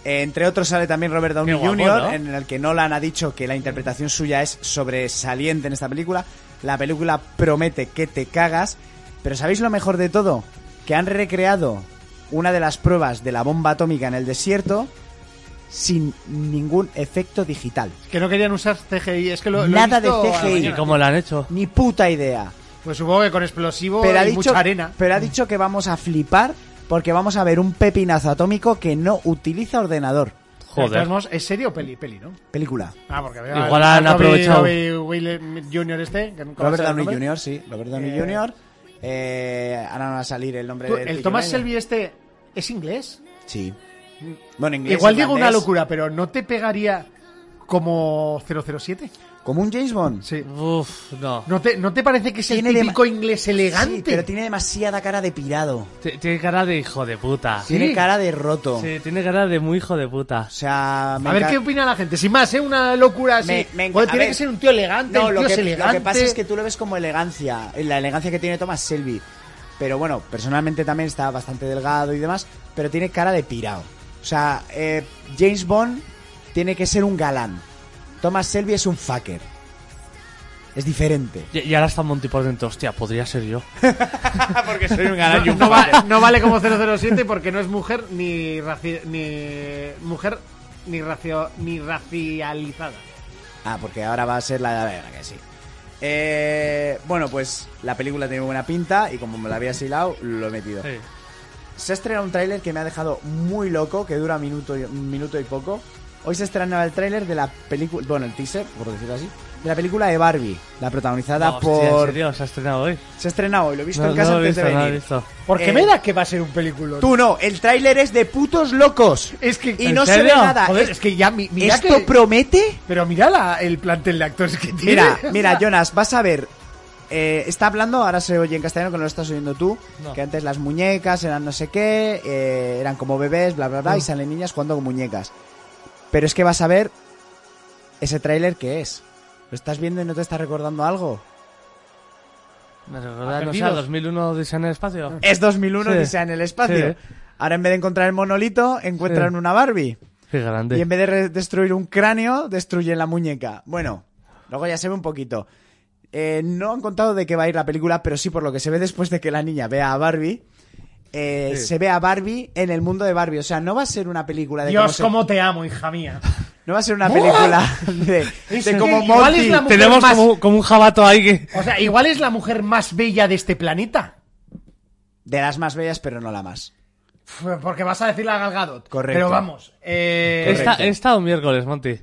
S6: Eh, Entre otros sale también Robert Downey
S7: Qué guapo,
S6: Jr.,
S7: ¿no?
S6: en el que Nolan ha dicho que la interpretación suya es sobresaliente en esta película. La película promete que te cagas, pero ¿sabéis lo mejor de todo? Que han recreado una de las pruebas de la bomba atómica en el desierto sin ningún efecto digital.
S4: Es que no querían usar CGI. Es que lo, lo he
S6: Nada de
S4: visto a la
S6: CGI.
S7: que- ¿Y
S4: mañana.
S7: cómo lo han hecho?
S6: Ni puta idea.
S4: Pues supongo que con explosivo
S6: Pero ha,
S4: y
S6: dicho,
S4: mucha arena.
S6: pero ha dicho que vamos a flipar porque vamos a ver un pepinazo atómico que no utiliza ordenador.
S4: De todos
S7: Joder.
S4: modos, es serio peli, peli, ¿no?
S6: Película.
S4: Ah, porque veo al-
S7: Igual han
S4: al Robbie-
S7: aprovechado.
S4: Robbie Williams Jr. este. que nunca me
S6: Robert
S4: sale el nombre.
S6: Downey Jr., sí. Robert Downey
S4: Eh,
S6: Jr. Eh, ahora no va a salir el nombre
S4: Tú,
S6: del
S4: El
S6: Peaky
S4: Thomas
S6: Blinders.
S4: Shelby este es inglés.
S6: Sí. Bueno, inglés.
S4: Igual digo una
S6: irlandés.
S4: locura, pero ¿no te pegaría como 007?
S6: Como un James Bond.
S4: Sí.
S7: Uf, no.
S4: ¿No te, ¿No te parece que es el
S6: Tiene de-
S4: típico inglés elegante?
S6: Sí, pero tiene demasiada cara de pirado.
S7: T- Tiene cara de hijo de puta.
S4: Sí.
S6: Tiene cara de roto.
S7: Sí, tiene cara de muy hijo de puta.
S6: O sea, me
S4: A ver
S6: enca-
S4: qué opina la gente. Sin más, ¿eh? Una locura así.
S6: Me- me enca-
S4: Joder,
S6: a
S4: tiene
S6: ver.
S4: que ser un tío elegante,
S6: No,
S4: el
S6: lo
S4: tío
S6: que,
S4: es elegante.
S6: lo que pasa es que tú lo ves como elegancia, la elegancia que tiene Thomas Shelby. Pero bueno, personalmente también está bastante delgado y demás, pero tiene cara de pirado. O sea, eh, James Bond tiene que ser un galán. Thomas Shelby es un fucker. Es diferente.
S7: Y, y ahora está Monty por dentro. Hostia, podría ser yo.
S6: Ah, Porque soy un
S4: No, no va- no vale como 007 porque no es mujer ni raci- ni mujer ni racio- ni racializada.
S6: Ah, porque ahora va a ser la de la que sí. Eh, bueno, pues la película tiene buena pinta y como me la había asilado, lo he metido.
S7: Sí.
S6: Se ha estrenado un tráiler que me ha dejado muy loco, que dura minuto y, un minuto y poco. Hoy se estrenaba el tráiler de la película, bueno, el teaser, por decirlo así, de la película de Barbie, la protagonizada
S7: Hostia, ¿en
S6: por...
S7: serio? ¿Se ha estrenado hoy?
S6: Se ha estrenado hoy, lo he visto
S7: No,
S6: en casa
S7: no lo he
S6: antes
S7: visto,
S6: de
S7: no lo he
S6: venir.
S7: visto.
S4: Porque
S6: Eh,
S4: me da que va a ser un película.
S6: Tú no, el tráiler es de putos locos.
S4: Es que-
S6: Y
S4: ¿en
S6: no se ve
S7: serio?
S6: nada.
S4: Joder,
S6: Es-
S4: es, que ya mi- mira
S6: ¿Esto
S4: que-
S6: promete?
S4: pero mira la- el plantel de actores que tiene.
S6: Mira,
S4: *laughs* O sea,
S6: mira, Jonas, vas a ver. eh, está hablando, ahora se oye en castellano que no lo estás oyendo tú.
S7: No.
S6: Que antes las muñecas eran no sé qué, eh, eran como bebés, bla, bla, bla, y salen niñas jugando con muñecas. Pero es que vas a ver ese tráiler que es. ¿Lo estás viendo y no te está recordando algo?
S7: Me recuerda, no sé,
S4: Perdidos.
S7: a 2001 Odisea en el espacio.
S6: Es 2001
S7: Sí.
S6: que sea en el espacio.
S7: Sí.
S6: Ahora en vez de encontrar el monolito, encuentran una Barbie.
S7: Qué grande.
S6: Y en vez de re- destruir un cráneo, destruyen la muñeca. Bueno, luego ya se ve un poquito. Eh, no han contado de qué va a ir la película, pero sí por lo que se ve después de que la niña vea a Barbie. eh,
S7: Sí.
S6: Se ve a Barbie en el mundo de Barbie. O sea, no va a ser una película de cómo
S4: Dios,
S6: se-
S4: cómo te amo, hija mía.
S6: No va a ser una película de,
S4: Es
S6: de
S4: que
S6: como
S4: igual
S6: Monty.
S4: es la mujer
S7: Tenemos
S4: más-
S7: como, como un jabato ahí que...
S4: O sea, igual es la mujer más bella de este planeta.
S6: De las más bellas, pero no la más.
S4: Pf, Porque vas a decir la Galgadot.
S6: Correcto.
S4: Pero vamos. Eh,
S7: Esta, esta o miércoles, Monty.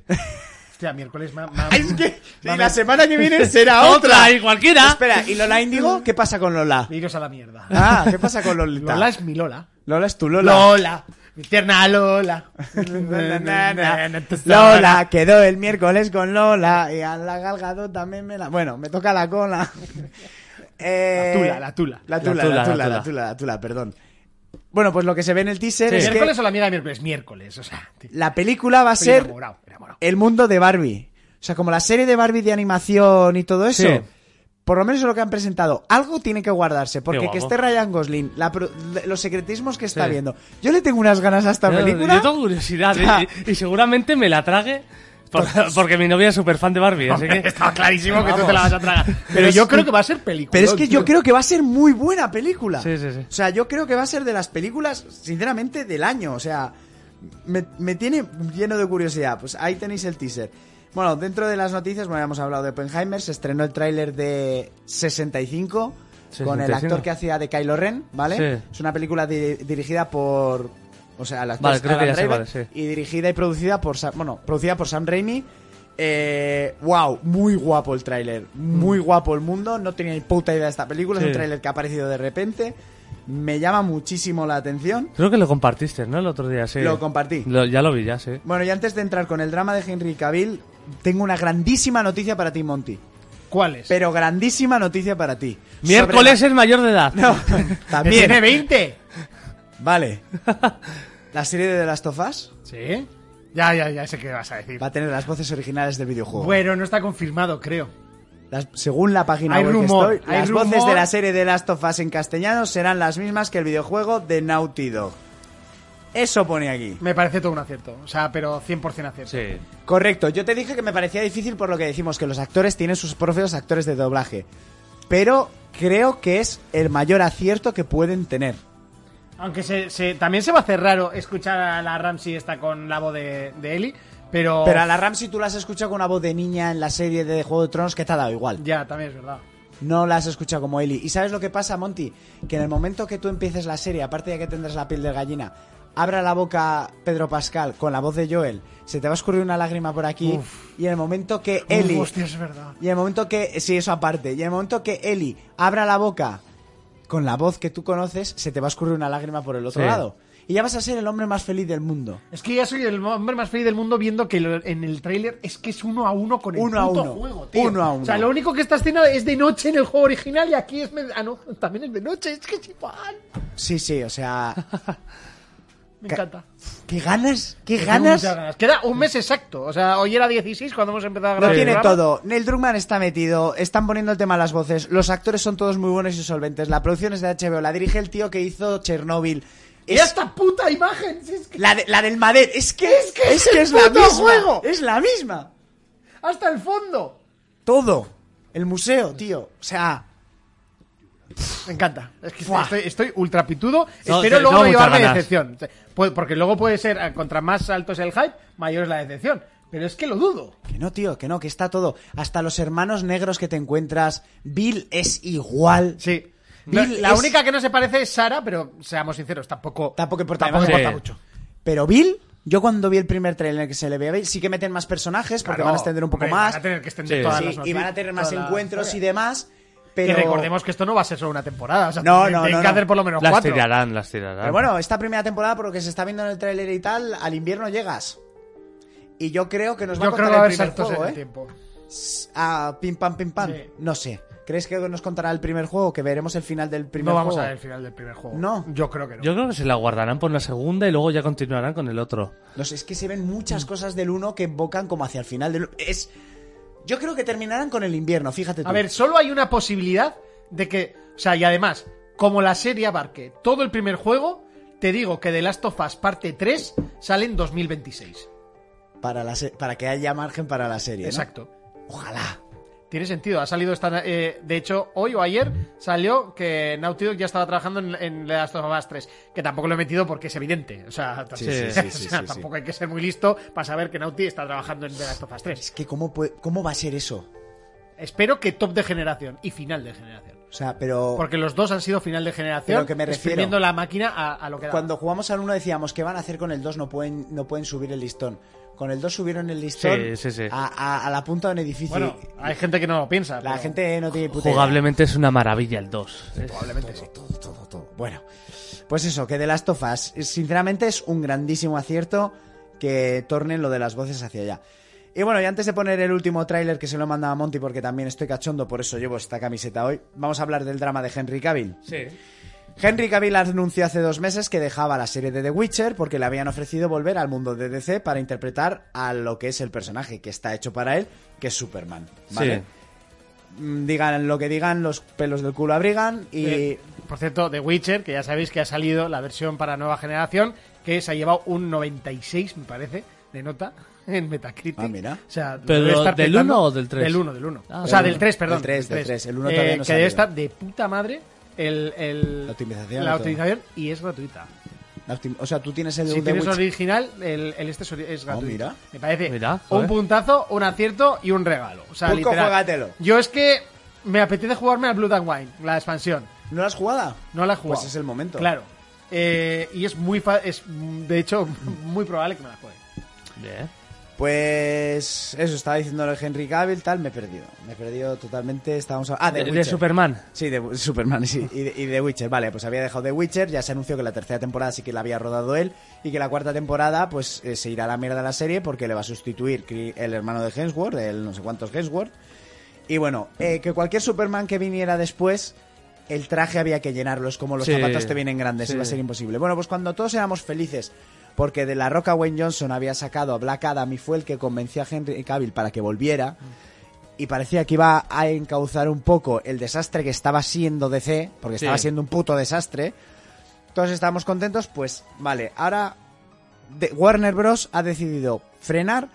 S4: Hostia, miércoles ma- ma-
S6: Es *laughs* que si la semana que viene *laughs* será
S7: Otra,
S6: otra.
S7: y cualquiera.
S6: Espera, ¿y Lola Índigo? ¿Qué pasa
S4: *laughs*
S6: con Lola?
S4: Iros a la mierda.
S6: Ah, ¿qué pasa con Lolita?
S4: Lola es mi Lola.
S6: Lola es tu
S4: Lola. Mi tierna
S6: *laughs*
S4: Lola.
S6: Na, na, na. Lola quedó el miércoles con Lola y a la Galgado también me la. Bueno, me toca la cola. *laughs* Eh,
S4: La tula,
S6: la
S4: la
S6: tula. La tula, la tula, la tula, la tula, perdón. Bueno, pues lo que se ve en el teaser
S7: Sí.
S6: es
S4: ¿Miércoles
S6: que
S4: o la mierda de miércoles? Miércoles, o sea. tío,
S6: la película va a
S4: estoy
S6: ser
S4: enamorado, enamorado.
S6: el mundo de Barbie. O sea, como la serie de Barbie de animación y todo eso.
S7: Sí.
S6: Por lo menos es lo que han presentado. Algo tiene que guardarse. Porque
S7: guapo.
S6: que esté Ryan Gosling, la pro- los secretismos que está
S7: Sí.
S6: viendo. Yo le tengo unas ganas a esta
S7: Yo-
S6: película.
S7: Yo tengo curiosidad ¿eh?
S6: Ya.
S7: y, y seguramente me la trague por- porque mi novia es súper fan de Barbie, así que...
S4: Estaba clarísimo que tú te
S7: Vamos.
S4: la vas a tragar. Pero
S6: Pero
S4: yo
S6: es-
S4: creo que va a ser película.
S6: Pero es que yo creo que va a ser muy buena película.
S7: Sí, sí, sí.
S6: O sea, yo creo que va a ser de las películas, sinceramente, del año. O sea, me, me tiene lleno de curiosidad. Pues ahí tenéis el teaser. Bueno, dentro de las noticias, bueno, ya hemos hablado de Oppenheimer, se estrenó el tráiler de 65, con el
S7: 65.
S6: actor que hacía de Kylo Ren, ¿vale?
S7: Sí.
S6: Es una película di- dirigida por... O sea, las
S7: Vale,
S6: dos
S7: creo que
S6: Alan
S7: ya sé
S6: Raven,
S7: cuál es, sí.
S6: y dirigida y producida por Sam, bueno, producida por Sam Raimi Eh, wow, muy guapo el tráiler, muy guapo el mundo, no tenía ni puta idea de esta película, es
S7: Sí.
S6: un tráiler que ha aparecido de repente, me llama muchísimo la atención,
S7: Creo que lo compartiste, ¿no? El otro día, sí.
S6: lo compartí.
S7: Lo- ya lo vi, ya, sí.
S6: Bueno, y antes de entrar con el drama de Henry Cavill, tengo una grandísima noticia para ti, Monty.
S4: ¿Cuáles?
S6: Pero grandísima noticia para ti.
S7: Miércoles es mayor de edad.
S6: Sobre- No,
S4: Que tiene
S6: también.
S4: 20.
S6: Vale. *laughs* La serie de The Last of Us
S4: Sí. Ya, ya, ya sé qué vas a decir.
S6: va a tener las voces originales del videojuego.
S4: Bueno, no está confirmado, creo.
S6: Las- según la página
S4: Hay
S6: web
S4: rumor,
S6: que estoy,
S4: hay
S6: las voces
S4: rumor.
S6: de la serie de Last of Us en castellano serán las mismas que el videojuego de Naughty Dog. Eso pone aquí.
S4: Me parece todo un acierto. O sea, pero 100% acierto.
S7: Sí.
S6: Correcto, yo te dije que me parecía difícil por lo que decimos, que los actores tienen sus propios actores de doblaje. Pero creo que es el mayor acierto que pueden tener.
S4: Aunque se, se- también se va a hacer raro escuchar a la Ramsey esta con la voz de, de Ellie, pero...
S6: Pero a la Ramsey tú la has escuchado con una voz de niña en la serie de Juego de Tronos que te ha dado igual.
S4: Ya, también es verdad.
S6: No la has escuchado como Ellie. ¿Y sabes lo que pasa, Monty? Que en el momento que tú empieces la serie, aparte de que tendrás la piel de gallina, abra la boca Pedro Pascal con la voz de Joel, se te va a escurrir una lágrima por aquí. Y en el momento que Ellie.
S4: Uf, hostia, es verdad.
S6: Y en el momento que. Sí, eso aparte. Y en el momento que Ellie abra la boca con la voz que tú conoces, se te va a escurrir una lágrima por el otro
S7: Sí.
S6: lado. Y ya vas a ser el hombre más feliz del mundo.
S4: Es que ya soy el hombre más feliz del mundo viendo que lo- en el tráiler es que es uno a uno con el
S6: Uno a
S4: puto
S6: uno.
S4: juego, tío.
S6: Uno a uno.
S4: O sea, lo único que esta escena es de noche en el juego original y aquí es... med- Ah, no, también es de noche, es que es igual.
S6: Sí, sí, o sea.
S4: Me
S6: Ca-
S4: encanta.
S6: *laughs* ¿Qué ganas? ¿Qué
S4: Tengo
S6: ganas?
S4: muchas Queda un mes exacto. O sea, hoy era 16 cuando hemos empezado a
S6: Lo
S4: grabar. el
S6: tiene
S4: programa.
S6: todo. Neil Druckmann está metido, están poniendo el tema a las voces, los actores son todos muy buenos y solventes, la producción es de HBO, la dirige el tío que hizo Chernobyl.
S4: Y
S6: Es
S4: esta puta imagen. si es que
S6: la, de- la del Mader, es que es,
S4: que es el
S6: la
S4: puto
S6: misma.
S4: juego.
S6: Es la misma.
S4: Hasta el fondo.
S6: Todo. El museo, tío. O sea,
S4: Me encanta. Es que
S6: Buah.
S4: estoy, estoy ultra pitudo.
S7: No,
S4: Espero
S7: te-
S4: luego
S7: tengo
S4: no
S7: muchas
S4: llevarme
S7: ganas.
S4: decepción. Pu- Porque luego puede ser, eh, contra más alto es el hype, mayor es la decepción. Pero es que lo dudo.
S6: que no, tío, que no, que está todo. Hasta los hermanos negros que te encuentras, Bill es igual.
S4: Sí.
S6: Mm. Bill
S4: la
S6: es-
S4: única que no se parece es Sara, pero seamos sinceros, tampoco.
S6: Tampoco importa,
S4: tampoco
S6: además,
S4: importa
S7: sí.
S4: mucho.
S6: Pero Bill, yo cuando vi el primer trailer que se le ve a Bill, sí que meten más personajes porque
S4: Claro,
S6: van a extender un poco
S4: hombre,
S6: más.
S4: Van a tener que extender
S7: Sí.
S4: todas
S6: Sí,
S4: las
S6: y
S4: noticias,
S6: van a tener más
S4: todas las
S6: encuentros y
S4: historias.
S6: demás.
S4: Que
S6: Pero,
S4: recordemos que esto no va a ser solo una temporada. O sea,
S6: No,
S4: tienen-
S6: no,
S4: tienen
S6: no,
S4: que
S6: no.
S4: hacer por lo menos
S7: Las
S4: cuatro.
S7: tirarán, las tirarán.
S6: pero bueno, esta primera temporada, por lo que se está viendo en el tráiler y tal, al invierno llegas. Y yo creo que nos va
S4: Yo
S6: a
S4: creo
S6: contar
S4: que va a
S6: el
S4: haber
S6: primer
S4: saltos
S6: juego,
S4: en el
S6: ¿eh?
S4: tiempo.
S6: Ah, pim pam pim pam.
S4: Sí.
S6: No sé. ¿Crees que nos contará el primer juego? Que veremos el final del primer
S4: No vamos
S6: juego.
S4: a ver el final del primer juego.
S6: No.
S4: Yo creo que no.
S7: Yo creo que se la guardarán por la segunda y luego ya continuarán con el otro.
S6: No sé, es que se ven muchas
S4: Mm.
S6: cosas del uno que evocan como hacia el final del es Yo creo que terminarán con el invierno, fíjate tú.
S4: A ver, solo hay una posibilidad de que. O sea, y además, como la serie abarque todo el primer juego, te digo que The Last of Us parte 3 sale en 2026.
S6: para la se- para que haya margen para la serie, ¿no?
S4: Exacto.
S6: Ojalá.
S4: Tiene sentido, ha salido esta. eh, de hecho, hoy o ayer salió que Naughty Dog ya estaba trabajando en, en The Last of Us 3. Que tampoco lo he metido porque es evidente. *laughs* O sea, tam-
S6: Sí,
S7: sí,
S6: sí, sí,
S4: o
S6: sí,
S4: sea,
S6: sí,
S4: tampoco hay que ser muy listo para saber que Naughty está trabajando en The Last of Us 3.
S6: Es que cómo puede- cómo va a ser eso?
S4: Espero que top de generación y final de generación.
S6: O sea, pero
S4: Porque los dos han sido final de generación.
S6: Pero que me refiero-
S4: exprimiendo la máquina a, a lo que da.
S6: Cuando jugamos al 1 decíamos que van a hacer con el 2 no pueden, no pueden subir el listón. Con el 2 subieron el listón
S7: Sí, sí, sí.
S6: A, a- a la punta de un edificio.
S4: Bueno,
S6: Y
S4: hay gente que no lo piensa.
S6: la
S4: pero-
S6: gente no tiene puta idea.
S7: Jugablemente es una maravilla el 2.
S6: Todo, todo, todo. Bueno, pues eso, que de las tofas, sinceramente es un grandísimo acierto que tornen lo de las voces hacia allá. Y bueno, y antes de poner el último tráiler que se lo he mandado a Monty porque también estoy cachondo, por eso llevo esta camiseta hoy, vamos a hablar del drama de Henry Cavill.
S7: Sí.
S6: Henry Cavill anunció hace dos meses que dejaba la serie de The Witcher porque le habían ofrecido volver al mundo de DC para interpretar a lo que es el personaje que está hecho para él, que es Superman. ¿vale? Mm, Digan lo que digan, los pelos del culo abrigan y...
S4: Eh, por cierto, The Witcher, que ya sabéis que ha salido la versión para nueva generación, que se ha llevado un 96, me parece, de nota *laughs* en Metacritic.
S6: Ah, mira.
S4: O sea, lo
S7: ¿Pero
S4: debe estar
S7: del
S4: petando.
S7: uno o del tres?
S4: Del 1, del 1.
S7: Ah,
S4: o sea,
S7: del
S4: del 3,
S6: uno.
S4: perdón.
S6: Del tres, del tres. El uno todavía no
S4: Que debe
S6: salió.
S4: estar de puta madre el, el-
S6: La optimización
S4: la
S6: y todo.
S4: optimización y es gratuita.
S6: La optim- O sea, tú tienes el
S4: Si
S6: de
S4: tienes
S6: Witch-
S4: original, el, el este es ori- es gratuito.
S6: Oh, mira.
S4: Me parece
S7: Mira,
S4: un
S7: joder.
S4: puntazo, un acierto y un regalo. O sea,
S6: Pulco,
S4: literal.
S6: juégatelo.
S4: Yo es que me apetece jugarme al Blood and Wine, la expansión.
S6: ¿No la has jugada?
S4: No la he jugado.
S6: Pues es el momento.
S4: Claro. *laughs* Eh, y es muy fa- es mm, de hecho muy probable que me la juegue.
S7: Bien.
S6: Pues eso, estaba diciendo Henry Cavill, tal, me perdió. Me perdió totalmente. Estábamos a... Ah, de,
S7: De, de
S6: Witcher.
S7: Superman.
S6: Sí, de Bu- Superman, sí. Y de, y de Witcher, vale, pues había dejado de Witcher, ya se anunció que la tercera temporada sí que la había rodado él y que la cuarta temporada pues eh, se irá a la mierda la serie porque le va a sustituir Cri- el hermano de Hemsworth, el no sé cuántos Hemsworth. Y bueno, eh, que cualquier Superman que viniera después, el traje había que llenarlos, como los
S7: Sí.
S6: zapatos te vienen grandes,
S7: Sí.
S6: iba a ser imposible. Bueno, pues cuando todos éramos felices porque de la Roca Wayne Johnson había sacado a Black Adam y fue el que convenció a Henry Cavill para que volviera y parecía que iba a encauzar un poco el desastre que estaba siendo DC, porque
S7: Sí.
S6: estaba siendo un puto desastre. Todos estábamos contentos, pues vale, ahora de- Warner Bros. ha decidido frenar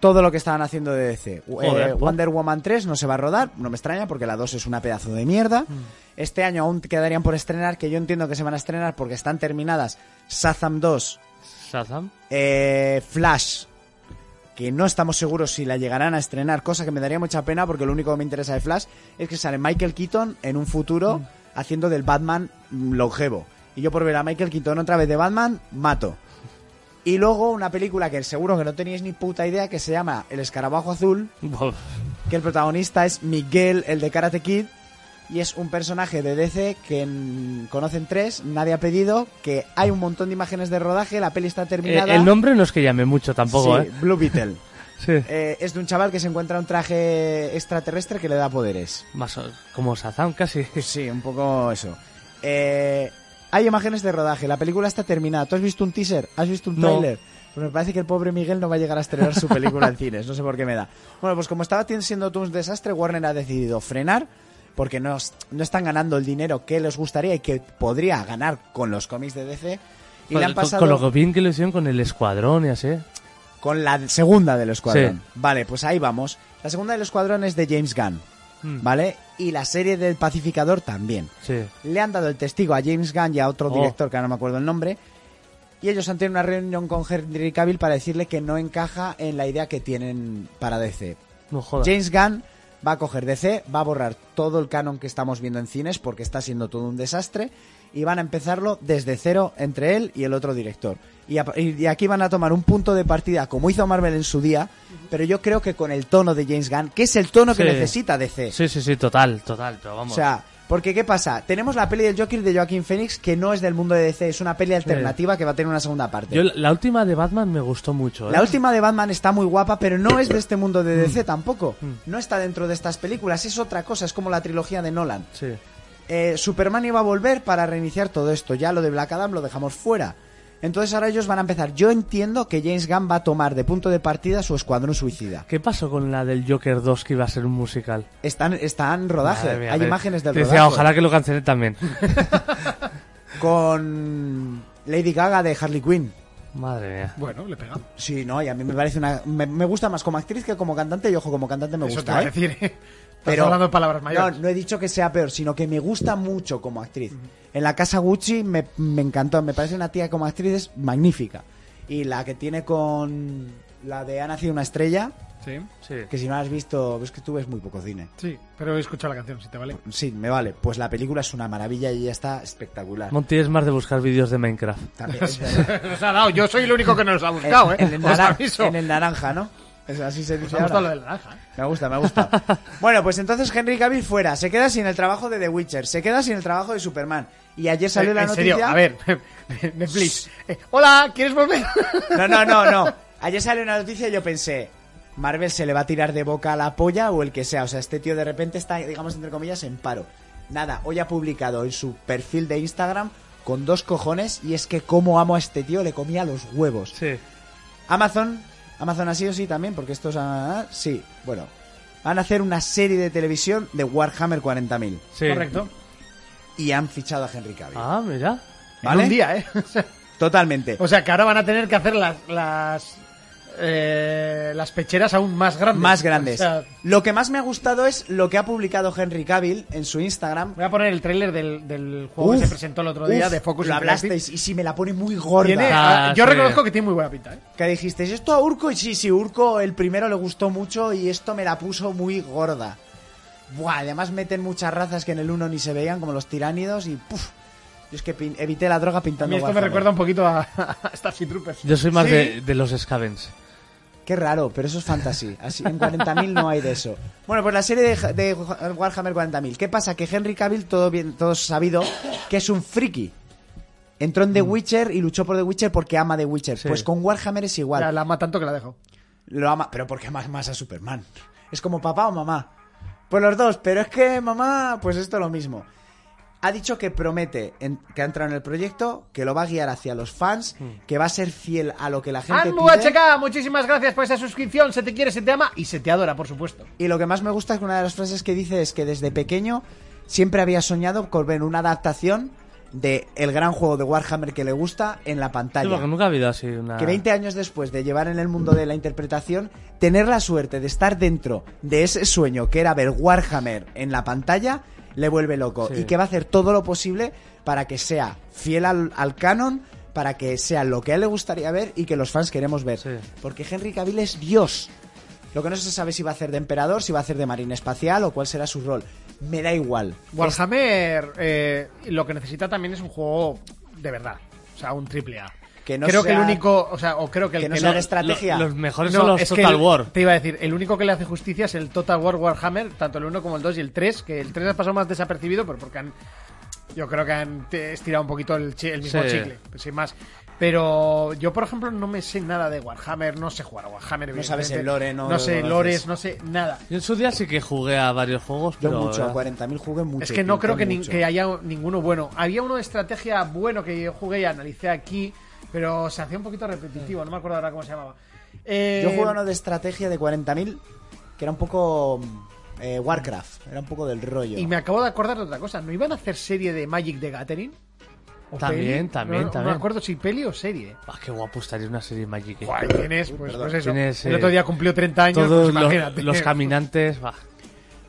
S6: todo lo que estaban haciendo de DC.
S7: Joder,
S6: Eh,
S7: po.
S6: Wonder Woman 3 no se va a rodar, no me extraña porque la 2 es una pedazo de mierda.
S7: Mm.
S6: Este año aún quedarían por estrenar, que yo entiendo que se van a estrenar porque están terminadas Shazam 2,
S7: Shazam.
S6: eh, Flash, que no estamos seguros si la llegarán a estrenar, cosa que me daría mucha pena porque lo único que me interesa de Flash es que sale Michael Keaton en un futuro haciendo del Batman mm, longevo. Y yo por ver a Michael Keaton otra vez de Batman, mato. Y luego una película que seguro que no teníais ni puta idea que se llama El Escarabajo Azul,
S7: Bof.
S6: que el protagonista es Miguel, el de Karate Kid, y es un personaje de DC que mm, conocen tres, nadie ha pedido, que hay un montón de imágenes de rodaje, la peli está
S7: Eh,
S6: terminada.
S7: el nombre no es que llame mucho tampoco,
S6: Sí,
S7: *laughs*
S6: Blue Beetle.
S7: ¿eh? Sí.
S6: Eh, es de un chaval que se encuentra un traje extraterrestre que le da poderes.
S7: Más o- como Shazam casi.
S6: Sí, un poco eso. Eh, hay imágenes de rodaje, la película está terminada. ¿Tú has visto un teaser? ¿Has visto un
S7: No.
S6: tráiler? Pues me parece que el pobre Miguel no va a llegar a estrenar su película
S7: *laughs*
S6: en cines, no sé por qué me da. Bueno, pues como estaba ti- siendo todo un desastre, Warner ha decidido frenar porque no, es- no están ganando el dinero que les gustaría y que podría ganar con los cómics de DC. Y le han
S7: Con-
S6: pasado...
S7: Con lo bien que lo hicieron con el escuadrón y así.
S6: Con la segunda del escuadrón. Vale, pues ahí vamos. La segunda del escuadrón es de James Gunn,
S7: Mm.
S6: ¿vale? Y la serie del pacificador también.
S7: Sí.
S6: Le han dado el testigo a James Gunn y a otro
S7: Oh.
S6: director que ahora no me acuerdo el nombre. Y ellos han tenido una reunión con Henry Cavill para decirle que no encaja en la idea que tienen para DC.
S7: No jodas.
S6: James Gunn va a coger DC, va a borrar todo el canon que estamos viendo en cines porque está siendo todo un desastre y van a empezarlo desde cero entre él y el otro director. Y, a- y- y aquí van a tomar un punto de partida como hizo Marvel en su día, pero yo creo que con el tono de James Gunn, que es el tono que
S7: Sí.
S6: necesita DC.
S7: Sí, sí, sí, total, total, pero vamos.
S6: O sea, porque ¿qué pasa? Tenemos la peli del Joker de Joaquin Phoenix que no es del mundo de DC, es una peli alternativa que va a tener una segunda parte.
S7: yo la- la última de Batman me gustó mucho. ¿eh?
S6: La última de Batman está muy guapa, pero no es de este mundo de DC tampoco. No está dentro de estas películas, es otra cosa, es como la trilogía de Nolan.
S7: Sí.
S6: Eh, Superman iba a volver para reiniciar todo esto, ya lo de Black Adam lo dejamos fuera. Entonces ahora ellos van a empezar. Yo entiendo que James Gunn va a tomar de punto de partida su escuadrón suicida.
S7: ¿Qué pasó con la del Joker 2 que iba a ser un musical?
S6: Están, están en rodaje,
S7: Madre mía,
S6: hay
S7: me-
S6: imágenes del
S7: decía,
S6: rodaje.
S7: ojalá que lo
S6: *laughs*
S7: cancelen también.
S6: Con Lady Gaga de Harley Quinn.
S7: Madre mía.
S4: Bueno, le pegamos.
S6: Sí, no, y a mí me parece una. Me, me gusta más como actriz que como cantante, y ojo, como cantante me
S4: Eso te
S6: gusta.
S4: iba a
S6: ¿eh?
S4: decir, ¿eh? *laughs* Estás hablando de palabras mayores.
S6: No, no he dicho que sea peor, sino que me gusta mucho como actriz. En la casa Gucci me, me encantó, me parece una tía como actriz es magnífica. Y la que tiene con la de Ha nacido una estrella,
S4: Sí,
S7: Sí.
S6: que si no la has visto, es que tú ves muy poco cine.
S4: sí, pero he escuchado la canción, si te vale. *laughs*
S6: Sí, me vale. Pues la película es una maravilla y ella está espectacular.
S7: Monty es más de buscar vídeos de Minecraft.
S6: También,
S4: *laughs*
S6: es verdad.
S4: Nos ha dado, yo soy el único que nos ha buscado, ¿eh?
S6: En el,
S4: Os
S6: naran-
S4: aviso.
S6: en el naranja, ¿no? Es así se
S4: Nos
S6: dice.
S4: ha gustado lo
S6: ahora.
S4: del naranja, ¿eh?
S6: Me gusta, me
S4: *laughs*
S6: gusta. Bueno, pues entonces Henry Cavill fuera, se queda sin el trabajo de The Witcher, se queda sin el trabajo de Superman. Y ayer salió
S4: Eh,
S6: la
S4: en
S6: noticia.
S4: serio, a ver, *laughs* Netflix. Eh, hola, ¿quieres volver?
S6: *laughs* No, no, no, no. Ayer salió una noticia y yo pensé, Marvel se le va a tirar de boca a la polla o el que sea. O sea, este tío de repente está, digamos, entre comillas, en paro. Nada, hoy ha publicado en su perfil de Instagram con dos cojones y es que como amo a este tío, le comía los huevos.
S7: Sí.
S6: Amazon, Amazon así o sí también, porque estos... ah, sí, bueno. Van a hacer una serie de televisión de Warhammer 40.000
S4: *laughs*
S7: sí.
S4: Correcto.
S6: y han fichado a Henry Cavill.
S7: Ah, mira.
S6: ¿Vale?
S4: En un día, ¿eh? O sea,
S6: Totalmente.
S4: O sea, que ahora van a tener que hacer las las, eh, las pecheras aún más grandes.
S6: Más grandes.
S4: O sea,
S6: Lo que más me ha gustado es lo que ha publicado Henry Cavill en su Instagram,
S4: voy a poner el tráiler del, del juego
S6: Uf,
S4: que se presentó el otro día
S6: uf,
S4: de Focus
S6: Lo
S4: and Clarity.
S6: hablasteis y si me la pone muy
S4: Tiene-
S6: gorda.
S7: Ah,
S4: ah, yo
S7: sí.
S4: reconozco que tiene muy buena pinta, ¿eh?
S6: Que dijisteis, esto a Urco y sí, sí, Urco el primero le gustó mucho y esto me la puso muy gorda. Buah, además meten muchas razas que en el uno ni se veían, como los tiránidos y puf. Yo es que pin- evité la droga
S4: A
S6: pintando.
S4: mí esto me *laughs*
S6: Warhammer.
S4: recuerda un poquito a, a Starship Troopers.
S7: Yo soy más
S4: Sí.
S7: de, de los Scavens.
S6: Qué raro, pero eso es fantasy. Así, en 40.000 no hay de eso. Bueno, pues la serie de, de Warhammer 40.000. ¿Qué pasa? Que Henry Cavill, todo bien, todos sabido, que es un friki. Entró en The Witcher y luchó por The Witcher porque ama The Witcher. Pues con Warhammer es igual.
S4: Ya, la ama tanto que la dejo.
S6: Lo ama, pero porque amas más a Superman. Es como papá o mamá. Pues los dos, pero es que mamá, pues esto es lo mismo. Ha dicho que promete en- que ha entrado en el proyecto, que lo va a guiar hacia los fans, que va a ser fiel a lo que la gente
S4: Anmu
S6: pide.
S4: HK, muchísimas gracias por esa suscripción. Se te quiere, se te ama y se te adora, por supuesto.
S6: Y lo que más me gusta es que una de las frases que dice es que desde pequeño siempre había soñado con ver una adaptación de el gran juego de Warhammer que le gusta en la
S7: Sí, porque
S6: pantalla.
S7: nunca ha habido así una...
S6: Que
S4: Ah.
S6: 20 años después de llevar en el mundo de la interpretación, tener la suerte de estar dentro de ese sueño que era ver Warhammer en la pantalla, le vuelve loco.
S7: Sí.
S6: Y que va a hacer todo lo posible para que sea fiel al, al canon, para que sea lo que a él le gustaría ver y que los fans queremos ver.
S7: Sí.
S6: Porque Henry Cavill es Dios. Lo que no se sabe si va a hacer de emperador, si va a hacer de marina espacial o cuál será su rol. Me da igual.
S4: Warhammer eh, lo que necesita también es un juego de verdad. O sea, un triple A.
S6: Que no
S4: creo que el
S6: sea-
S4: único, o sea, o creo que el
S6: que no
S4: que
S6: sea
S4: lo-
S6: de estrategia.
S7: Los mejores
S4: No,
S7: son los
S4: es que
S7: Total
S4: el-
S7: War.
S4: Te iba a decir, el único que le hace justicia es el Total War Warhammer, tanto el 1 como el 2 y el 3, que el 3 ha pasado más desapercibido, pero porque han. Yo creo que han te- estirado un poquito el, chi- el mismo
S7: Sí.
S4: chicle, pues, sin más. Pero yo, por ejemplo, no me sé nada de Warhammer, no sé jugar a Warhammer.
S6: No sabes
S4: evidentemente.
S6: el lore, no
S4: No
S6: lo
S4: sé
S6: conoces.
S4: lores, no sé nada.
S7: Yo en su día sí que jugué a varios juegos,
S6: Yo
S7: pero...
S6: mucho, pues. a
S7: ¿verdad?
S6: 40.000 jugué mucho.
S4: Es que no
S6: pinté
S4: creo que, ni-
S6: mucho.
S4: que haya ninguno bueno. Había uno de estrategia bueno que yo jugué y analicé aquí, pero se hacía un poquito repetitivo, no me acuerdo ahora cómo se llamaba. Eh,
S6: Yo jugué a uno de estrategia de 40.000 que era un poco mm, eh, Warcraft, era un poco del rollo.
S4: Y me acabo de acordar de otra cosa. ¿No iban a hacer serie de Magic the Gathering? ¿O
S7: También,
S4: peli?
S7: también,
S4: No- no,
S7: también.
S4: me acuerdo si peli o serie.
S7: Ah, qué guapo estaría una serie Magic. eh.
S4: Guay, tienes, pues, pues eso.
S7: Tienes,
S4: El
S7: eh,
S4: otro día cumplió 30 años,
S7: Todos
S4: pues
S7: los,
S4: imagínate.
S7: los caminantes... bah.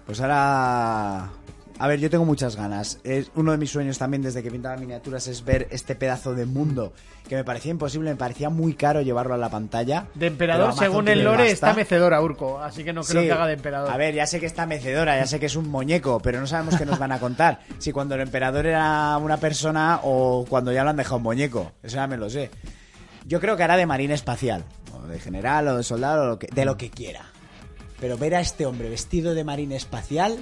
S6: Pues ahora... A ver, yo tengo muchas ganas. Es uno de mis sueños también desde que pintaba miniaturas es ver este pedazo de mundo que me parecía imposible, me parecía muy caro llevarlo a la pantalla.
S4: De
S6: Pero
S4: emperador,
S6: Amazon
S4: según
S6: tiene
S4: el lore,
S6: pasta.
S4: está mecedora Urco, así que no creo
S6: Sí.
S4: que haga de emperador. *laughs*
S6: A ver, ya sé que está mecedora, ya sé que es un muñeco, pero no sabemos qué nos van a contar. *laughs* Si cuando el emperador era una persona o cuando ya lo han dejado un muñeco. Eso ya me lo sé. Yo creo que hará de marina espacial, o de general, o de soldado, o lo que- de lo que quiera. Pero ver a este hombre vestido de marina espacial,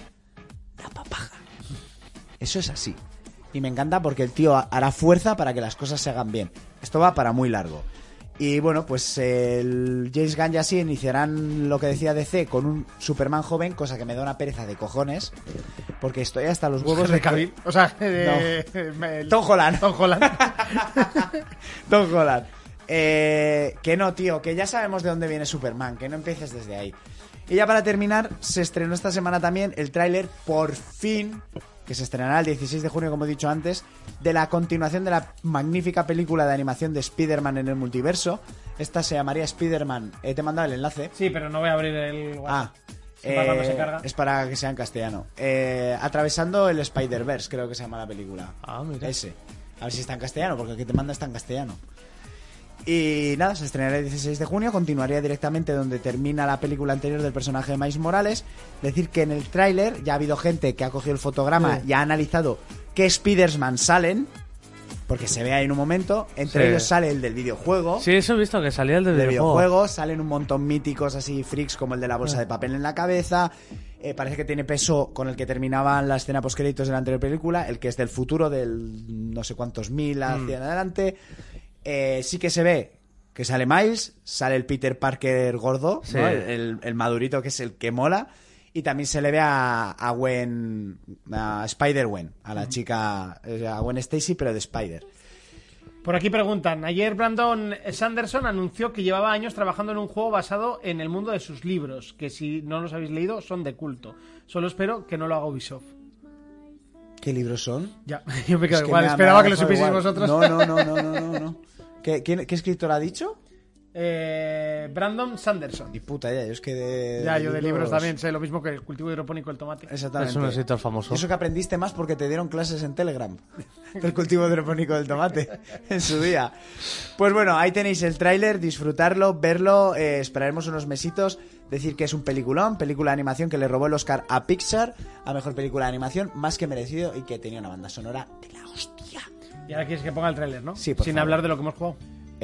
S6: da papaja. Eso es así. Y me encanta porque el tío ha- hará fuerza para que las cosas se hagan bien. Esto va para muy largo. Y bueno, pues el James Gunn y así iniciarán lo que decía DC con un Superman joven, cosa que me da una pereza de cojones, porque estoy hasta los *laughs*
S4: *laughs*
S6: huevos
S4: de
S6: de
S4: Cavill. O sea, de- *laughs* el-
S6: Tom Holland.
S4: Tom Holland.
S6: Don Holland. Eh, que no, tío, que ya sabemos de dónde viene Superman, que no empieces desde ahí. Y ya para terminar, se estrenó esta semana también el tráiler, por fin, que se estrenará el 16 de junio, como he dicho antes, de la continuación de la magnífica película de animación de Spider-Man en el multiverso. Esta se llamaría Spider-Man. Eh, te he mandado el enlace.
S4: sí, pero no voy a abrir el
S6: Ah,
S4: WhatsApp. Sí, para cuando se
S6: eh,
S4: carga.
S6: es para que sea en castellano. Eh, atravesando el Spider-Verse, creo que se llama la película.
S7: Ah, mira.
S6: Ese. A ver si está en castellano, porque el que te manda está en castellano. Y nada, se estrenará el 16 de junio, continuaría directamente donde termina la película anterior del personaje de Miles Morales. Decir que en el tráiler ya ha habido gente que ha cogido el fotograma y ha analizado qué Spider-Man salen, porque se ve ahí en un momento. Entre
S7: Sí.
S6: ellos sale el del videojuego
S7: Sí, eso he visto, que salía el de
S6: de
S7: videojuego.
S6: videojuegos, Ah. salen un montón míticos así freaks como el de la bolsa de papel en la cabeza. eh, parece que tiene peso con el que terminaba la escena post créditos de la anterior película, el que es del futuro, del no sé cuántos mil hacia en adelante. Eh, sí que se ve que sale Miles, sale el Peter Parker gordo,
S7: Sí.
S6: ¿no? el, el- el madurito que es el que mola. Y también se le ve a, a Gwen, a Spider-Gwen, a la chica, eh, a Gwen Stacy, pero de Spider.
S4: Por aquí preguntan, ayer Brandon Sanderson anunció que llevaba años trabajando en un juego basado en el mundo de sus libros, que si no los habéis leído son de culto. Solo espero que no lo haga Ubisoft.
S6: ¿Qué libros son?
S4: Ya, *laughs* yo me quedo
S6: Es que
S4: igual,
S6: me ha- me
S4: esperaba
S6: ha
S4: que lo
S6: dejado
S4: supieseis
S6: igual.
S4: vosotros.
S6: No, no, no, no, no, no. no. ¿Qué, quién- qué escritor ha dicho?
S4: *laughs* Eh, Brandon Sanderson.
S6: Y puta, ya, yo es que de.
S4: Ya, yo de libros también sé lo mismo que el cultivo hidropónico, el tomate.
S6: Exactamente.
S7: Es un escritor famoso.
S6: Eso que aprendiste más porque te dieron clases en Telegram *laughs* del cultivo hidropónico del tomate *laughs* en su día. Pues bueno, ahí tenéis el tráiler, disfrutarlo, verlo, eh, esperaremos unos mesitos, decir que es un peliculón, película de animación que le robó el Oscar a Pixar, a mejor película de animación, más que merecido y que tenía una banda sonora de la hostia.
S4: Y ahora quieres que ponga el tráiler, ¿no?
S6: Sí, por
S4: Sin
S6: favor.
S4: hablar de lo que hemos jugado.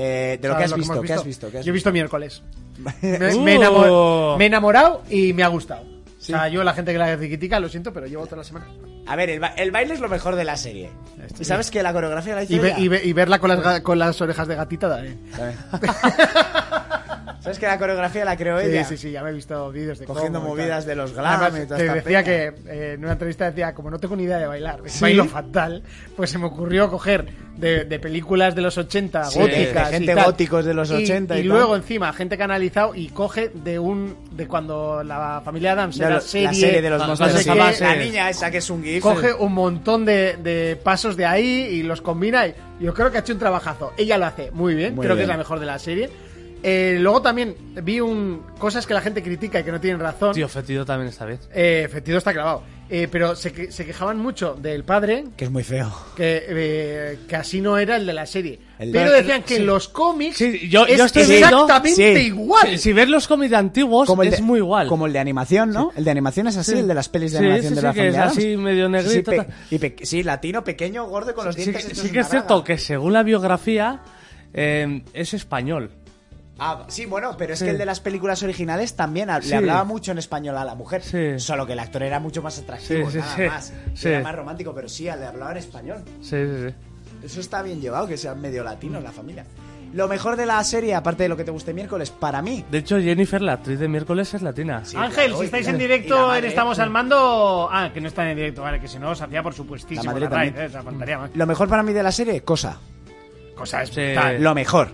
S6: Eh, de lo
S4: ¿Sabes
S6: que
S4: hemos
S6: has visto, ¿qué has visto? ¿Qué has
S4: Yo he visto
S6: *laughs*
S4: miércoles.
S6: visto?
S4: Me,
S7: Uh.
S4: me he enamor- me he enamorado y me ha gustado. O sea, yo la gente que la critica, lo siento, pero llevo toda la semana.
S6: A ver, el, ba- el baile es lo mejor de la serie.
S4: Esto
S6: ¿Y sabes que la coreografía la hizo
S4: Y, ve-
S6: ella?
S4: y ve- y verla con las, ga- con las orejas de gatita también.
S6: ¿Sabes? ¿Sabes que la coreografía la creó
S4: Sí,
S6: ella?
S4: sí, sí, ya me he visto vídeos de
S6: Cogiendo
S4: cómo y
S6: movidas
S4: tal.
S6: de los glam
S4: Además,
S6: y toda
S4: te
S6: esta
S4: decía
S6: peña.
S4: que eh, en una entrevista decía, como no tengo ni idea de bailar, bailo fatal, pues se me ocurrió coger de, de películas de los 80,
S6: Sí,
S4: góticas
S6: de gente
S4: y tal.
S6: góticos de los
S4: Y-
S6: 80
S4: y,
S6: y tal.
S4: luego encima gente que ha analizado y coge de un de cuando la familia Adams
S6: Ya
S4: era
S6: lo-
S4: serie,
S6: la serie de los
S7: no
S6: monstruos.
S7: sé
S6: de la
S7: qué-
S6: base. la niña esa que es un gif.
S4: coge un montón de, de pasos de ahí y los combina. Y yo creo que ha hecho un trabajazo. Ella lo hace muy bien,
S6: Muy
S4: creo que
S6: bien.
S4: es la mejor de la serie. Eh, luego también vi un, cosas que la gente critica y que no tienen razón.
S7: Tío, Fetido también esta vez.
S4: Eh, Fetido está clavado. Eh, pero se, que- se quejaban mucho del padre,
S6: Que es muy feo.
S4: que, eh, que así no era el de la serie.
S6: El-
S4: pero decían que
S7: sí.
S4: en los cómics
S7: Sí, yo-
S4: es
S7: yo estoy viendo-
S4: exactamente
S6: sí.
S4: igual.
S7: Si, si ves los cómics antiguos, es
S6: de-
S7: muy igual.
S6: Como el de animación, ¿no? El de animación es así,
S7: Sí.
S6: el de las pelis de
S7: Sí,
S6: animación
S7: sí,
S6: de
S7: sí,
S6: la
S7: que es
S6: familia Addams.
S7: así, medio
S6: Sí, sí,
S7: negrito,
S6: pe-
S7: tal.
S6: y pe- sí, latino, pequeño, gordo, con los
S7: Sí,
S6: dientes
S7: que-
S6: hechos
S7: sí que
S6: una
S7: es cierto
S6: braga.
S7: que según la biografía eh, es español.
S6: Ah, sí, bueno, pero es
S7: Sí.
S6: que el de las películas originales también ha-
S7: Sí.
S6: le hablaba mucho en español a la mujer.
S7: Sí.
S6: Solo que el actor era mucho más atractivo,
S7: Sí, sí,
S6: nada
S7: sí.
S6: más.
S7: Sí.
S6: Era más romántico, pero sí, le hablaba en español.
S7: Sí, sí, sí.
S6: Eso está bien llevado, que sean medio latinos la familia. Lo mejor de la serie, aparte de lo que te guste miércoles, para mí.
S7: De hecho, Jennifer, la actriz de miércoles, es latina.
S6: Sí,
S4: Ángel,
S6: claro,
S4: si
S6: y-
S4: estáis
S6: y
S4: en
S6: la
S4: directo en
S6: madre.
S4: Estamos al Mando. Ah, que no están en directo, vale, que si no os hacía por
S6: La
S4: supuestísimo.
S6: madre
S4: la raíz,
S6: también. Mm.
S4: eh, o sea, faltaría más.
S6: Lo mejor para mí de la serie, cosa.
S4: Cosa es
S7: Sí.
S4: brutal.
S6: Lo mejor.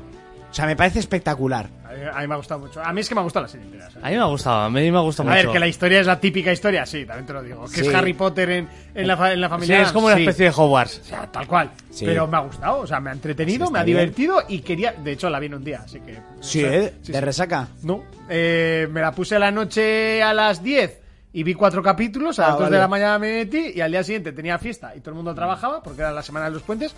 S6: O sea, me parece espectacular.
S4: A mí- A mí me ha gustado mucho. A mí es que me ha gustado la serie entera. ¿sabes?
S7: A mí me ha gustado, a mí me ha gustado
S4: A
S7: mucho.
S4: ver, que la historia es la típica historia, sí, también te lo digo. Que
S6: Sí.
S4: es Harry Potter en, en la, fa- en la
S7: Sí,
S4: familia.
S7: es como una
S4: sí.
S7: especie de Hogwarts.
S4: O sea, tal cual.
S6: Sí.
S4: Pero me ha gustado, o sea, me ha entretenido,
S6: Sí,
S4: me ha
S6: está bien.
S4: divertido y quería. De hecho, la vi en un día, así que.
S6: Sí,
S4: o sea,
S6: ¿eh?
S4: sí,
S6: de
S4: sí.
S6: resaca.
S4: No. Eh, me la puse a la noche a las 10 y vi cuatro capítulos. A
S6: Ah,
S4: las 2
S6: vale. Mm.
S4: de la mañana me metí y al día siguiente tenía fiesta y todo el mundo trabajaba porque era la semana de los puentes.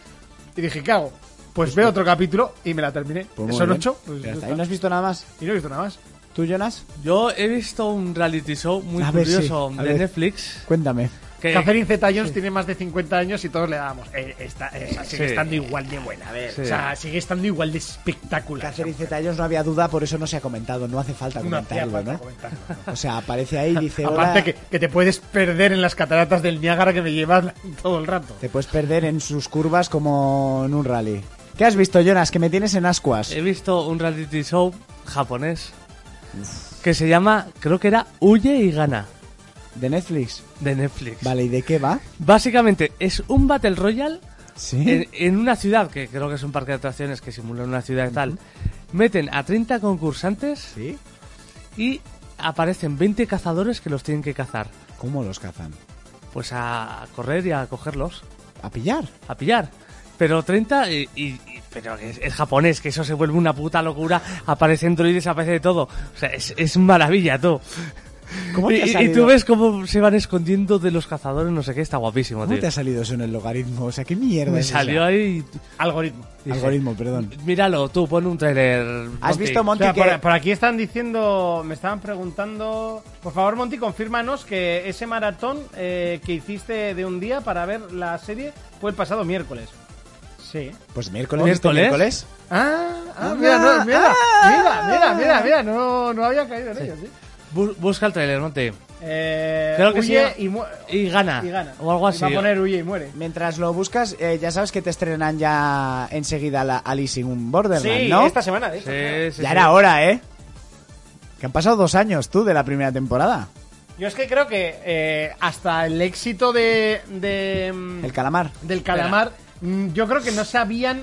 S4: Y dije, ¿qué hago? Pues veo otro capítulo y me la terminé.
S6: Pues muy
S4: Son
S6: bien.
S4: ocho. pues
S6: Ya
S4: ya
S6: está. ¿Y
S4: está.
S6: no has visto nada más?
S4: Y no he visto nada más.
S6: ¿Tú, Jonas?
S7: Yo he visto un reality show muy
S6: A ver, sí,
S7: curioso
S6: a
S7: de
S6: ver.
S7: Netflix.
S6: Cuéntame.
S7: Que,
S4: Catherine Zeta Jones tiene más de 50 años y todos le dábamos. eh, esta- eh, esa sigue
S7: Sí.
S4: estando igual de buena.
S7: Sí.
S4: O sea, sigue estando igual de espectacular.
S6: Catherine zeta Jones no había duda, por eso no se ha comentado. No hace falta
S4: No hacía
S6: comentarlo,
S4: falta
S6: ¿no?
S4: comentarlo.
S6: O sea, aparece ahí y dice:
S4: *laughs* Aparte
S6: Hola.
S4: que, que te puedes perder en las cataratas del Niágara que me llevan todo el rato.
S6: Te puedes perder en sus curvas como en un rally. ¿Qué has visto, Jonas? Que me tienes en ascuas.
S7: He visto un reality show japonés que se llama, creo que era Huye y Gana,
S6: ¿De Netflix?
S7: de Netflix.
S6: Vale, ¿y de qué va?
S7: Básicamente es un Battle Royale
S6: Sí.
S7: en, en una ciudad, que creo que es un parque de atracciones que simula una ciudad y tal. Meten a 30 concursantes
S6: ¿Sí?
S7: y aparecen 20 cazadores que los tienen que cazar.
S6: ¿Cómo los cazan?
S7: Pues a correr y a cogerlos,
S6: ¿A pillar?
S7: a pillar. Pero 30 y... y- y- pero que es, es japonés, que eso se vuelve una puta locura. Aparecen droides, aparece de todo. O sea, es, es maravilla, tú.
S6: ¿Cómo
S7: Y,
S6: te ha
S7: y- y
S6: salido?
S7: tú ves cómo se van escondiendo de los cazadores, no sé qué, está guapísimo,
S6: ¿Cómo
S7: tío.
S6: te ha salido eso en el logaritmo? O sea, ¿qué mierda
S7: Me
S6: es esa?
S7: salió ahí...
S4: Algoritmo.
S7: dije,
S6: Algoritmo, perdón.
S7: Míralo, tú, pon un trailer.
S6: ¿Has
S7: Monty".
S6: visto
S4: O
S6: Monty
S4: sea,
S6: que-
S4: por, por aquí están diciendo, me estaban preguntando, por favor Monty, confírmanos que ese maratón eh, que hiciste de un día para ver la serie fue el pasado miércoles. Sí.
S6: Pues miércoles.
S7: ¿Miércoles?
S6: este miércoles.
S4: Ah, ah, mira, no, mira, mira, mira, mira, mira, no, no había caído en ello, sí.
S7: Bu- busca el trailer, Monty.
S4: Eh,
S7: Creo que
S4: huye
S7: sí.
S4: y, mu-
S7: Y gana.
S4: y gana.
S7: O algo
S4: Y
S7: así.
S4: Va a poner huye y muere.
S6: Mientras lo buscas, eh, ya sabes que te estrenan ya enseguida la Alice in un Borderland,
S4: Sí,
S6: ¿no?
S4: esta semana, de hecho.
S7: Sí, sí,
S6: ya
S7: sí.
S6: era hora, ¿eh? Que han pasado dos años, tú, de la primera temporada.
S4: Yo es que creo que eh, hasta el éxito de, de, mm,
S6: El calamar.
S4: del calamar, mm, yo creo que no se habían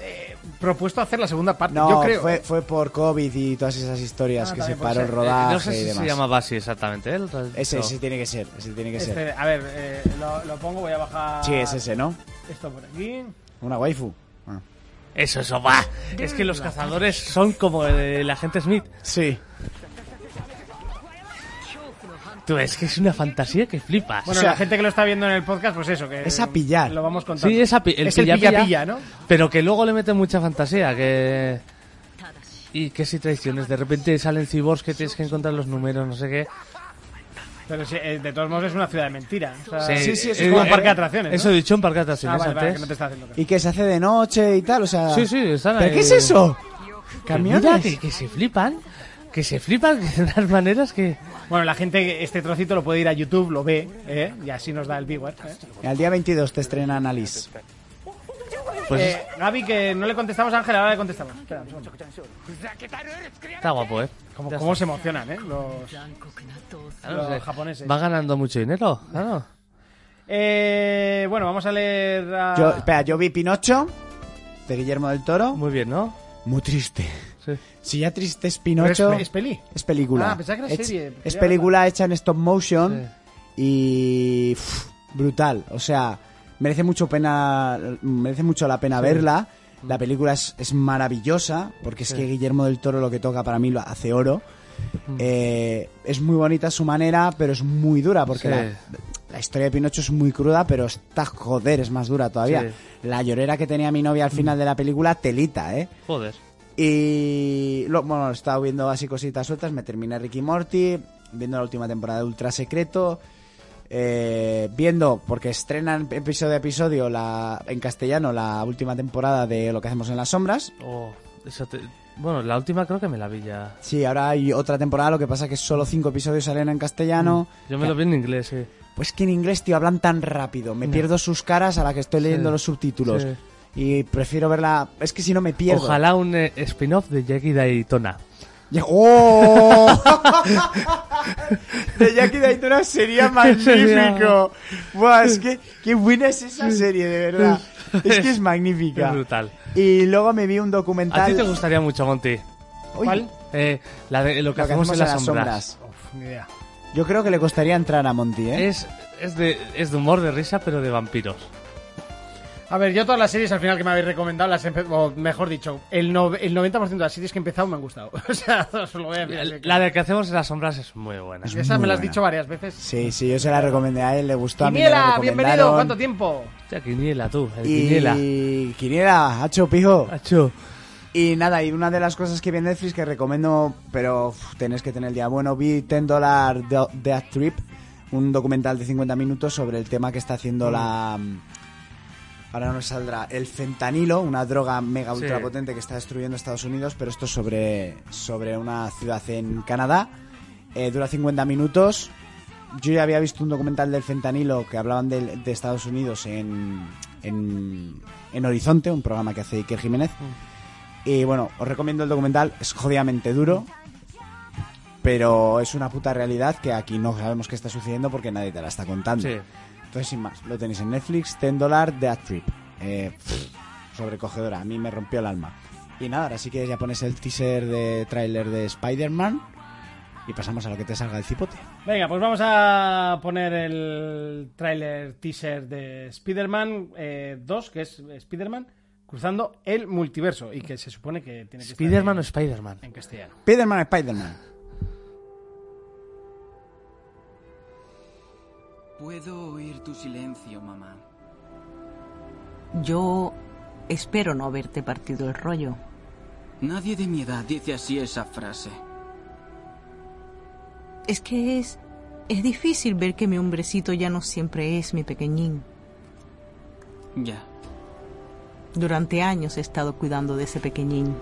S4: eh, propuesto hacer la segunda parte.
S6: No,
S4: yo creo.
S6: Fue, fue por COVID y todas esas historias
S4: Ah,
S6: que se
S4: también
S6: paró
S4: puede
S6: el
S4: ser.
S7: Eh,
S6: rodaje
S7: No sé
S6: y
S7: si
S6: demás.
S7: se llamaba así exactamente. ¿eh? El reality
S6: Ese,
S7: show.
S6: ese tiene que ser, ese tiene que ser.
S4: Este, a ver, eh, lo, lo pongo, voy a bajar
S6: Sí, es ese, ¿no?
S4: esto por aquí.
S6: Una waifu. Ah.
S7: Eso, eso va. Es que los cazadores son como el, el agente Smith.
S6: Sí.
S7: Tú, es que es una fantasía que flipas.
S4: Bueno,
S6: O sea,
S4: la gente que lo está viendo en el podcast, pues eso, que
S6: es a pillar.
S4: Lo vamos contando.
S7: sí, es, api- el
S4: Es el
S7: pilla-pilla,
S4: pilla-pilla, ¿no?
S7: Pero que luego le meten mucha fantasía. Que. Y que si traiciones. De repente salen cyborgs que tienes que encontrar los números, no sé qué.
S4: Pero sí, eh, de todos modos es una ciudad de mentira. O sea,
S6: Sí, sí, eso
S4: es
S6: es
S4: como
S6: eh,
S4: un parque de atracciones.
S7: Eso
S4: ¿no?
S7: he dicho, un parque de atracciones
S4: Ah, vale, vale,
S7: antes.
S4: que no te está haciendo caso.
S6: Y que se hace de noche y tal, o sea...
S7: Sí, eh, sí, están
S6: ¿Pero
S7: ahí.
S6: qué es eso?
S7: Que
S6: ¿Camiones?
S7: mira, que, que se flipan, que se flipan *laughs* de unas maneras que...
S4: Bueno, la gente, este trocito lo puede ir a YouTube, lo ve, ¿eh? y así nos da el viewer. ¿eh?
S6: Al día 22 te estrena Annalise.
S7: Pues
S4: Eh, Gaby, que no le contestamos a Ángel, ahora le contestamos. Espera un segundo.
S7: está guapo, ¿eh?
S4: ¿Cómo,
S7: Ya
S4: cómo se emocionan, eh? Los,
S7: está, no sé.
S4: los japoneses.
S7: Va ganando mucho dinero, claro.
S4: Eh, bueno, vamos a leer a...
S6: Yo, espera, yo vi Pinocho, de Guillermo del Toro. Muy,
S7: Muy bien, ¿no?
S6: triste.
S7: Sí.
S6: Si ya triste es
S4: Pero es-
S6: Pinocho...
S4: es peli.
S6: Es película.
S4: Ah, pensaba que era
S6: Es-
S4: serie.
S6: Es,
S4: Ya,
S6: película hecha en stop motion y pff, brutal. O sea, merece mucho pena, merece mucho la pena verla.
S4: Mm.
S6: La película es, es maravillosa porque es que Guillermo del Toro lo que toca para mí lo hace oro.
S4: Mm.
S6: Eh, es muy bonita su manera, pero es muy dura porque
S7: Sí.
S6: la, la historia de Pinocho es muy cruda, pero está joder, es más dura todavía.
S7: Sí.
S6: La llorera que tenía mi novia al final de la película, telita, ¿eh?
S7: Joder.
S6: Y lo- bueno, estaba viendo así cositas sueltas. Me terminé Ricky Morty, viendo la última temporada de Ultra Secreto. eh, viendo, porque estrenan episodio a episodio la, en castellano la última temporada de Lo que hacemos en las sombras.
S7: Oh, eso te- Bueno, la última creo que me la vi ya.
S6: Sí, ahora hay otra temporada, lo que pasa que solo cinco episodios salen en castellano.
S7: Yo me lo vi en inglés, sí.
S6: Pues que en inglés, tío, hablan tan rápido. Me pierdo sus caras a la que estoy leyendo los subtítulos.
S7: Sí.
S6: Y prefiero verla. Es que si no me pierdo.
S7: Ojalá un eh, spin-off de Jackie Daytona.
S6: Ya- ¡Oh! *laughs* de Jackie Daytona
S7: *laughs*
S6: sería magnífico. Buah, es que qué buena es esa serie, de verdad. Es que es magnífica.
S7: Es brutal.
S6: Y luego me vi un
S7: A
S6: documental.
S7: ti te gustaría mucho, Monty.
S6: Uy,
S4: ¿Cuál?
S7: Eh, la de lo que, hacemos, en las sombras.
S4: Uf, ni idea.
S6: Yo creo que le costaría entrar a Monty, ¿eh?
S7: Es, es, de, es de humor, de risa, pero de vampiros.
S4: A ver, yo todas las series al final que me habéis recomendado, las he empe- o mejor dicho, el, no- el 90% de las series que he empezado me han gustado. *laughs* O sea, os lo voy a decir.
S7: La,
S4: así que-
S7: la de que hacemos en las sombras es muy buena.
S4: Y esa me la has
S6: buena.
S4: dicho varias veces.
S6: Sí, sí, yo se la recomendé a él, le gustó a mí. me la
S4: Quiniela,
S6: recomendaron.
S4: bienvenido, ¿cuánto tiempo?
S7: Hostia, Quiniela, tú, el Quiniela.
S6: Y Quiniela, hacho pijo.
S7: Macho.
S6: Y nada, y una de las cosas que vi en Netflix que recomiendo, pero uf, tenéis que tener el día bueno, vi 10 Dollar Do- Death Trip, un documental de 50 minutos sobre el tema que está haciendo la... mm, Ahora no me saldrá. El fentanilo, una droga mega
S7: Sí.
S6: ultra potente que está destruyendo Estados Unidos, pero esto es sobre, sobre una ciudad en Canadá. Eh, dura 50 minutos. Yo ya había visto un documental del fentanilo que hablaban del- de, Estados Unidos en, en, en Horizonte, un programa que hace Iker Jiménez. Y bueno, os recomiendo el documental, es jodidamente duro, pero es una puta realidad que aquí no sabemos qué está sucediendo porque nadie te la está contando.
S7: Sí.
S6: Entonces, sin más, lo tenéis en Netflix, 10 dólares de Trip. Eh, pff, sobrecogedora, a mí me rompió el alma. Y nada, ahora sí que ya pones el teaser de tráiler de Spider-Man y pasamos a lo que te salga el cipote.
S4: Venga, pues vamos a poner el tráiler teaser de Spider-Man eh, 2, que es Spider-Man cruzando el multiverso y que se supone que tiene que
S7: ¿Spiderman o
S4: estar
S7: Spiderman?
S4: en, en castellano.
S6: Spider-Man, Spider-Man.
S8: Puedo oír tu silencio, mamá.
S9: Yo espero no haberte partido el rollo.
S8: Nadie de mi edad dice así esa frase.
S9: Es que es... Es difícil ver que mi hombrecito ya no siempre es mi pequeñín.
S8: Ya.
S9: Durante años he estado cuidando de ese pequeñín.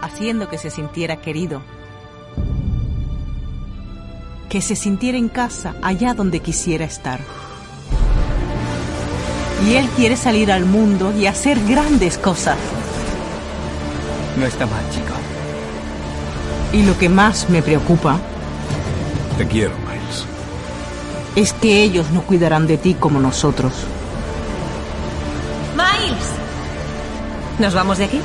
S9: Haciendo que se sintiera querido. Que se sintiera en casa, allá donde quisiera estar. Y él quiere salir al mundo y hacer grandes cosas.
S8: No está mal, chico.
S9: Y lo que más me preocupa
S5: Te quiero, Miles.
S9: es que ellos no cuidarán de ti como nosotros.
S10: Miles. ¿Nos vamos de aquí?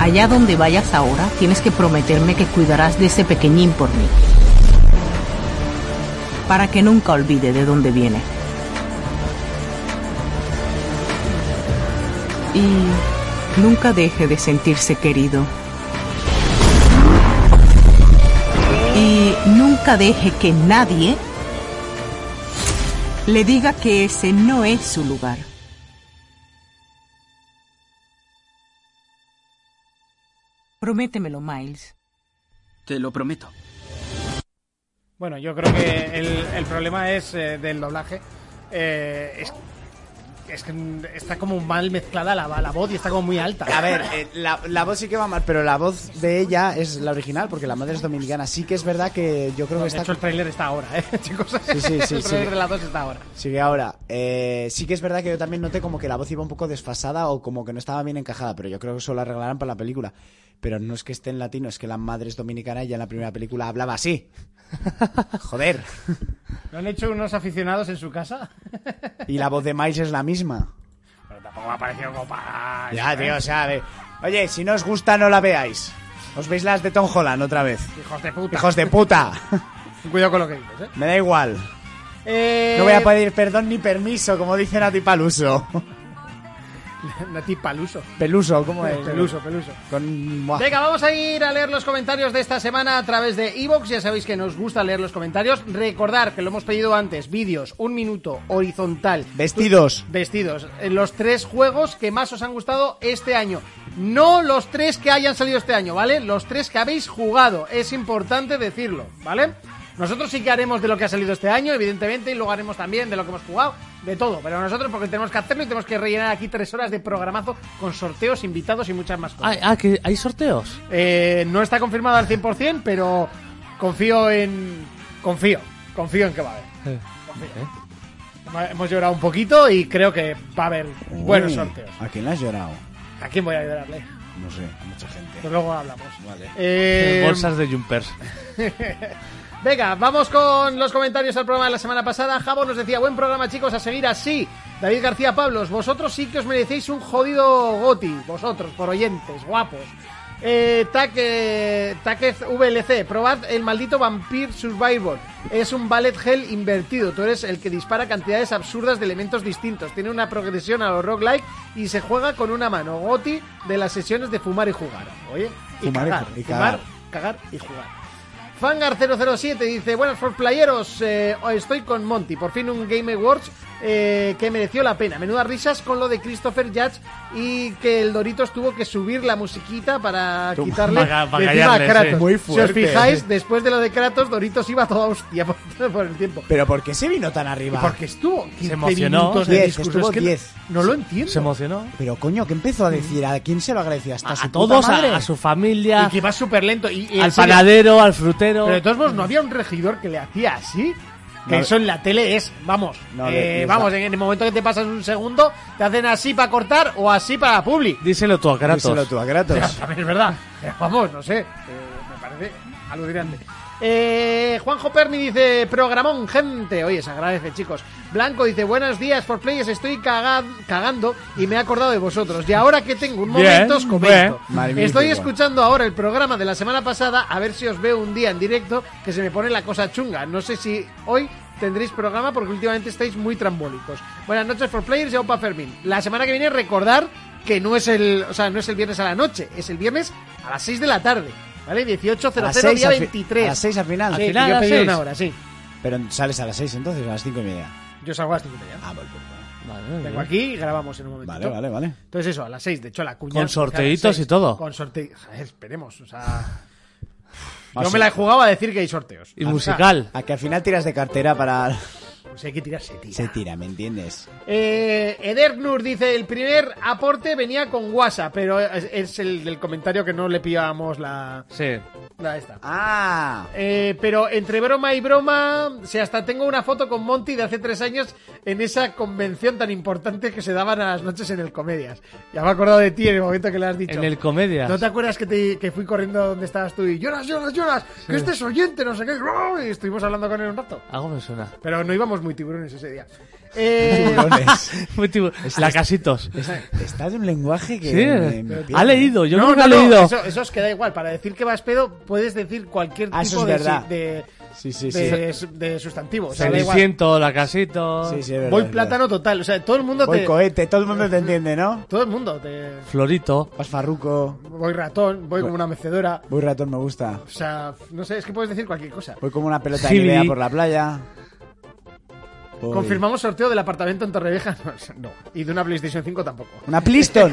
S9: Allá donde vayas ahora, tienes que prometerme que cuidarás de ese pequeñín por mí. Para que nunca olvide de dónde viene. Y nunca deje de sentirse querido. Y nunca deje que nadie le diga que ese no es su lugar. Prométemelo, Miles.
S8: Te lo prometo.
S4: Bueno, yo creo que el, el problema es eh, del doblaje. Eh, es, es que está como mal mezclada la, la voz y está como muy alta.
S6: A ver, eh, la, la voz sí que va mal, pero la voz de ella es la original porque la madre es dominicana. Sí que es verdad que yo creo que
S4: de
S6: está
S4: hecho, el tráiler está ahora, ¿eh, *laughs* chicos?
S6: Sí, sí, sí,
S4: el tráiler
S6: sí.
S4: de la 2 está ahora.
S6: Sí, que ahora. eh, sí que es verdad que yo también noté como que la voz iba un poco desfasada o como que no estaba bien encajada, pero yo creo que eso lo arreglarán para la película. Pero no es que esté en latino, es que la madre es dominicana y ya en la primera película
S4: *laughs*
S6: hablaba así. Joder.
S4: ¿Lo han hecho unos aficionados en su casa?
S6: Y la voz de Miles es la misma.
S4: Pero tampoco me ha parecido como para...
S6: Ya, tío, o sea, a ver. Oye, si no os gusta, no la veáis. Os veis las de Tom Holland otra vez.
S4: Hijos de puta.
S6: Hijos de puta. *laughs*
S4: Cuidado con lo que dices, ¿eh?
S6: Me da igual.
S4: eh...
S6: No voy a pedir perdón ni permiso, como dice Nati Paluso.
S4: *laughs* Nati Paluso.
S6: *laughs* Peluso, ¿cómo es?
S4: Peluso, peluso.
S6: Con... Buah.
S4: Ah. Venga, vamos a ir a leer los comentarios de esta semana a través de Evox. Ya sabéis que nos gusta leer los comentarios. Recordar que lo hemos pedido antes: vídeos, un minuto, horizontal.
S6: Vestidos.
S4: Vestidos. Eh, Los tres juegos que más os han gustado este año. No los tres que hayan salido este año, ¿vale? Los tres que habéis jugado. Es importante decirlo, ¿vale? Nosotros sí que haremos de lo que ha salido este año, evidentemente, y luego haremos también de lo que hemos jugado, de todo. Pero nosotros, porque tenemos que hacerlo y tenemos que rellenar aquí tres horas de programazo con sorteos, invitados y muchas más cosas.
S7: Ah, ah, que hay sorteos.
S4: Eh, no está confirmado al 100%, pero confío en. Confío. Confío en que va a haber. Hemos llorado un poquito y creo que va a haber buenos
S6: Uy,
S4: sorteos.
S6: ¿A quién le has llorado?
S4: ¿A quién voy a llorarle?
S6: No sé, a mucha gente.
S4: Pues luego hablamos.
S6: Vale.
S4: Eh,
S7: Bolsas de Jumpers.
S4: Venga, vamos con los comentarios al programa de la semana pasada. Javo nos decía, buen programa chicos, a seguir así. David García Pablos, vosotros sí que os merecéis un jodido goti, vosotros, por oyentes, guapos. Eh, Taque- Taquez VLC, probad el maldito Vampire Survivor. Es un ballet hell invertido. Tú eres el que dispara cantidades absurdas de elementos distintos. Tiene una progresión a los roguelike y se juega con una mano. Goti de las sesiones de fumar y jugar. Oye, y
S6: Fumar y
S4: cagar,
S6: ju- y
S4: fumar,
S6: cagar.
S4: cagar y jugar. Fangar007 dice, buenas for playeros, eh, estoy con Monty, por fin un Game Awards eh, que mereció la pena. Menudas risas con lo de Christopher Judge y que el Doritos tuvo que subir la musiquita para
S7: Tú, eh.
S4: quitarle
S7: para- para
S4: de encima a
S7: callarle, sí.
S4: Kratos.
S6: Muy
S4: Si os
S6: fuerte. eh.
S4: fijáis, después de lo de Kratos, Doritos iba toda hostia por, *laughs* por el tiempo.
S6: ¿Pero por qué se vino tan arriba?
S4: Porque estuvo 15
S7: emocionó.
S4: minutos de
S6: Diez,
S4: discurso,
S6: estuvo
S4: es que
S6: diez.
S4: No, no lo entiendo.
S7: Se emocionó.
S6: Pero coño, ¿qué empezó a decir? ¿A quién se lo agradeció? Hasta
S7: A,
S6: su
S7: a
S6: puta
S7: todos,
S6: madre?
S7: a, a su familia,
S4: y que va súper lento. Y, y en
S7: al
S4: serio,
S7: panadero, al frutero.
S4: Pero de todos modos, ¿no había un regidor que le hacía así? Que
S6: No.
S4: eso en la tele es, vamos,
S6: No,
S4: eh,
S6: le- les
S4: vamos,
S6: da-
S4: en el momento que te pasas un segundo, te hacen así para cortar o así para publi.
S7: Díselo tú a Kratos.
S6: Díselo tú, a Gratos.
S4: También es verdad. Eh, Vamos, no sé, eh, me parece alucinante. Eh, Juanjo Perni dice, programón, gente. Oye, se agradece, chicos. Blanco dice, buenos días, por players, estoy caga- cagando y me he acordado de vosotros. Y ahora que tengo un
S7: Bien,
S4: momento, os comento.
S6: bien. Magnífico.
S4: Estoy escuchando ahora el programa de la semana pasada, a ver si os veo un día en directo, que se me pone la cosa chunga. No sé si hoy tendréis programa porque últimamente estáis muy trambólicos. Buenas noches, for players y Opa Fermín. La semana que viene recordar que no es el, o sea, no es el viernes a la noche, es el viernes a las 6 de la tarde, ¿vale? 18.00 día
S6: al fi-
S4: 23.
S6: A las seis al final.
S4: Sí,
S7: final
S4: yo
S7: a las
S4: pedí
S7: seis.
S4: una hora, sí.
S6: Pero sales a las seis entonces, a las cinco y media.
S4: Yo salgo a las 5 y media.
S6: Ah, vale, vale.
S7: Vale, muy
S4: Vengo
S7: bien.
S4: aquí y grabamos en un momento.
S6: Vale, vale, vale.
S4: Entonces eso, a las 6, de hecho la cuña...
S7: Con sorteitos
S4: a las seis.
S7: y todo.
S4: Con sorteitos, esperemos, o sea...
S6: O
S4: Yo me
S6: sea,
S4: la he jugado a decir que hay sorteos.
S7: Y musical.
S6: A que al final tiras de cartera para...
S4: O sea, hay que tirarse, tío.
S6: *laughs* Se tira, ¿me entiendes?
S4: Eh, Edernur dice, el primer aporte venía con WhatsApp, pero es, es el del comentario que no le pillamos la,
S7: Sí.
S4: la esta.
S6: ¡Ah!
S4: Eh, pero entre broma y broma, si hasta tengo una foto con Monty de hace tres años en esa convención tan importante que se daban a las noches en el Comedias. Ya me he acordado de ti en el momento que le has dicho.
S7: En el comedia.
S4: ¿No te acuerdas que, te- que fui corriendo donde estabas tú y lloras, lloras, lloras? Que este es oyente, no sé qué. Y estuvimos hablando con él un rato.
S7: Algo me suena.
S4: Pero no íbamos muy tiburones ese día. Eh,
S7: *laughs* Muy tipo- La casitos.
S6: Está de un lenguaje que...
S7: Sí,
S6: me- ¿eh? me pierde.
S7: ha leído, yo
S4: no,
S7: nunca
S4: no,
S7: he
S4: no,
S7: leído.
S4: Eso, eso os queda igual. Para decir que vas pedo, puedes decir cualquier
S6: Ah, eso
S4: tipo
S6: es
S4: de,
S6: verdad.
S4: de-
S6: Sí, sí,
S4: de- de sustantivo. O sea, da igual.
S7: Ceniciento, la casito.
S6: Sí, sí, es verdad,
S4: Voy
S6: es verdad.
S4: plátano total. O sea, todo el mundo
S6: Voy
S4: te.
S6: cohete, todo el mundo te entiende, ¿no?
S4: Todo el mundo te.
S7: Florito.
S6: Vas farruco,
S4: Voy ratón, voy como una mecedora.
S6: voy ratón, me gusta.
S4: O sea, no sé, es que puedes decir cualquier cosa.
S6: Voy como una pelota
S7: Gili.
S6: de idea por la playa. Uy.
S4: Confirmamos sorteo del apartamento en Torrevieja. *laughs* No, no. y de una PlayStation 5 tampoco.
S6: Una Pliston.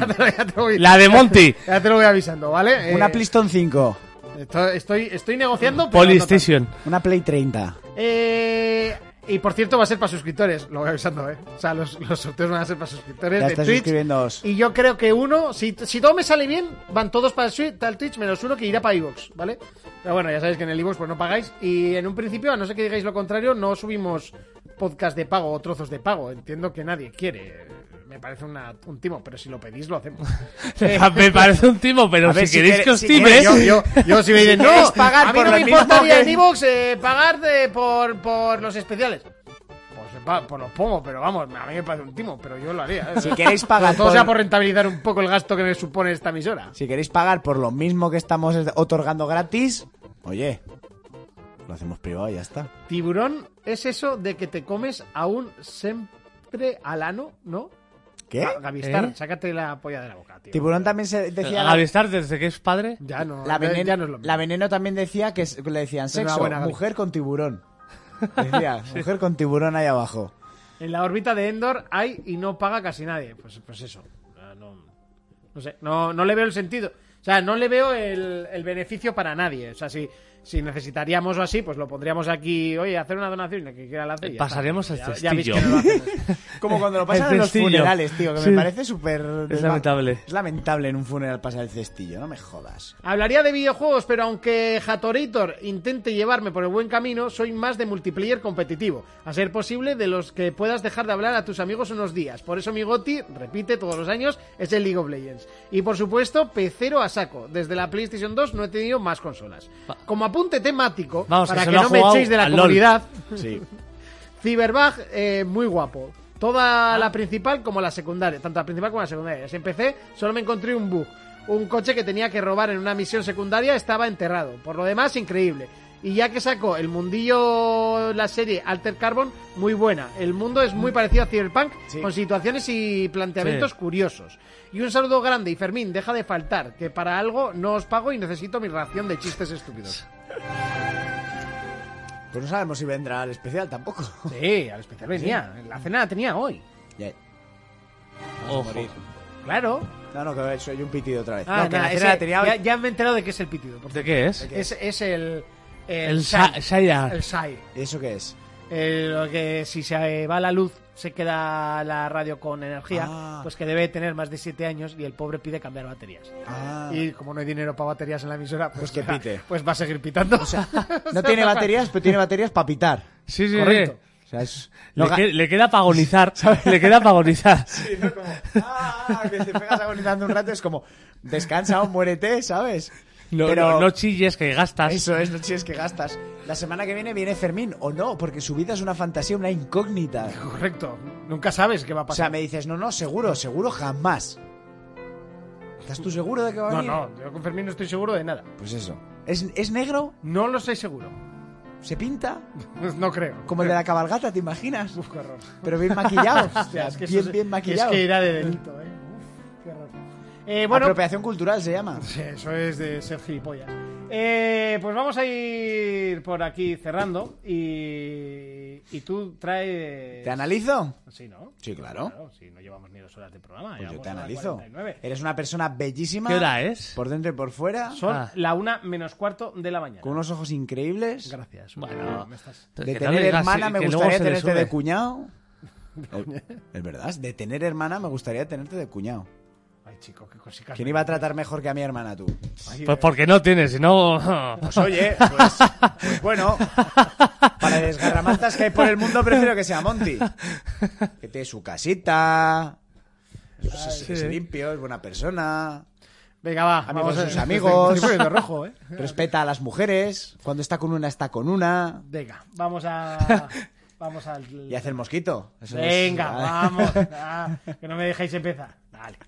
S4: *laughs* Ya te lo- ya te lo voy-
S7: La de Monty.
S4: *laughs* Ya te lo voy avisando, ¿vale? Eh,
S6: Una Pliston 5.
S4: esto- estoy, estoy negociando. pero no tanto.
S7: Polystation.
S6: Una Play 30.
S4: Eh, y por cierto, va a ser para suscriptores. Lo voy avisando, ¿eh? O sea, los, los sorteos van a ser para suscriptores
S6: Ya
S4: de
S6: estás
S4: Twitch.
S6: suscribiéndoos.
S4: Y yo creo que uno, si, si todo me sale bien, van todos para el Switch, para el Twitch, menos uno que irá para iVoox, ¿vale? Pero bueno, ya sabéis que en el iVoox pues no pagáis. Y en un principio, a no ser que digáis lo contrario, no subimos podcast de pago o trozos de pago. Entiendo que nadie quiere. Me parece una- un timo, pero si lo pedís, lo hacemos. Eh,
S7: Me parece un timo, pero
S6: A ver,
S7: si
S6: si
S7: queréis
S6: quiere-
S7: que os eh,
S6: si
S7: times.
S4: yo, yo, yo
S6: *laughs*
S4: si me dicen, no,
S6: queréis pagar
S4: a mí
S6: por
S4: no me
S6: lo mismo
S4: importaría
S6: que-
S4: en Evox eh, pagar de- por, por los especiales. Pues, va, pues los pongo, pero vamos, a mí me parece un timo, pero yo lo haría. ¿eh?
S6: Si queréis pagar
S4: Todo sea
S6: por-
S4: por rentabilizar un poco el gasto que me supone esta emisora.
S6: Si queréis pagar por lo mismo que estamos otorgando gratis, oye, lo hacemos privado y ya está.
S4: Tiburón es eso de que te comes aún siempre al ano, ¿no?
S6: ¿Qué?
S4: Ga- Gavistar,
S7: ¿Eh?
S4: sácate la polla de la boca, tío.
S6: Tiburón también se decía...
S7: A Avistar desde que es padre.
S4: Ya no,
S6: La,
S4: ya-
S6: veneno,
S4: Ah, ya no es lo mismo.
S6: la veneno también decía que s- que le decían
S4: Pero una
S6: sexo,
S4: buena, Gaby.
S6: mujer con
S4: *laughs*
S6: tiburón. Decía, mujer con tiburón ahí abajo.
S4: En la órbita de Endor hay y no paga casi nadie. Pues, pues eso. Ah, No, no sé, no, no le veo el sentido. O sea, no le veo el, el beneficio para nadie. O sea, si, si necesitaríamos o así, pues lo pondríamos aquí, oye, hacer una donación, el que quiera la hace. y ya
S7: Pasaremos
S4: está.
S7: al
S4: Ya- ya veis
S7: cestillo.
S4: que no lo hacemos.
S6: Como cuando lo
S7: El
S6: pasan en los
S7: cestillo.
S6: funerales, tío, que
S7: Sí.
S6: me parece súper... desma-
S7: lamentable.
S6: Es lamentable en un funeral pasar el cestillo, no me jodas.
S4: Hablaría de videojuegos, pero aunque Hatorator intente llevarme por el buen camino, soy más de multiplayer competitivo. A ser posible, de los que puedas dejar de hablar a tus amigos unos días. Por eso mi goti, repite todos los años, es el League of Legends. Y por supuesto, pecero a saco. Desde la PlayStation 2 no he tenido más consolas. Como apunte temático,
S7: Vamos, que
S4: para
S7: se
S4: que,
S7: lo ha
S4: no me
S7: jugado
S4: echéis de la
S7: al LOL.
S4: comunidad,
S6: Sí.
S4: Cyberbug, eh, muy guapo. Toda la principal como la secundaria, tanto la principal como la secundaria. Si empecé, solo me encontré un bug. Un coche que tenía que robar en una misión secundaria estaba enterrado. Por lo demás, increíble. Y ya que sacó el mundillo, la serie Alter Carbon, muy buena. El mundo es muy parecido a Cyberpunk,
S6: Sí.
S4: con situaciones y planteamientos
S7: Sí.
S4: curiosos. Y un saludo grande y Fermín, deja de faltar, que para algo no os pago y necesito mi ración de chistes estúpidos.
S6: Pues no sabemos si vendrá el especial tampoco. *laughs*
S4: Sí, al especial venía. La cena la tenía hoy.
S6: Ya.
S7: Ojo.
S4: Claro.
S6: No, no, que soy un pitido otra vez.
S4: Ah,
S6: no, que
S4: nada,
S6: la
S4: ese-
S6: cena la tenía hoy.
S4: ya, ya me he enterado de que es el pitido. por
S7: ¿De qué es?
S4: favor. Es, es el.
S7: El Sa- Shayar.
S4: El Sai.
S6: ¿Eso qué es?
S4: El- lo que si se va la luz, se queda la radio con energía.
S6: Ah.
S4: Pues que debe tener más de 7 años y el pobre pide cambiar baterías.
S6: Ah.
S4: Y como no hay dinero para baterías en la emisora, pues,
S6: Pues que
S4: ya-
S6: pite.
S4: Pues *laughs* va a seguir pitando. *laughs*
S6: No tiene baterías, pero tiene baterías para pitar.
S7: Sí, sí, sí.
S4: Correcto.
S6: O sea, es...
S7: Le,
S6: No, ga-
S7: que- le queda pagonizar. Le queda pagonizar.
S6: *laughs* ah, ah, que te pegas agonizando un rato es como descansa o muérete, ¿sabes?
S7: No,
S6: Pero
S7: no- no chilles, que gastas.
S6: eso es, no chilles que gastas. La semana que viene viene Fermín o no, porque su vida es una fantasía, una incógnita.
S4: *laughs* Correcto. Nunca sabes qué va a
S6: O sea,
S4: pasar.
S6: me dices, no, no, seguro, seguro jamás. ¿Estás tú seguro de que va a
S4: no,
S6: venir?
S4: no, yo con Fermín no estoy seguro de nada.
S6: Pues eso. ¿Es, es negro?
S4: No lo estoy seguro.
S6: ¿Se pinta?
S4: No creo.
S6: Como el de la cabalgata, ¿te imaginas?
S4: Uf, qué horror.
S6: Pero bien maquillado. *laughs* o sea,
S4: Hostia, es que eso
S6: bien,
S4: es-
S6: bien maquillado.
S4: Es que era de delito, eh. Uf, qué horror. Eh, bueno,
S6: Apropiación cultural se llama.
S4: sí, eso es de ser gilipollas. Eh, pues vamos a ir por aquí cerrando y, y tú traes...
S6: ¿Te analizo?
S4: Sí, ¿no?
S6: Sí, claro.
S4: sí, no llevamos ni dos horas de programa.
S6: Pues yo
S4: llevamos
S6: te
S4: a las
S6: analizo. Eh,
S4: 49.
S6: Eres una persona bellísima.
S7: ¿Qué hora es?
S6: Por dentro y por fuera.
S4: Son
S7: Ah.
S4: la una menos cuarto de la mañana.
S6: Con Ah. unos ojos increíbles.
S4: Gracias.
S7: Bueno,
S4: Me estás-
S6: De
S7: que no
S6: tener
S7: digas,
S6: hermana
S7: sí,
S6: me
S7: que luego
S6: gustaría
S7: se le
S6: tenerte de
S7: sube. *laughs*
S6: cuñado. Oh, Es verdad, de tener hermana me gustaría tenerte de cuñado.
S4: Ay, chico, qué cositas.
S6: ¿Quién iba a tratar mejor que a mi hermana tú?
S4: Ay,
S7: Pues
S4: eh,
S7: porque no tienes, si no.
S6: Pues oye, pues, pues bueno, para desgarramantas que hay por el mundo prefiero que sea Monty. Que tiene su casita, pues es, es limpio, es buena persona,
S4: Venga, va.
S6: Amigos
S4: vamos
S6: de
S4: a-
S6: sus
S4: *laughs*
S6: amigos.
S4: Estoy poniendo rojo, eh.
S6: respeta a las mujeres, cuando está con una está con una
S4: Venga, vamos
S6: *laughs*
S4: a... Vamos al...
S6: y hace el mosquito. Eso es-
S4: Venga, vamos. Ah, que no me dejáis empezar. Dale.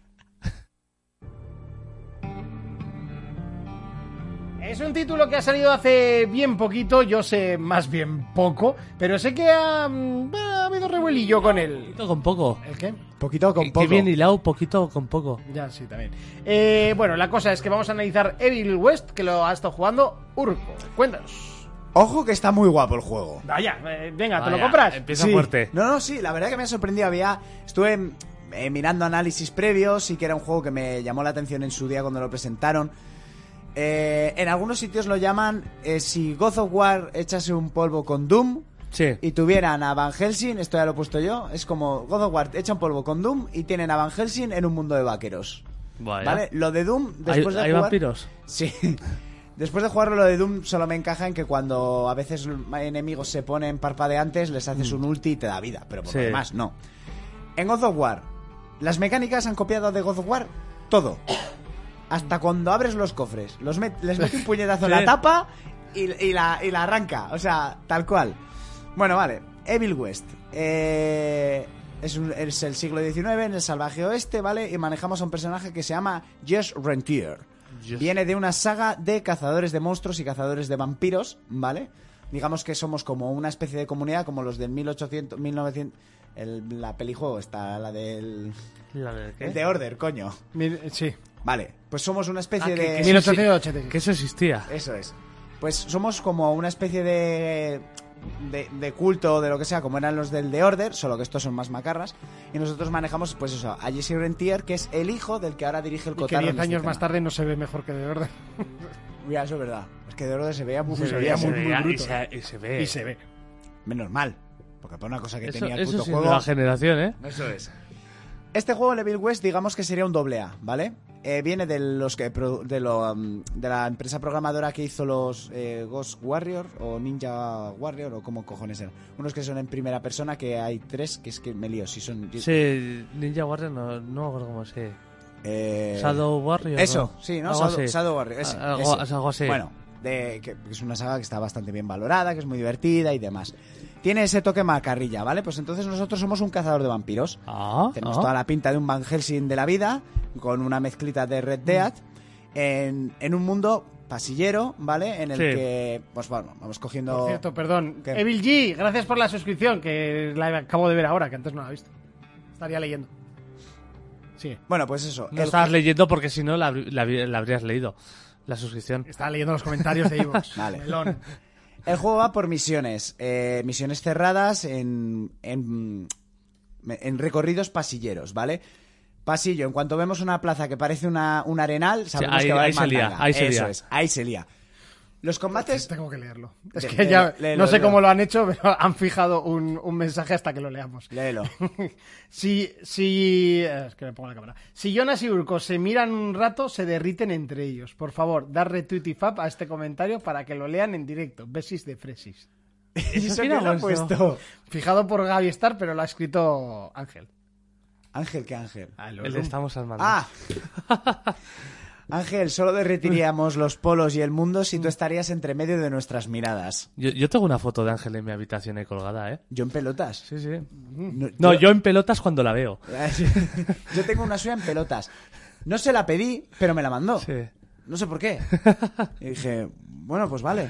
S4: Es un título que ha salido hace bien poquito, yo sé más bien poco, pero sé que ha, mm, ha habido revuelillo con él.
S7: Poquito con poco.
S4: ¿El qué?
S6: Poquito con
S7: Qué-
S6: poco.
S7: Qué bien hilado, poquito con poco.
S4: Ya, sí, también. Eh, bueno, la cosa es que vamos a analizar Evil West, que lo ha estado jugando Urco. Cuéntanos.
S6: Ojo que está muy guapo el juego.
S4: Vaya, eh, venga, ¿te lo
S7: Vaya,
S4: compras?
S7: Empieza
S6: Sí.
S7: fuerte.
S6: No, no, sí, la verdad que me ha sorprendido. Había. Estuve eh, mirando análisis previos y que era un juego que me llamó la atención en su día cuando lo presentaron. Eh, en algunos sitios lo llaman eh, si God of War echase un polvo con Doom
S7: Sí.
S6: y tuvieran a Van Helsing, esto ya lo he puesto yo, es como God of War echa un polvo con Doom y tienen a Van Helsing en un mundo de vaqueros.
S7: Vaya.
S6: ¿Vale? Lo de Doom, después
S7: ¿Hay-
S6: de
S7: hay
S6: jugar-
S7: vampiros?
S6: Sí. Después de jugarlo lo de Doom, solo me encaja en que cuando a veces enemigos se ponen parpadeantes, les haces un ulti y te da vida, pero por lo
S7: Mm. Sí.
S6: demás no. En God of War, las mecánicas han copiado de God of War todo. Hasta cuando abres los cofres. Los met- les mete un puñetazo en la
S7: Sí.
S6: tapa y, y la, y la arranca. O sea, tal cual. Bueno, vale. Evil West. Eh, es, un- es el siglo XIX, en el salvaje oeste, ¿vale? Y manejamos a un personaje que se llama Jess Rentier. Viene de una saga de cazadores de monstruos y cazadores de vampiros, ¿vale? Digamos que somos como una especie de comunidad, como los del 1800, 1900... el- la pelijuego está, la del...
S7: La de- ¿qué?
S6: El de Order, coño.
S4: Mil- sí.
S6: Vale, pues somos una especie
S7: Ah, que-
S6: de...
S7: que sí,
S4: 1880.
S7: Que eso existía.
S6: Eso es. Pues somos como una especie de, de, de culto o de lo que sea, como eran los del The Order, solo que estos son más macarras. Y nosotros manejamos, pues eso, a Jesse Rentier, que es el hijo del que ahora dirige
S4: Y
S6: el
S4: que
S6: Cotarro.
S4: 10
S6: en este
S4: años más
S6: tema.
S4: tarde no se ve mejor que de verdad.
S6: Ya, eso es verdad. Es que The Order se veía muy,
S4: Se
S6: se
S4: veía
S6: veía
S4: muy-
S6: muy-
S4: muy
S7: veía- y,
S4: bruto.
S7: se, y se ve.
S4: Y se ve.
S6: Menos mal. Porque para una cosa que
S7: Eso,
S6: tenía el
S7: eso
S6: puto
S7: sí es
S6: juego.
S7: nueva generación, ¿eh?
S6: Eso es. Este juego, Evil West, digamos que sería un doble A, ¿vale? Eh, viene de los que produ- de, lo, um, de la empresa programadora que hizo los eh, Ghost Warrior o Ninja Warrior o como cojones eran. Unos que son en primera persona, que hay tres, que es que me lío, si son...
S7: Sí, Ninja Warrior no, no me acuerdo cómo se.
S6: eh,
S7: Shadow Warrior.
S6: Eso, sí, ¿no?
S7: Algo
S6: Shadow,
S7: así.
S6: Shadow Warrior, ese,
S7: Algo,
S6: ese.
S7: es algo así.
S6: Bueno, de- que, que es una saga que está bastante bien valorada, que es muy divertida y demás. Tiene ese toque macarrilla, ¿vale? Pues entonces nosotros somos un cazador de vampiros.
S7: Ah,
S6: Tenemos
S7: ah.
S6: toda la pinta de un Van Helsing de la vida, con una mezclita de Red Dead,
S7: Mm.
S6: en, en un mundo pasillero, ¿vale? En el
S7: Sí.
S6: que, pues bueno, vamos cogiendo...
S4: Por cierto, perdón.
S6: ¿Qué?
S4: Evil G, gracias por la suscripción, que la acabo de ver ahora, que antes no la he visto. Estaría leyendo. Sí,
S6: Bueno, pues eso.
S7: No
S6: el-
S7: estabas leyendo porque si no la, la- la habrías leído. La suscripción.
S4: estaba leyendo los
S6: *laughs*
S4: comentarios de Evox.
S6: Vale.
S4: Melón.
S6: El juego va por misiones. eh, misiones cerradas en, en, en recorridos pasilleros, ¿vale? Pasillo, en cuanto vemos una plaza que parece una, un arenal, sabemos
S7: ahí-
S6: que va a
S7: ahí
S6: ir
S7: se lía,
S6: mandanga.
S7: ahí se
S6: Eso
S7: lía.
S6: es, ahí se lía. Los combates...
S4: Tengo que leerlo. Es
S6: Le-
S4: que
S6: le-
S4: ya
S6: léelo,
S4: no sé
S6: léelo.
S4: cómo lo han hecho, *laughs* pero han fijado un, un mensaje hasta que lo leamos. *laughs*
S7: *laughs*
S6: Léelo.
S4: si, si, eh, es que me pongo la cámara. Si Jonas y Urco se miran un rato, se derriten entre ellos. Por favor, dar retweet y fab a este comentario para que lo lean en directo. Besis de fresis.
S6: *laughs* ¿Y eso
S7: quién
S6: quién lo
S7: ha
S6: ha
S7: puesto?
S6: puesto?
S4: Fijado por Gaby Star, pero lo ha escrito Ángel.
S6: Ángel, ¿qué Ángel?
S7: El de Estamos al mando.
S6: Ah. Ángel, solo derretiríamos los polos y el mundo si tú estarías entre medio de nuestras miradas.
S7: Yo, yo tengo una foto de Ángel en mi habitación ahí colgada, ¿eh?
S6: Yo en pelotas.
S7: Sí, sí.
S6: No,
S7: No, yo en pelotas cuando la veo.
S6: Yo tengo una suya en pelotas. No se la pedí, pero me la mandó.
S7: Sí.
S6: No sé por qué. Y dije, bueno, pues vale.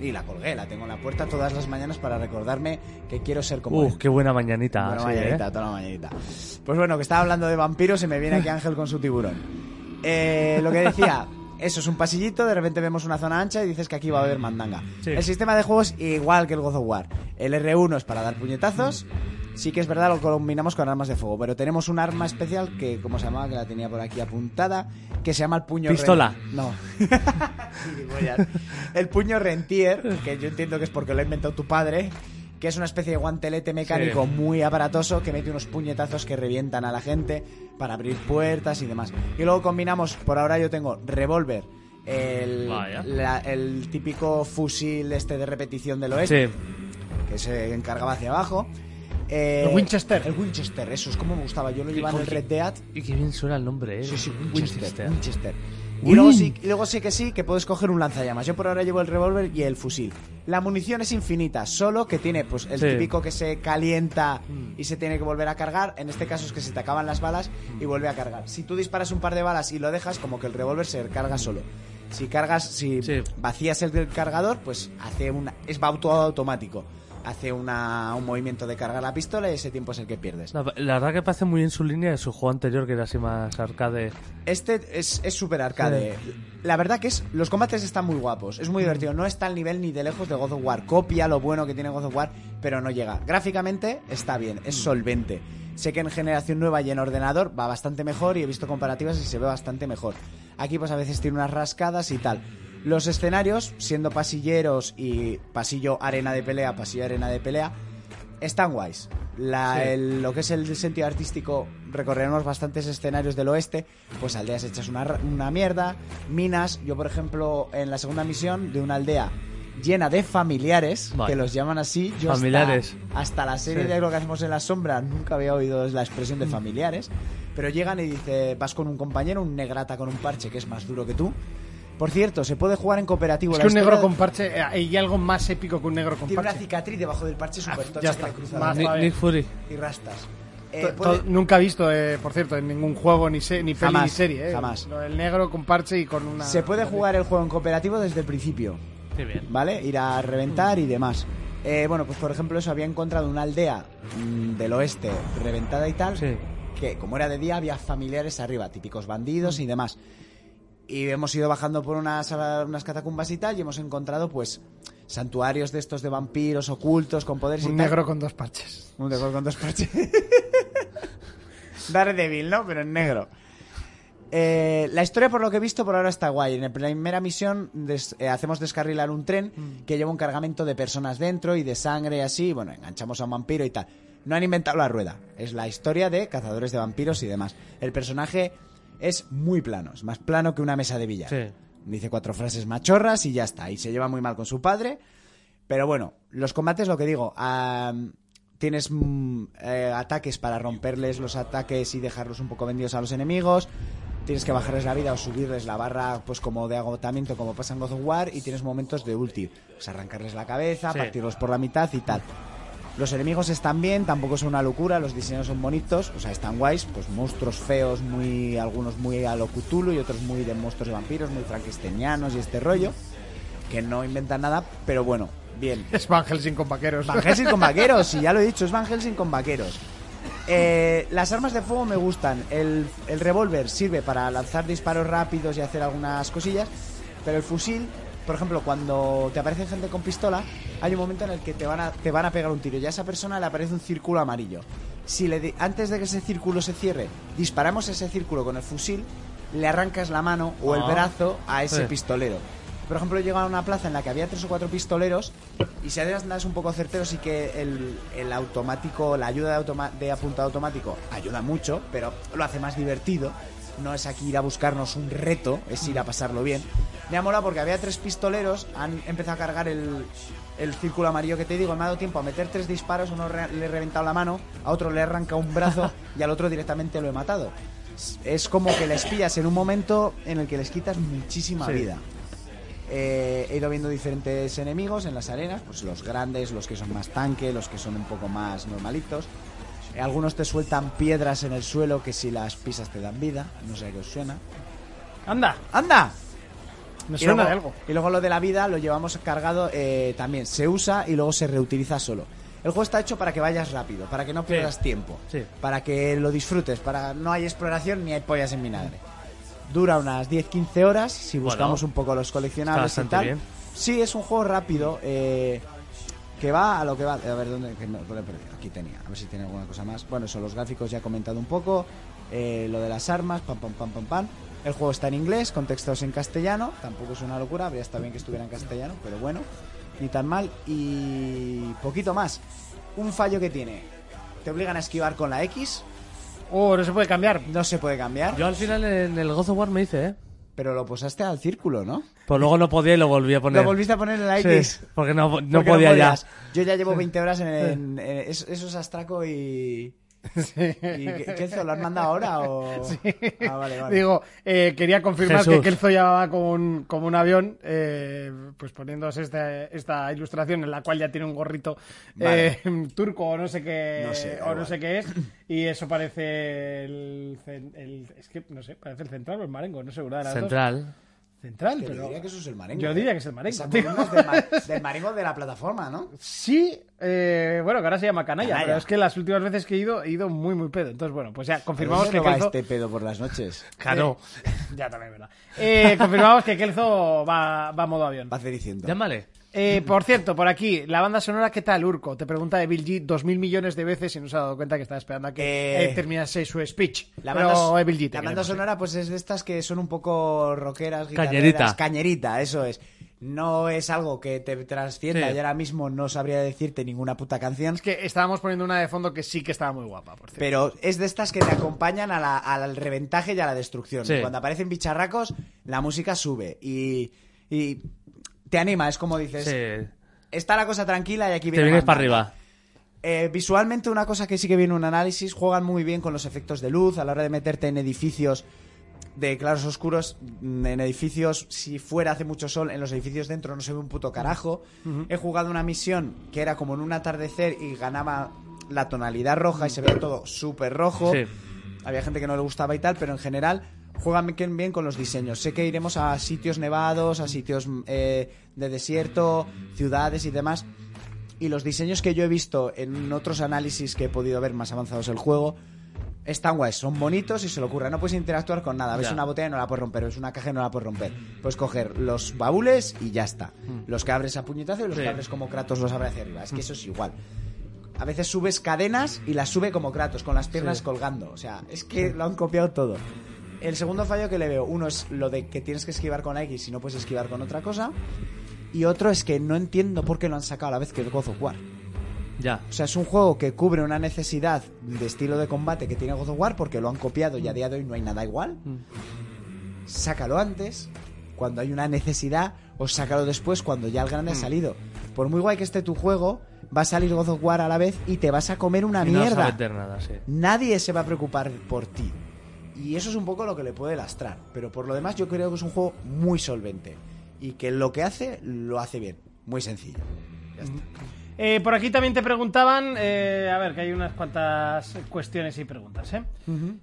S6: Y la colgué, la tengo en la puerta todas las mañanas para recordarme que quiero ser como
S7: Uh,
S6: él.
S7: qué buena mañanita.
S6: Bueno,
S7: sí,
S6: mañanita,
S7: ¿eh?
S6: toda la mañanita. Pues bueno, que estaba hablando de vampiros y me viene aquí Ángel con su tiburón. Eh, lo que
S7: *laughs*
S6: decía, eso es un pasillito, de repente vemos una zona ancha y dices que aquí va a haber mandanga.
S7: Sí.
S6: El sistema de juegos igual que el God of War. El R1 es para dar puñetazos. Sí que es verdad, lo combinamos con armas de fuego, pero tenemos un arma especial que, como se llamaba, que la tenía por aquí apuntada, que se llama el puño...
S7: Pistola.
S6: ren- No. *laughs* Gilipollas. el puño rentier, que yo entiendo que es porque lo ha inventado tu padre, que es una especie de guantelete mecánico
S7: Sí.
S6: muy aparatoso que mete unos puñetazos que revientan a la gente para abrir puertas y demás. Y luego combinamos, por ahora yo tengo revólver, el,
S7: Vaya.
S6: la- el típico fusil este de repetición del oeste,
S7: Sí.
S6: que se encargaba hacia abajo. eh,
S4: El Winchester.
S6: El Winchester, eso es como me gustaba. Yo lo llevaba en el
S7: con-
S6: Red Dead.
S7: Y qué bien suena el nombre, ¿eh?
S6: Sí, sí,
S7: Winchester.
S6: Winchester. Winchester. Y
S7: Win.
S6: luego, sí, y luego sí que sí, que puedes coger un lanzallamas. Yo por ahora llevo el revólver y el fusil. La munición es infinita, solo que tiene pues el
S7: Sí.
S6: típico que se calienta y se tiene que volver a cargar. En este caso es que se te acaban las balas y vuelve a cargar. Si tú disparas un par de balas y lo dejas, como que el revólver se carga solo. Si cargas, si
S7: Sí.
S6: vacías el cargador, pues hace una, es va todo automático. hace una- un movimiento de carga a la pistola y ese tiempo es el que pierdes.
S7: No, la verdad que parece muy bien su línea de su juego anterior, que era así más arcade.
S6: Este es es súper arcade. La verdad que es, los combates están muy guapos, es
S4: Mm.
S6: muy divertido. No está al nivel ni de lejos de God of War. Copia lo bueno que tiene God of War, pero no llega. Gráficamente está bien, es
S4: Mm.
S6: solvente. Sé que en generación nueva y en ordenador va bastante mejor y he visto comparativas y se ve bastante mejor. Aquí pues a veces tiene unas rascadas y tal. Los escenarios, siendo pasilleros y pasillo arena de pelea, pasillo arena de pelea, están guays. La- el- lo que es el sentido artístico, recorreremos bastantes escenarios del oeste, pues aldeas hechas una, ra- una mierda, minas. Yo, por ejemplo, en la segunda misión de una aldea llena de familiares,
S7: Vale.
S6: que los llaman así. Yo hasta-
S7: Familiares.
S6: Hasta, la serie
S7: Sí.
S6: de lo que hacemos en la sombra nunca había oído la expresión
S4: Mm.
S6: de familiares. Pero llegan y dice, vas con un compañero, un negrata con un parche que es más duro que tú. Por cierto, se puede jugar en cooperativo.
S4: Es
S6: La
S4: que un negro
S6: historia
S4: con parche. eh, Hay algo más épico que un negro con
S6: Tiene una
S4: parche. Ah,
S6: cicatriz debajo del parche súper
S4: ya
S6: tocha que
S4: está.
S6: le cruza la
S4: Más
S6: cara.
S7: Ni-
S4: vale.
S7: Nick Fury.
S6: y rastas. Eh,
S4: To-
S6: puede-
S4: to- Nunca he visto, eh, por cierto, en ningún juego, ni, se- ni peli,
S6: Jamás,
S4: ni serie. eh.
S6: jamás.
S4: Lo del negro con parche y con una.
S6: se puede jugar el juego en cooperativo desde el principio,
S7: Qué bien.
S6: ¿vale? Ir a reventar y demás. Eh, bueno, pues por ejemplo, eso había encontrado una aldea mm, del oeste reventada y tal,
S7: Sí.
S6: que como era de día había familiares arriba, típicos bandidos y demás. Y hemos ido bajando por unas, sala- unas catacumbas y tal, y hemos encontrado pues santuarios de estos de vampiros ocultos con poderes
S4: Un
S6: y tal.
S4: negro con dos parches. *laughs*
S6: Un negro con dos parches. *laughs* Daredevil, ¿no? Pero en negro. Eh, la historia, por lo que he visto, por ahora está guay. En la primera misión des- eh, hacemos descarrilar un tren que lleva un cargamento de personas dentro y de sangre y así. Bueno, enganchamos a un vampiro y tal. No han inventado la rueda. Es la historia de cazadores de vampiros y demás. El personaje es muy plano. Es más plano que una mesa de billar.
S7: Sí.
S6: Dice cuatro frases machorras y ya está. Y se lleva muy mal con su padre. Pero bueno, los combates, lo que digo, ah, tienes mm, eh, ataques para romperles los ataques y dejarlos un poco vendidos a los enemigos. Tienes que bajarles la vida o subirles la barra, pues como de agotamiento, como pasa en God of War. Y tienes momentos de ulti, pues arrancarles la cabeza,
S7: Sí.
S6: partirlos por la mitad y tal. Los enemigos están bien, tampoco son una locura, los diseños son bonitos, o sea, están guays, pues monstruos feos, muy algunos muy a lo Cthulhu y otros muy de monstruos y vampiros, muy frankensteinianos y este rollo, que no inventan nada, pero bueno, bien.
S4: Es Van Helsing con vaqueros.
S6: Van Helsing con vaqueros, y ya lo he dicho, es Van Helsing con vaqueros. Eh, las armas de fuego me gustan. El, el revólver sirve para lanzar disparos rápidos y hacer algunas cosillas. Pero el fusil, por ejemplo, cuando te aparece gente con pistola, hay un momento en el que te van a, te van a pegar un tiro y a esa persona le aparece un círculo amarillo. Si le di- antes de que ese círculo se cierre, disparamos ese círculo con el fusil, le arrancas la mano o el
S7: Ah.
S6: brazo a ese
S7: Sí.
S6: pistolero. Por ejemplo, he llegado a una plaza en la que había tres o cuatro pistoleros y si andas un poco certero, sí que el, el automático, la ayuda de, automa- de apuntado automático ayuda mucho, pero lo hace más divertido. No es aquí ir a buscarnos un reto, es ir a pasarlo bien. Me ha molado porque había tres pistoleros, han empezado a cargar el, el círculo amarillo que te digo, me ha dado tiempo a meter tres disparos, a uno re- le he reventado la mano, a otro le he arrancado un brazo y al otro directamente lo he matado. Es- Es como que les pillas en un momento en el que les quitas muchísima
S7: Sí.
S6: vida. Eh, he ido viendo diferentes enemigos en las arenas, pues los grandes, los que son más tanque, los que son un poco más normalitos. Eh, Algunos te sueltan piedras en el suelo que si las pisas te dan vida, no sé a qué os suena.
S4: Anda,
S6: ¡Anda!
S4: me
S6: Y
S4: suena
S6: luego-
S4: de algo.
S6: Y luego lo de la vida lo llevamos cargado eh, también. Se usa y luego se reutiliza solo. El juego está hecho para que vayas rápido, para que no pierdas tiempo,
S7: Sí.
S6: para que lo disfrutes, para no hay exploración ni hay pollas en vinagre. Dura unas 10-15 horas si buscamos un poco los coleccionables
S7: está
S6: y
S7: bastante
S6: tal.
S7: bien.
S6: Sí, es un juego rápido eh, que va a lo que va. A ver, ¿dónde? que no, ¿dónde he perdido? Aquí tenía, a ver si tiene alguna cosa más. Bueno, eso, los gráficos ya he comentado un poco. eh, lo de las armas, pam, pam, pam, pam, pam. El juego está en inglés, con textos en castellano. Tampoco es una locura, habría estado bien que estuviera en castellano, pero bueno, ni tan mal. Y poquito más. Un fallo que tiene. Te obligan a esquivar con la X,
S4: Oh, no se puede cambiar.
S6: no se puede cambiar,
S7: Yo al final en el God of War me hice, ¿eh?
S6: pero lo posaste al círculo, ¿no?
S7: Pero Pues luego no podía y lo volví a poner.
S6: Lo volviste a poner en la X.
S7: Sí, porque no, no
S6: Porque
S7: podía ya.
S6: podías. Yo ya llevo 20 horas en, en- en- es- eso es astraco y... y ¿Qué qué hizo? ¿Lo han mandado ahora o...? Ah, vale, vale.
S4: Digo, eh, quería confirmar
S7: Jesús.
S4: que Kelzo ya va como un, como un avión, eh, pues poniéndose esta, esta ilustración en la cual ya tiene un gorrito
S6: Vale.
S4: eh, *laughs* turco o no sé qué
S6: No sé, da
S4: o no
S6: igual.
S4: sé qué es, y eso parece el, cen- el- es que no sé, parece el central o el marengo, no sé, una de las dos.
S7: Central.
S4: Central,
S6: Que yo
S4: pero
S6: diría que eso es el marengo. ¿eh?
S4: Yo diría que es el marengo,
S6: Esa
S4: tío.
S6: columna es del, ma- del marengo de la plataforma, ¿no?
S4: *laughs* sí, Eh, bueno, que ahora se llama canalla,
S6: Canalla.
S4: pero es que las últimas veces que he ido, he ido muy, muy pedo. Entonces, bueno, pues ya confirmamos
S6: ¿Pero
S4: que
S6: dónde no va
S4: Kelzo...
S6: este pedo por las noches?
S7: Claro.
S4: Ya también, es ¿verdad? Eh, *laughs* confirmamos que Kelzo va, va a modo avión.
S6: Va cericiendo.
S7: Llámale.
S4: Eh, por cierto, por aquí, la banda sonora, ¿qué tal, Urco? Te pregunta Evil G dos mil millones de veces y no se ha dado cuenta que estaba esperando a que
S6: Eh,
S4: eh, terminase su speech.
S6: La
S4: Pero,
S6: banda, so-
S4: Evil G, te
S6: la banda
S4: queremos, eh.
S6: sonora pues es de estas que son un poco rockeras,
S7: Cañerita.
S6: guitarreras, Cañerita, eso es. No es algo que te trascienda
S7: Sí.
S6: y ahora mismo no sabría decirte ninguna puta canción,
S4: Es que estábamos poniendo una de fondo que sí que estaba muy guapa, por cierto.
S6: pero es de estas que te acompañan a la- al reventaje y a la destrucción.
S7: Sí.
S6: Cuando aparecen bicharracos, la música sube y, y te anima, es como dices,
S7: Sí.
S6: está la cosa tranquila y aquí
S7: Te
S6: viene
S7: vienes
S6: banda.
S7: para arriba.
S6: Eh, visualmente, una cosa que sí que viene un análisis, juegan muy bien con los efectos de luz a la hora de meterte en edificios de claros oscuros, mm, en edificios, si fuera hace mucho sol, en los edificios dentro no se ve un puto carajo. He jugado una misión que era como en un atardecer y ganaba la tonalidad roja y se veía todo súper rojo.
S7: Sí.
S6: Había gente que no le gustaba y tal, pero en general juegan bien- bien con los diseños. Sé que iremos a sitios nevados, a sitios mm, eh, de desierto, ciudades y demás. Y los diseños que yo he visto en otros análisis que he podido ver más avanzados del juego están guays, son bonitos y se le ocurra. No puedes interactuar con nada. Ves
S7: Ya.
S6: una botella y no la puedes romper, ves una caja y no la puedes romper. Puedes coger los baúles y ya está. Los que abres a puñetazo y los
S7: Sí.
S6: que abres como Kratos los abre hacia arriba. Es que eso es igual. A veces subes cadenas y las sube como Kratos, con las piernas colgando. O sea, es que lo han copiado todo. El segundo fallo que le veo, uno es lo de que tienes que esquivar con la X y no puedes esquivar con otra cosa. Y otro es que no entiendo por qué lo han sacado a la vez que el God of War.
S7: Ya.
S6: O sea, es un juego que cubre una necesidad de estilo de combate que tiene God of War porque lo han copiado
S7: Mm.
S6: y a día de hoy no hay nada igual. Sácalo antes, cuando hay una necesidad, o sácalo después cuando ya el grande ha
S7: Mm.
S6: salido. Por muy guay que esté tu juego, va a salir God of War a la vez y te vas a comer una
S7: Y no vas a
S6: mierda.
S7: meter nada, sí.
S6: Nadie se va a preocupar por ti. Y eso es un poco lo que le puede lastrar. Pero por lo demás, yo creo que es un juego muy solvente. Y que lo que hace, lo hace bien. Muy sencillo. Ya está.
S4: Eh, por aquí también te preguntaban, eh, a ver, que hay unas cuantas cuestiones y preguntas, ¿eh?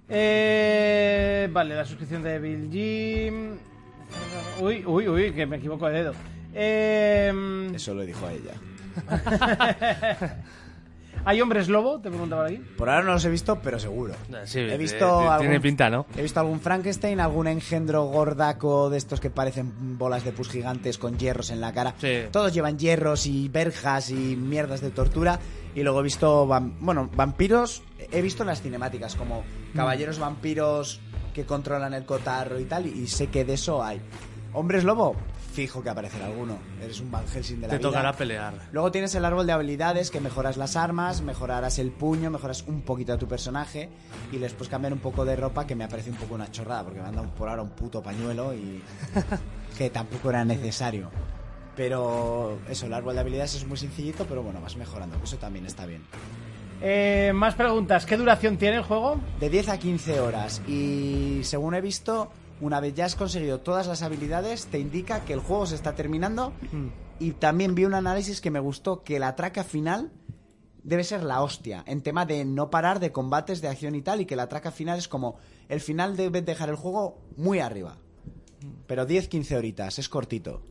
S4: Eh, vale, la suscripción de Bill G. Uy, uy, uy, que me equivoco de dedo. Eh,
S6: Eso lo dijo a ella.
S4: *laughs* ¿Hay hombres lobo? Te preguntaba por aquí.
S6: Por ahora no los he visto, pero seguro.
S7: Eh, sí, eh,
S6: he visto
S7: ti-
S6: algún,
S7: tiene pinta, ¿no?
S6: He visto algún Frankenstein, algún engendro gordaco de estos que parecen bolas de pus gigantes con hierros en la cara.
S7: Sí.
S6: Todos llevan hierros y verjas y mierdas de tortura. Y luego he visto, vam- bueno, vampiros. He visto en las cinemáticas como caballeros vampiros que controlan el cotarro y tal. Y sé que de eso hay. Hombres lobo, fijo que aparecerá alguno. Eres un Van Helsing de la
S7: Te
S6: vida.
S7: tocará pelear.
S6: Luego tienes el árbol de habilidades que mejoras las armas, mejorarás el puño, mejoras un poquito a tu personaje y después cambiar un poco de ropa que me parece un poco una chorrada porque me han dado por ahora un puto pañuelo
S7: *laughs*
S6: y que tampoco era necesario. Pero eso, el árbol de habilidades es muy sencillito, pero bueno, vas mejorando, eso también está bien.
S4: Eh, más preguntas. ¿Qué duración tiene el juego?
S6: De 10 a 15 horas y según he visto, una vez ya has conseguido todas las habilidades, te indica que el juego se está terminando Y también vi un análisis que me gustó, que la traca final debe ser la hostia, en tema de no parar de combates, de acción y tal, y que la traca final es como, el final debe dejar el juego muy arriba. Pero 10-15 horitas, es cortito.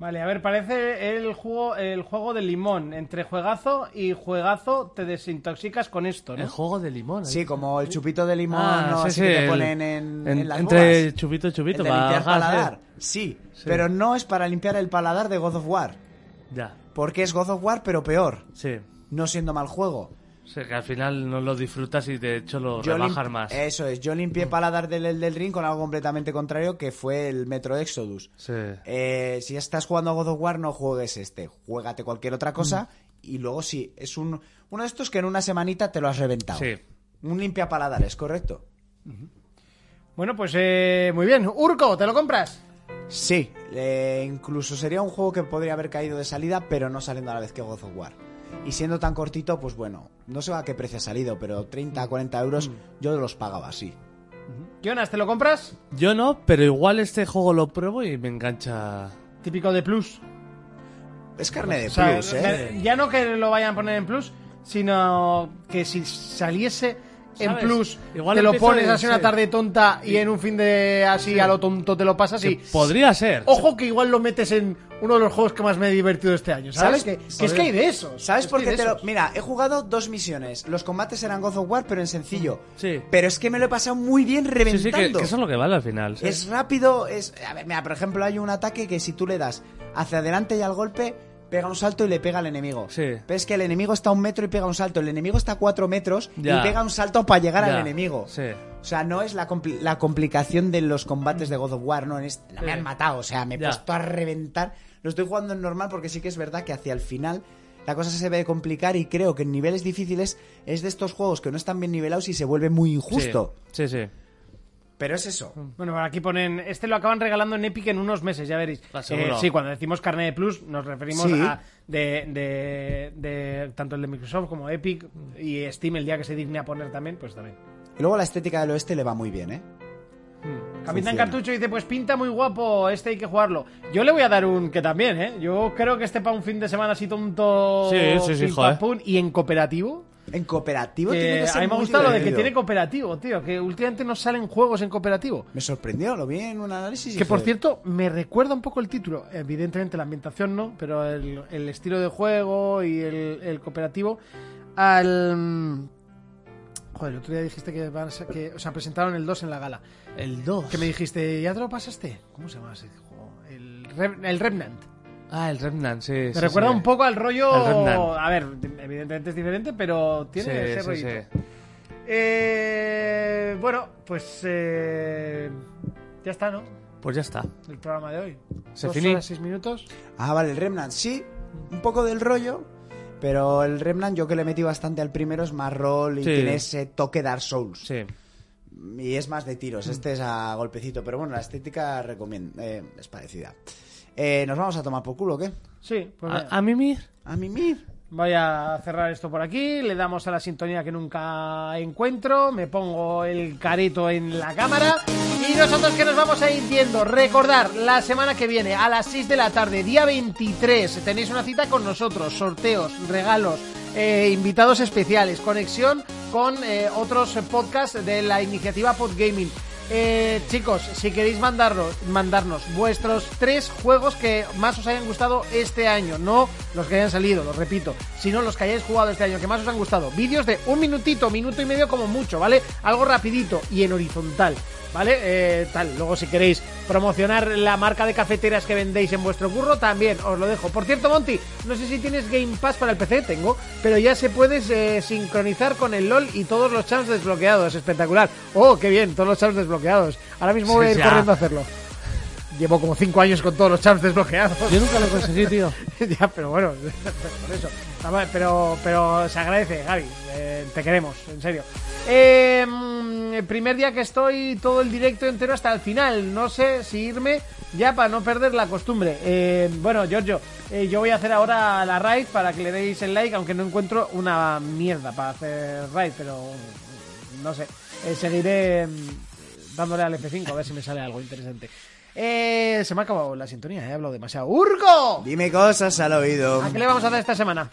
S4: Vale, a ver, parece el juego, el juego del limón. Entre juegazo y juegazo te desintoxicas con esto,
S7: El
S4: ¿no?
S7: juego de limón. ahí.
S6: Sí, como el chupito de limón,
S7: Ah,
S6: no,
S7: sí,
S6: así
S7: sí,
S6: que te
S7: el-
S6: ponen en,
S7: en-
S6: en las
S7: entre
S6: bobas.
S7: chupito y chupito,
S6: El de
S7: para
S6: limpiar
S7: bajar,
S6: paladar. Sí, pero no es para limpiar el paladar de God of War,
S7: Ya.
S6: porque es God of War pero peor,
S7: Sí.
S6: no siendo mal juego.
S7: Sí, que al final no lo disfrutas y de hecho lo
S6: Yo
S7: rebajas
S6: lim- eh.
S7: más.
S6: Eso es, yo limpié paladar del del Ring con algo completamente contrario que fue el Metro Exodus.
S7: Sí.
S6: Eh, si estás jugando a God of War, no juegues este, juégate cualquier otra cosa
S7: Mm.
S6: y luego sí, es un uno de estos que en una semanita te lo has reventado.
S7: Sí.
S6: Un limpia paladares, correcto.
S4: Bueno, pues eh, muy bien. Urco, ¿te lo compras?
S6: Sí, eh, incluso sería un juego que podría haber caído de salida, pero no saliendo a la vez que God of War. Y siendo tan cortito, pues bueno, no sé a qué precio ha salido, pero
S4: Mm.
S6: 30, 40 euros yo los pagaba, sí.
S4: Jonas, ¿te lo compras?
S7: Yo no, pero igual este juego lo pruebo y me engancha.
S4: Típico de Plus.
S6: Es carne de
S4: O sea,
S6: plus, ¿eh?
S4: Ya no que lo vayan a poner en plus, sino que si saliese en
S7: ¿Sabes?
S4: plus,
S7: Igual
S4: te lo
S7: empiezo
S4: pones
S7: de-
S4: así una
S7: sí.
S4: tarde tonta y en un fin de así a lo tonto te lo pasas y...
S7: Podría ser.
S4: Ojo que igual lo metes en uno de los juegos que más me he divertido este año, ¿sabes? Que, que es que hay de esos.
S6: ¿Sabes
S4: es
S6: por
S4: que
S6: qué
S4: hay de
S6: te lo.?
S4: esos.
S6: Mira, he jugado dos misiones. Los combates eran God of War, pero en sencillo.
S7: Sí.
S6: Pero es que me lo he pasado muy bien
S7: Sí,
S6: reventando.
S7: sí, que, que eso es lo que vale al final. sí.
S6: Es rápido, es. A ver, mira, por ejemplo, hay un ataque que si tú le das hacia adelante y al golpe, pega un salto y le pega al enemigo.
S7: Sí.
S6: Pero es que el enemigo está a un metro y pega un salto. El enemigo está a cuatro metros
S7: Ya.
S6: y pega un salto para llegar al
S7: Ya,
S6: enemigo.
S7: sí.
S6: O sea, no es la, compli- la complicación de los combates de God of War, no. Es, la me
S7: Sí.
S6: han matado, o sea, me he
S7: Ya.
S6: puesto a reventar. Lo estoy jugando en normal porque sí que es verdad que hacia el final. La cosa se ve complicar y creo que en niveles difíciles es de estos juegos que no están bien nivelados y se vuelve muy injusto.
S7: Sí, sí. sí.
S6: Pero es eso.
S4: Bueno, por aquí ponen... Este lo acaban regalando en Epic en unos meses, ya veréis. Eh,
S7: Ah, seguro.
S4: sí, cuando decimos carne de plus nos referimos
S6: Sí.
S4: a... De, de- de- tanto el de Microsoft como Epic y Steam el día que se digne a poner también, pues también.
S6: Y luego la estética del oeste le va muy bien, ¿eh?
S4: Capitán
S6: Funciona.
S4: Cartucho dice, pues pinta muy guapo, este hay que jugarlo. Yo le voy a dar un que también, ¿eh? Yo creo que este para un fin de semana así tonto...
S7: Sí, sí, sí,
S4: pim,
S7: joder.
S4: pam, pum, y en cooperativo.
S6: En cooperativo
S4: que
S6: tiene que ser
S4: Eh, a mí me ha
S6: muy
S4: gustado lo de que
S6: divertido.
S4: tiene cooperativo, tío, que últimamente no salen juegos en cooperativo.
S6: Me sorprendió, lo vi en un análisis. y
S4: Que por
S6: dije,
S4: cierto, me recuerda un poco el título. Evidentemente la ambientación no, pero el, el estilo de juego y el, el cooperativo al... mm, Joder, el otro día dijiste que, van a ser- que o sea, presentaron el 2 en la gala.
S7: El 2.
S4: Que me dijiste, ¿ya te lo pasaste? ¿Cómo se llama ese juego? El, Re- el Remnant.
S7: Ah, el Remnant, sí.
S4: Me recuerda un poco al
S7: El Remnant.
S4: rollo... A ver, evidentemente es diferente, pero tiene ese rollito. Eh, bueno, pues eh, ya está, ¿no?
S7: Pues ya está.
S4: El programa de hoy.
S7: Se
S4: Dos
S7: finí.
S4: horas, seis minutos.
S6: Ah, vale, el Remnant sí, un poco del rollo, pero el Remnant yo que le metí bastante al primero es más rol y
S7: Sí.
S6: tiene ese toque Dark Souls.
S7: Sí.
S6: Y es más de tiros, este es a golpecito, pero bueno, la estética recomiendo, es parecida. Eh, ¿Nos vamos a tomar por culo o qué?
S4: Sí, pues venga.
S7: A, a mimir.
S6: A mimir.
S4: voy a cerrar esto por aquí. Le damos a la sintonía que nunca encuentro. Me pongo el careto en la cámara. Y nosotros que nos vamos a ir viendo. Recordar, la semana que viene a las 6 de la tarde, día 23, tenéis una cita con nosotros. Sorteos, regalos, eh, invitados especiales, conexión con eh, otros podcasts de la iniciativa Podgaming. Eh, chicos, si queréis mandarnos, mandarnos vuestros tres juegos que más os hayan gustado este año, no los que hayan salido, los repito, sino los que hayáis jugado este año, que más os han gustado. Vídeos de un minutito, minuto y medio como mucho, ¿vale? Algo rapidito y en horizontal, ¿vale? Eh, tal, luego si queréis promocionar la marca de cafeteras que vendéis en vuestro curro, también os lo dejo. Por cierto, Monty, no sé si tienes Game Pass para el PC, tengo, pero ya se puedes eh, sincronizar con el LOL y todos los champs desbloqueados, espectacular. Oh, qué bien, todos los champs desbloqueados. Ahora mismo voy a
S7: Sí, ah.
S4: ir
S7: ya.
S4: corriendo a hacerlo. Llevo como 5 años con todos los champs desbloqueados.
S7: Yo nunca lo conseguí, tío.
S4: *laughs* ya, pero bueno, *laughs* por eso. Nada más, Pero, pero se agradece, Gaby. Eh, te queremos, en serio. Eh, mm, el primer día que estoy todo el directo entero hasta el final. No sé si irme ya para no perder la costumbre. Eh, bueno, Giorgio, eh, yo voy a hacer ahora la raid para que le deis el like, aunque no encuentro una mierda para hacer raid, pero mm, no sé. Eh, seguiré mm, dándole al F5 a ver si me sale algo interesante. Eh, se me ha acabado la sintonía, eh, he hablado demasiado. ¡Urco!
S6: Dime cosas al oído.
S4: ¿A qué le vamos a dar esta semana?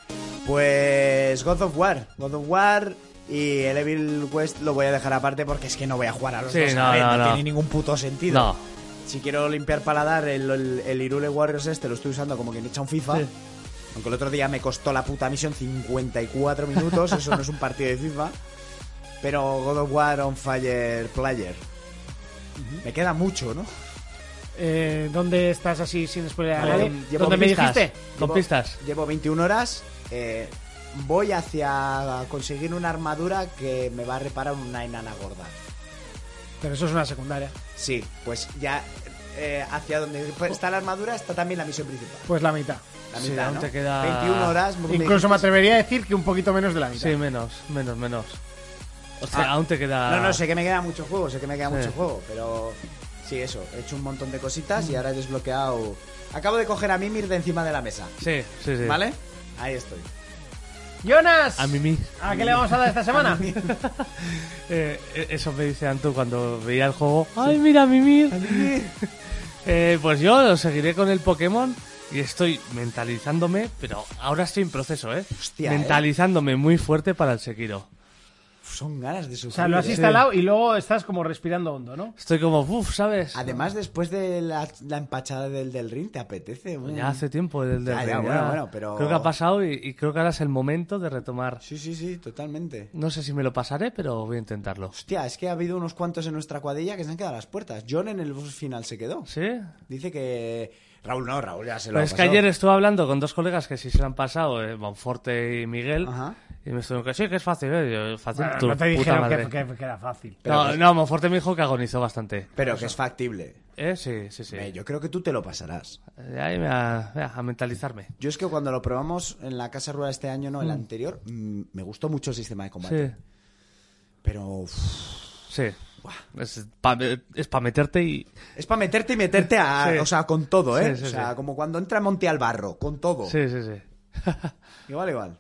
S6: Pues God of War, God of War y el Evil West lo voy a dejar aparte porque es que no voy a jugar a los
S7: Sí,
S6: dos a la
S7: no,
S6: vez,
S7: no, no.
S6: tiene ningún puto sentido.
S7: No.
S6: Si quiero limpiar paladar, el, el, el Irule Warriors este lo estoy usando como quien echa un FIFA. Aunque el otro día me costó la puta misión 54 minutos, eso no es un partido de FIFA. Pero God of War on Fire Player. Me queda mucho, ¿no?
S4: Eh, ¿Dónde estás así sin spoiler? a
S6: Vale,
S4: nadie?
S6: llevo
S4: ¿Dónde me
S7: pistas.
S4: dijiste?
S7: Con
S6: Llevo-
S7: pistas.
S6: Llevo 21 horas. eh, voy hacia conseguir una armadura que me va a reparar una enana gorda.
S4: Pero eso es una secundaria.
S6: Sí, pues ya eh, hacia donde está la armadura está también la misión principal.
S4: Pues la mitad.
S6: La
S7: Sí,
S6: mitad,
S7: aún
S6: ¿no?
S7: te queda-
S6: 21 horas. me-
S4: Incluso me atrevería a decir que un poquito menos de la mitad.
S7: Sí, menos, menos, menos. O sea, aún te queda.
S6: No, no, sé que me queda mucho juego, sé que me queda
S7: Sí.
S6: mucho juego, pero sí, eso. He hecho un montón de cositas y ahora he desbloqueado. Acabo de coger a Mimir de encima de la mesa.
S7: Sí, sí, sí.
S6: ¿Vale? Ahí estoy.
S4: ¡Jonas!
S7: A mimir.
S4: ¿A qué le vamos a dar esta semana?
S7: Eh, eh, eso me dice Antu cuando veía el juego. ¡Ay, mira, mimir! *laughs* Eh, pues yo lo seguiré con el Pokémon y estoy mentalizándome, pero ahora estoy en proceso, ¿eh?
S6: Hostia, ¿eh?
S7: mentalizándome muy fuerte para el Sekiro.
S6: Son ganas de
S4: O
S6: sufrir.
S4: sea, lo has
S6: ¿eh?
S4: instalado y luego estás como respirando hondo, ¿no?
S7: Estoy como, uff, ¿sabes?
S6: ¿eh? Además, después de la, la empachada del del ring, ¿te apetece? un-
S7: Ya hace tiempo el del
S6: Ya, ya,
S7: Rey,
S6: bueno, bueno, pero-
S7: Creo que ha pasado y, y creo que ahora es el momento de retomar.
S6: Sí, sí, sí, totalmente.
S7: No sé si me lo pasaré, pero voy a intentarlo.
S6: Hostia, es que ha habido unos cuantos en nuestra cuadrilla que se han quedado a las puertas. John en el boss final se quedó.
S7: ¿Sí?
S6: Dice que... Raúl no, Raúl ya se lo
S7: Pero
S6: ha
S7: es que
S6: pasado.
S7: ayer estuve hablando con dos colegas que sí se lo han pasado, eh, Monforte y Miguel,
S6: Ajá.
S7: y me estuvieron que sí, que es fácil, eh, yo, fácil
S4: Bueno,
S7: tu
S4: no te
S7: puta
S4: dijeron
S7: madre.
S4: que, que- que era fácil.
S7: no, no, Monforte me dijo que agonizó bastante.
S6: Pero que es factible.
S7: Eh, sí, sí, sí.
S6: Eh, yo creo que tú te lo pasarás.
S7: De ahí me a, a mentalizarme.
S6: Yo es que cuando lo probamos en la Casa Rueda este año, no, el anterior, mm, me gustó mucho el sistema de combate.
S7: Sí,
S6: Pero uf,
S7: sí. Es para meterte y...
S6: es para meterte y meterte a,
S7: Sí.
S6: o sea, con todo, ¿eh?
S7: Sí, sí,
S6: o sea,
S7: sí.
S6: como cuando entra Monte al barro, con todo.
S7: Sí, sí, sí.
S6: Igual, igual.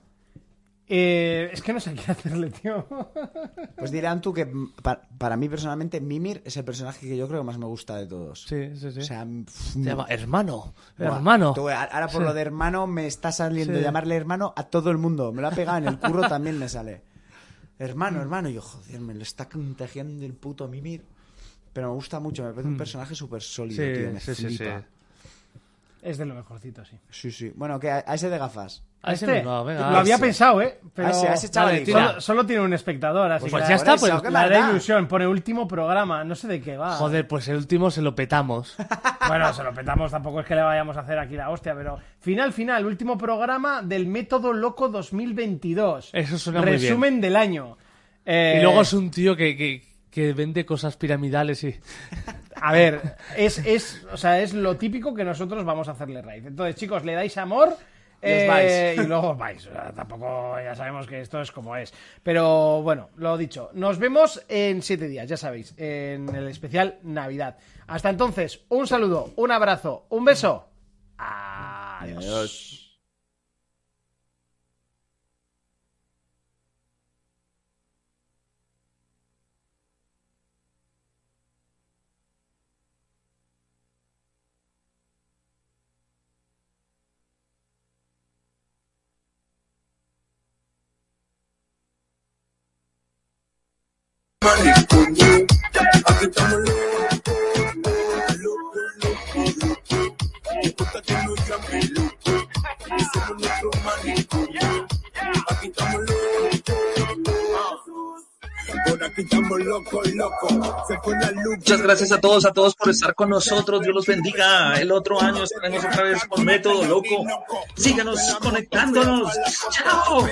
S4: Eh, es que no sé qué hacerle, tío.
S6: Pues dirán tú que mm, pa- para, mí personalmente Mimir es el personaje que yo creo que más me gusta de todos.
S7: Sí, sí, sí.
S6: O sea, mm, pf,
S7: Se llama hermano,
S6: buah,
S7: hermano.
S6: tú, a- ahora por lo de hermano me está saliendo
S7: Sí.
S6: llamarle hermano a todo el mundo. Me lo ha pegado en el curro también me sale. Hermano, hermano. Y yo, joder, me lo está contagiando el puto Mimir. Pero me gusta mucho, me parece un personaje súper sólido,
S7: Mm. Sí,
S6: tío. Me
S7: sí, sí, sí.
S6: flipa.
S4: Es de lo mejorcito, sí.
S6: Sí, sí. Bueno, que a, a ese de gafas.
S7: A ese
S4: Este,
S7: mismo, venga,
S4: lo
S7: a
S4: había
S7: ese.
S4: pensado, ¿eh? Pero
S6: A ese, a ese chavalín.
S7: tira.
S4: solo, solo tiene un espectador, así
S7: Pues
S4: que
S7: ya
S4: la-
S7: está,
S6: Por eso,
S7: pues,
S6: qué
S4: La haré
S6: maldad.
S4: ilusión, pone último programa, no sé de qué va.
S7: Joder, pues el último se lo petamos.
S4: Bueno, se lo petamos, tampoco es que le vayamos a hacer aquí la hostia, pero final, final, último programa del Método Loco 2022.
S7: Eso suena muy bien.
S4: Resumen del año. Eh,
S7: Y luego es un tío que, que, que vende cosas piramidales y...
S4: A ver, es, es, o sea, es lo típico que nosotros vamos a hacerle raíz. Entonces, chicos, le dais amor. Eh,
S6: Y os vais.
S4: y luego os vais. O sea, tampoco ya sabemos que esto es como es. Pero bueno, lo dicho. Nos vemos en siete días, ya sabéis, en el especial Navidad. Hasta entonces, un saludo, un abrazo, un beso. Adiós.
S2: Muchas gracias a todos, a todos por estar con nosotros. Dios los bendiga. El otro año estaremos otra vez con Método Loco. Síganos conectándonos. ¡Chao!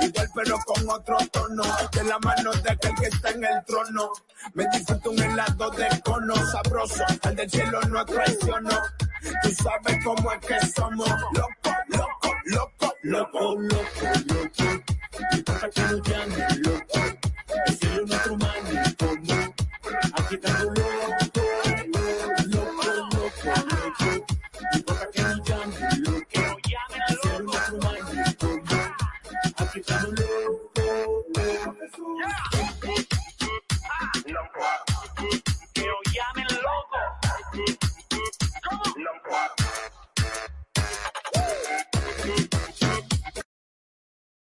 S11: Igual pero con otro tono De la mano de aquel que está en el trono Me disfruto un helado de cono Sabroso, al del cielo no traiciono Tú sabes cómo es que somos Loco, loco, loco, loco Loco, loco Mi papá que no llame loco El cielo no es humano como Aquí está tu loco Loco, loco, loco Mi papá que no llame loco El cielo no es humano como Aquí estamos locos.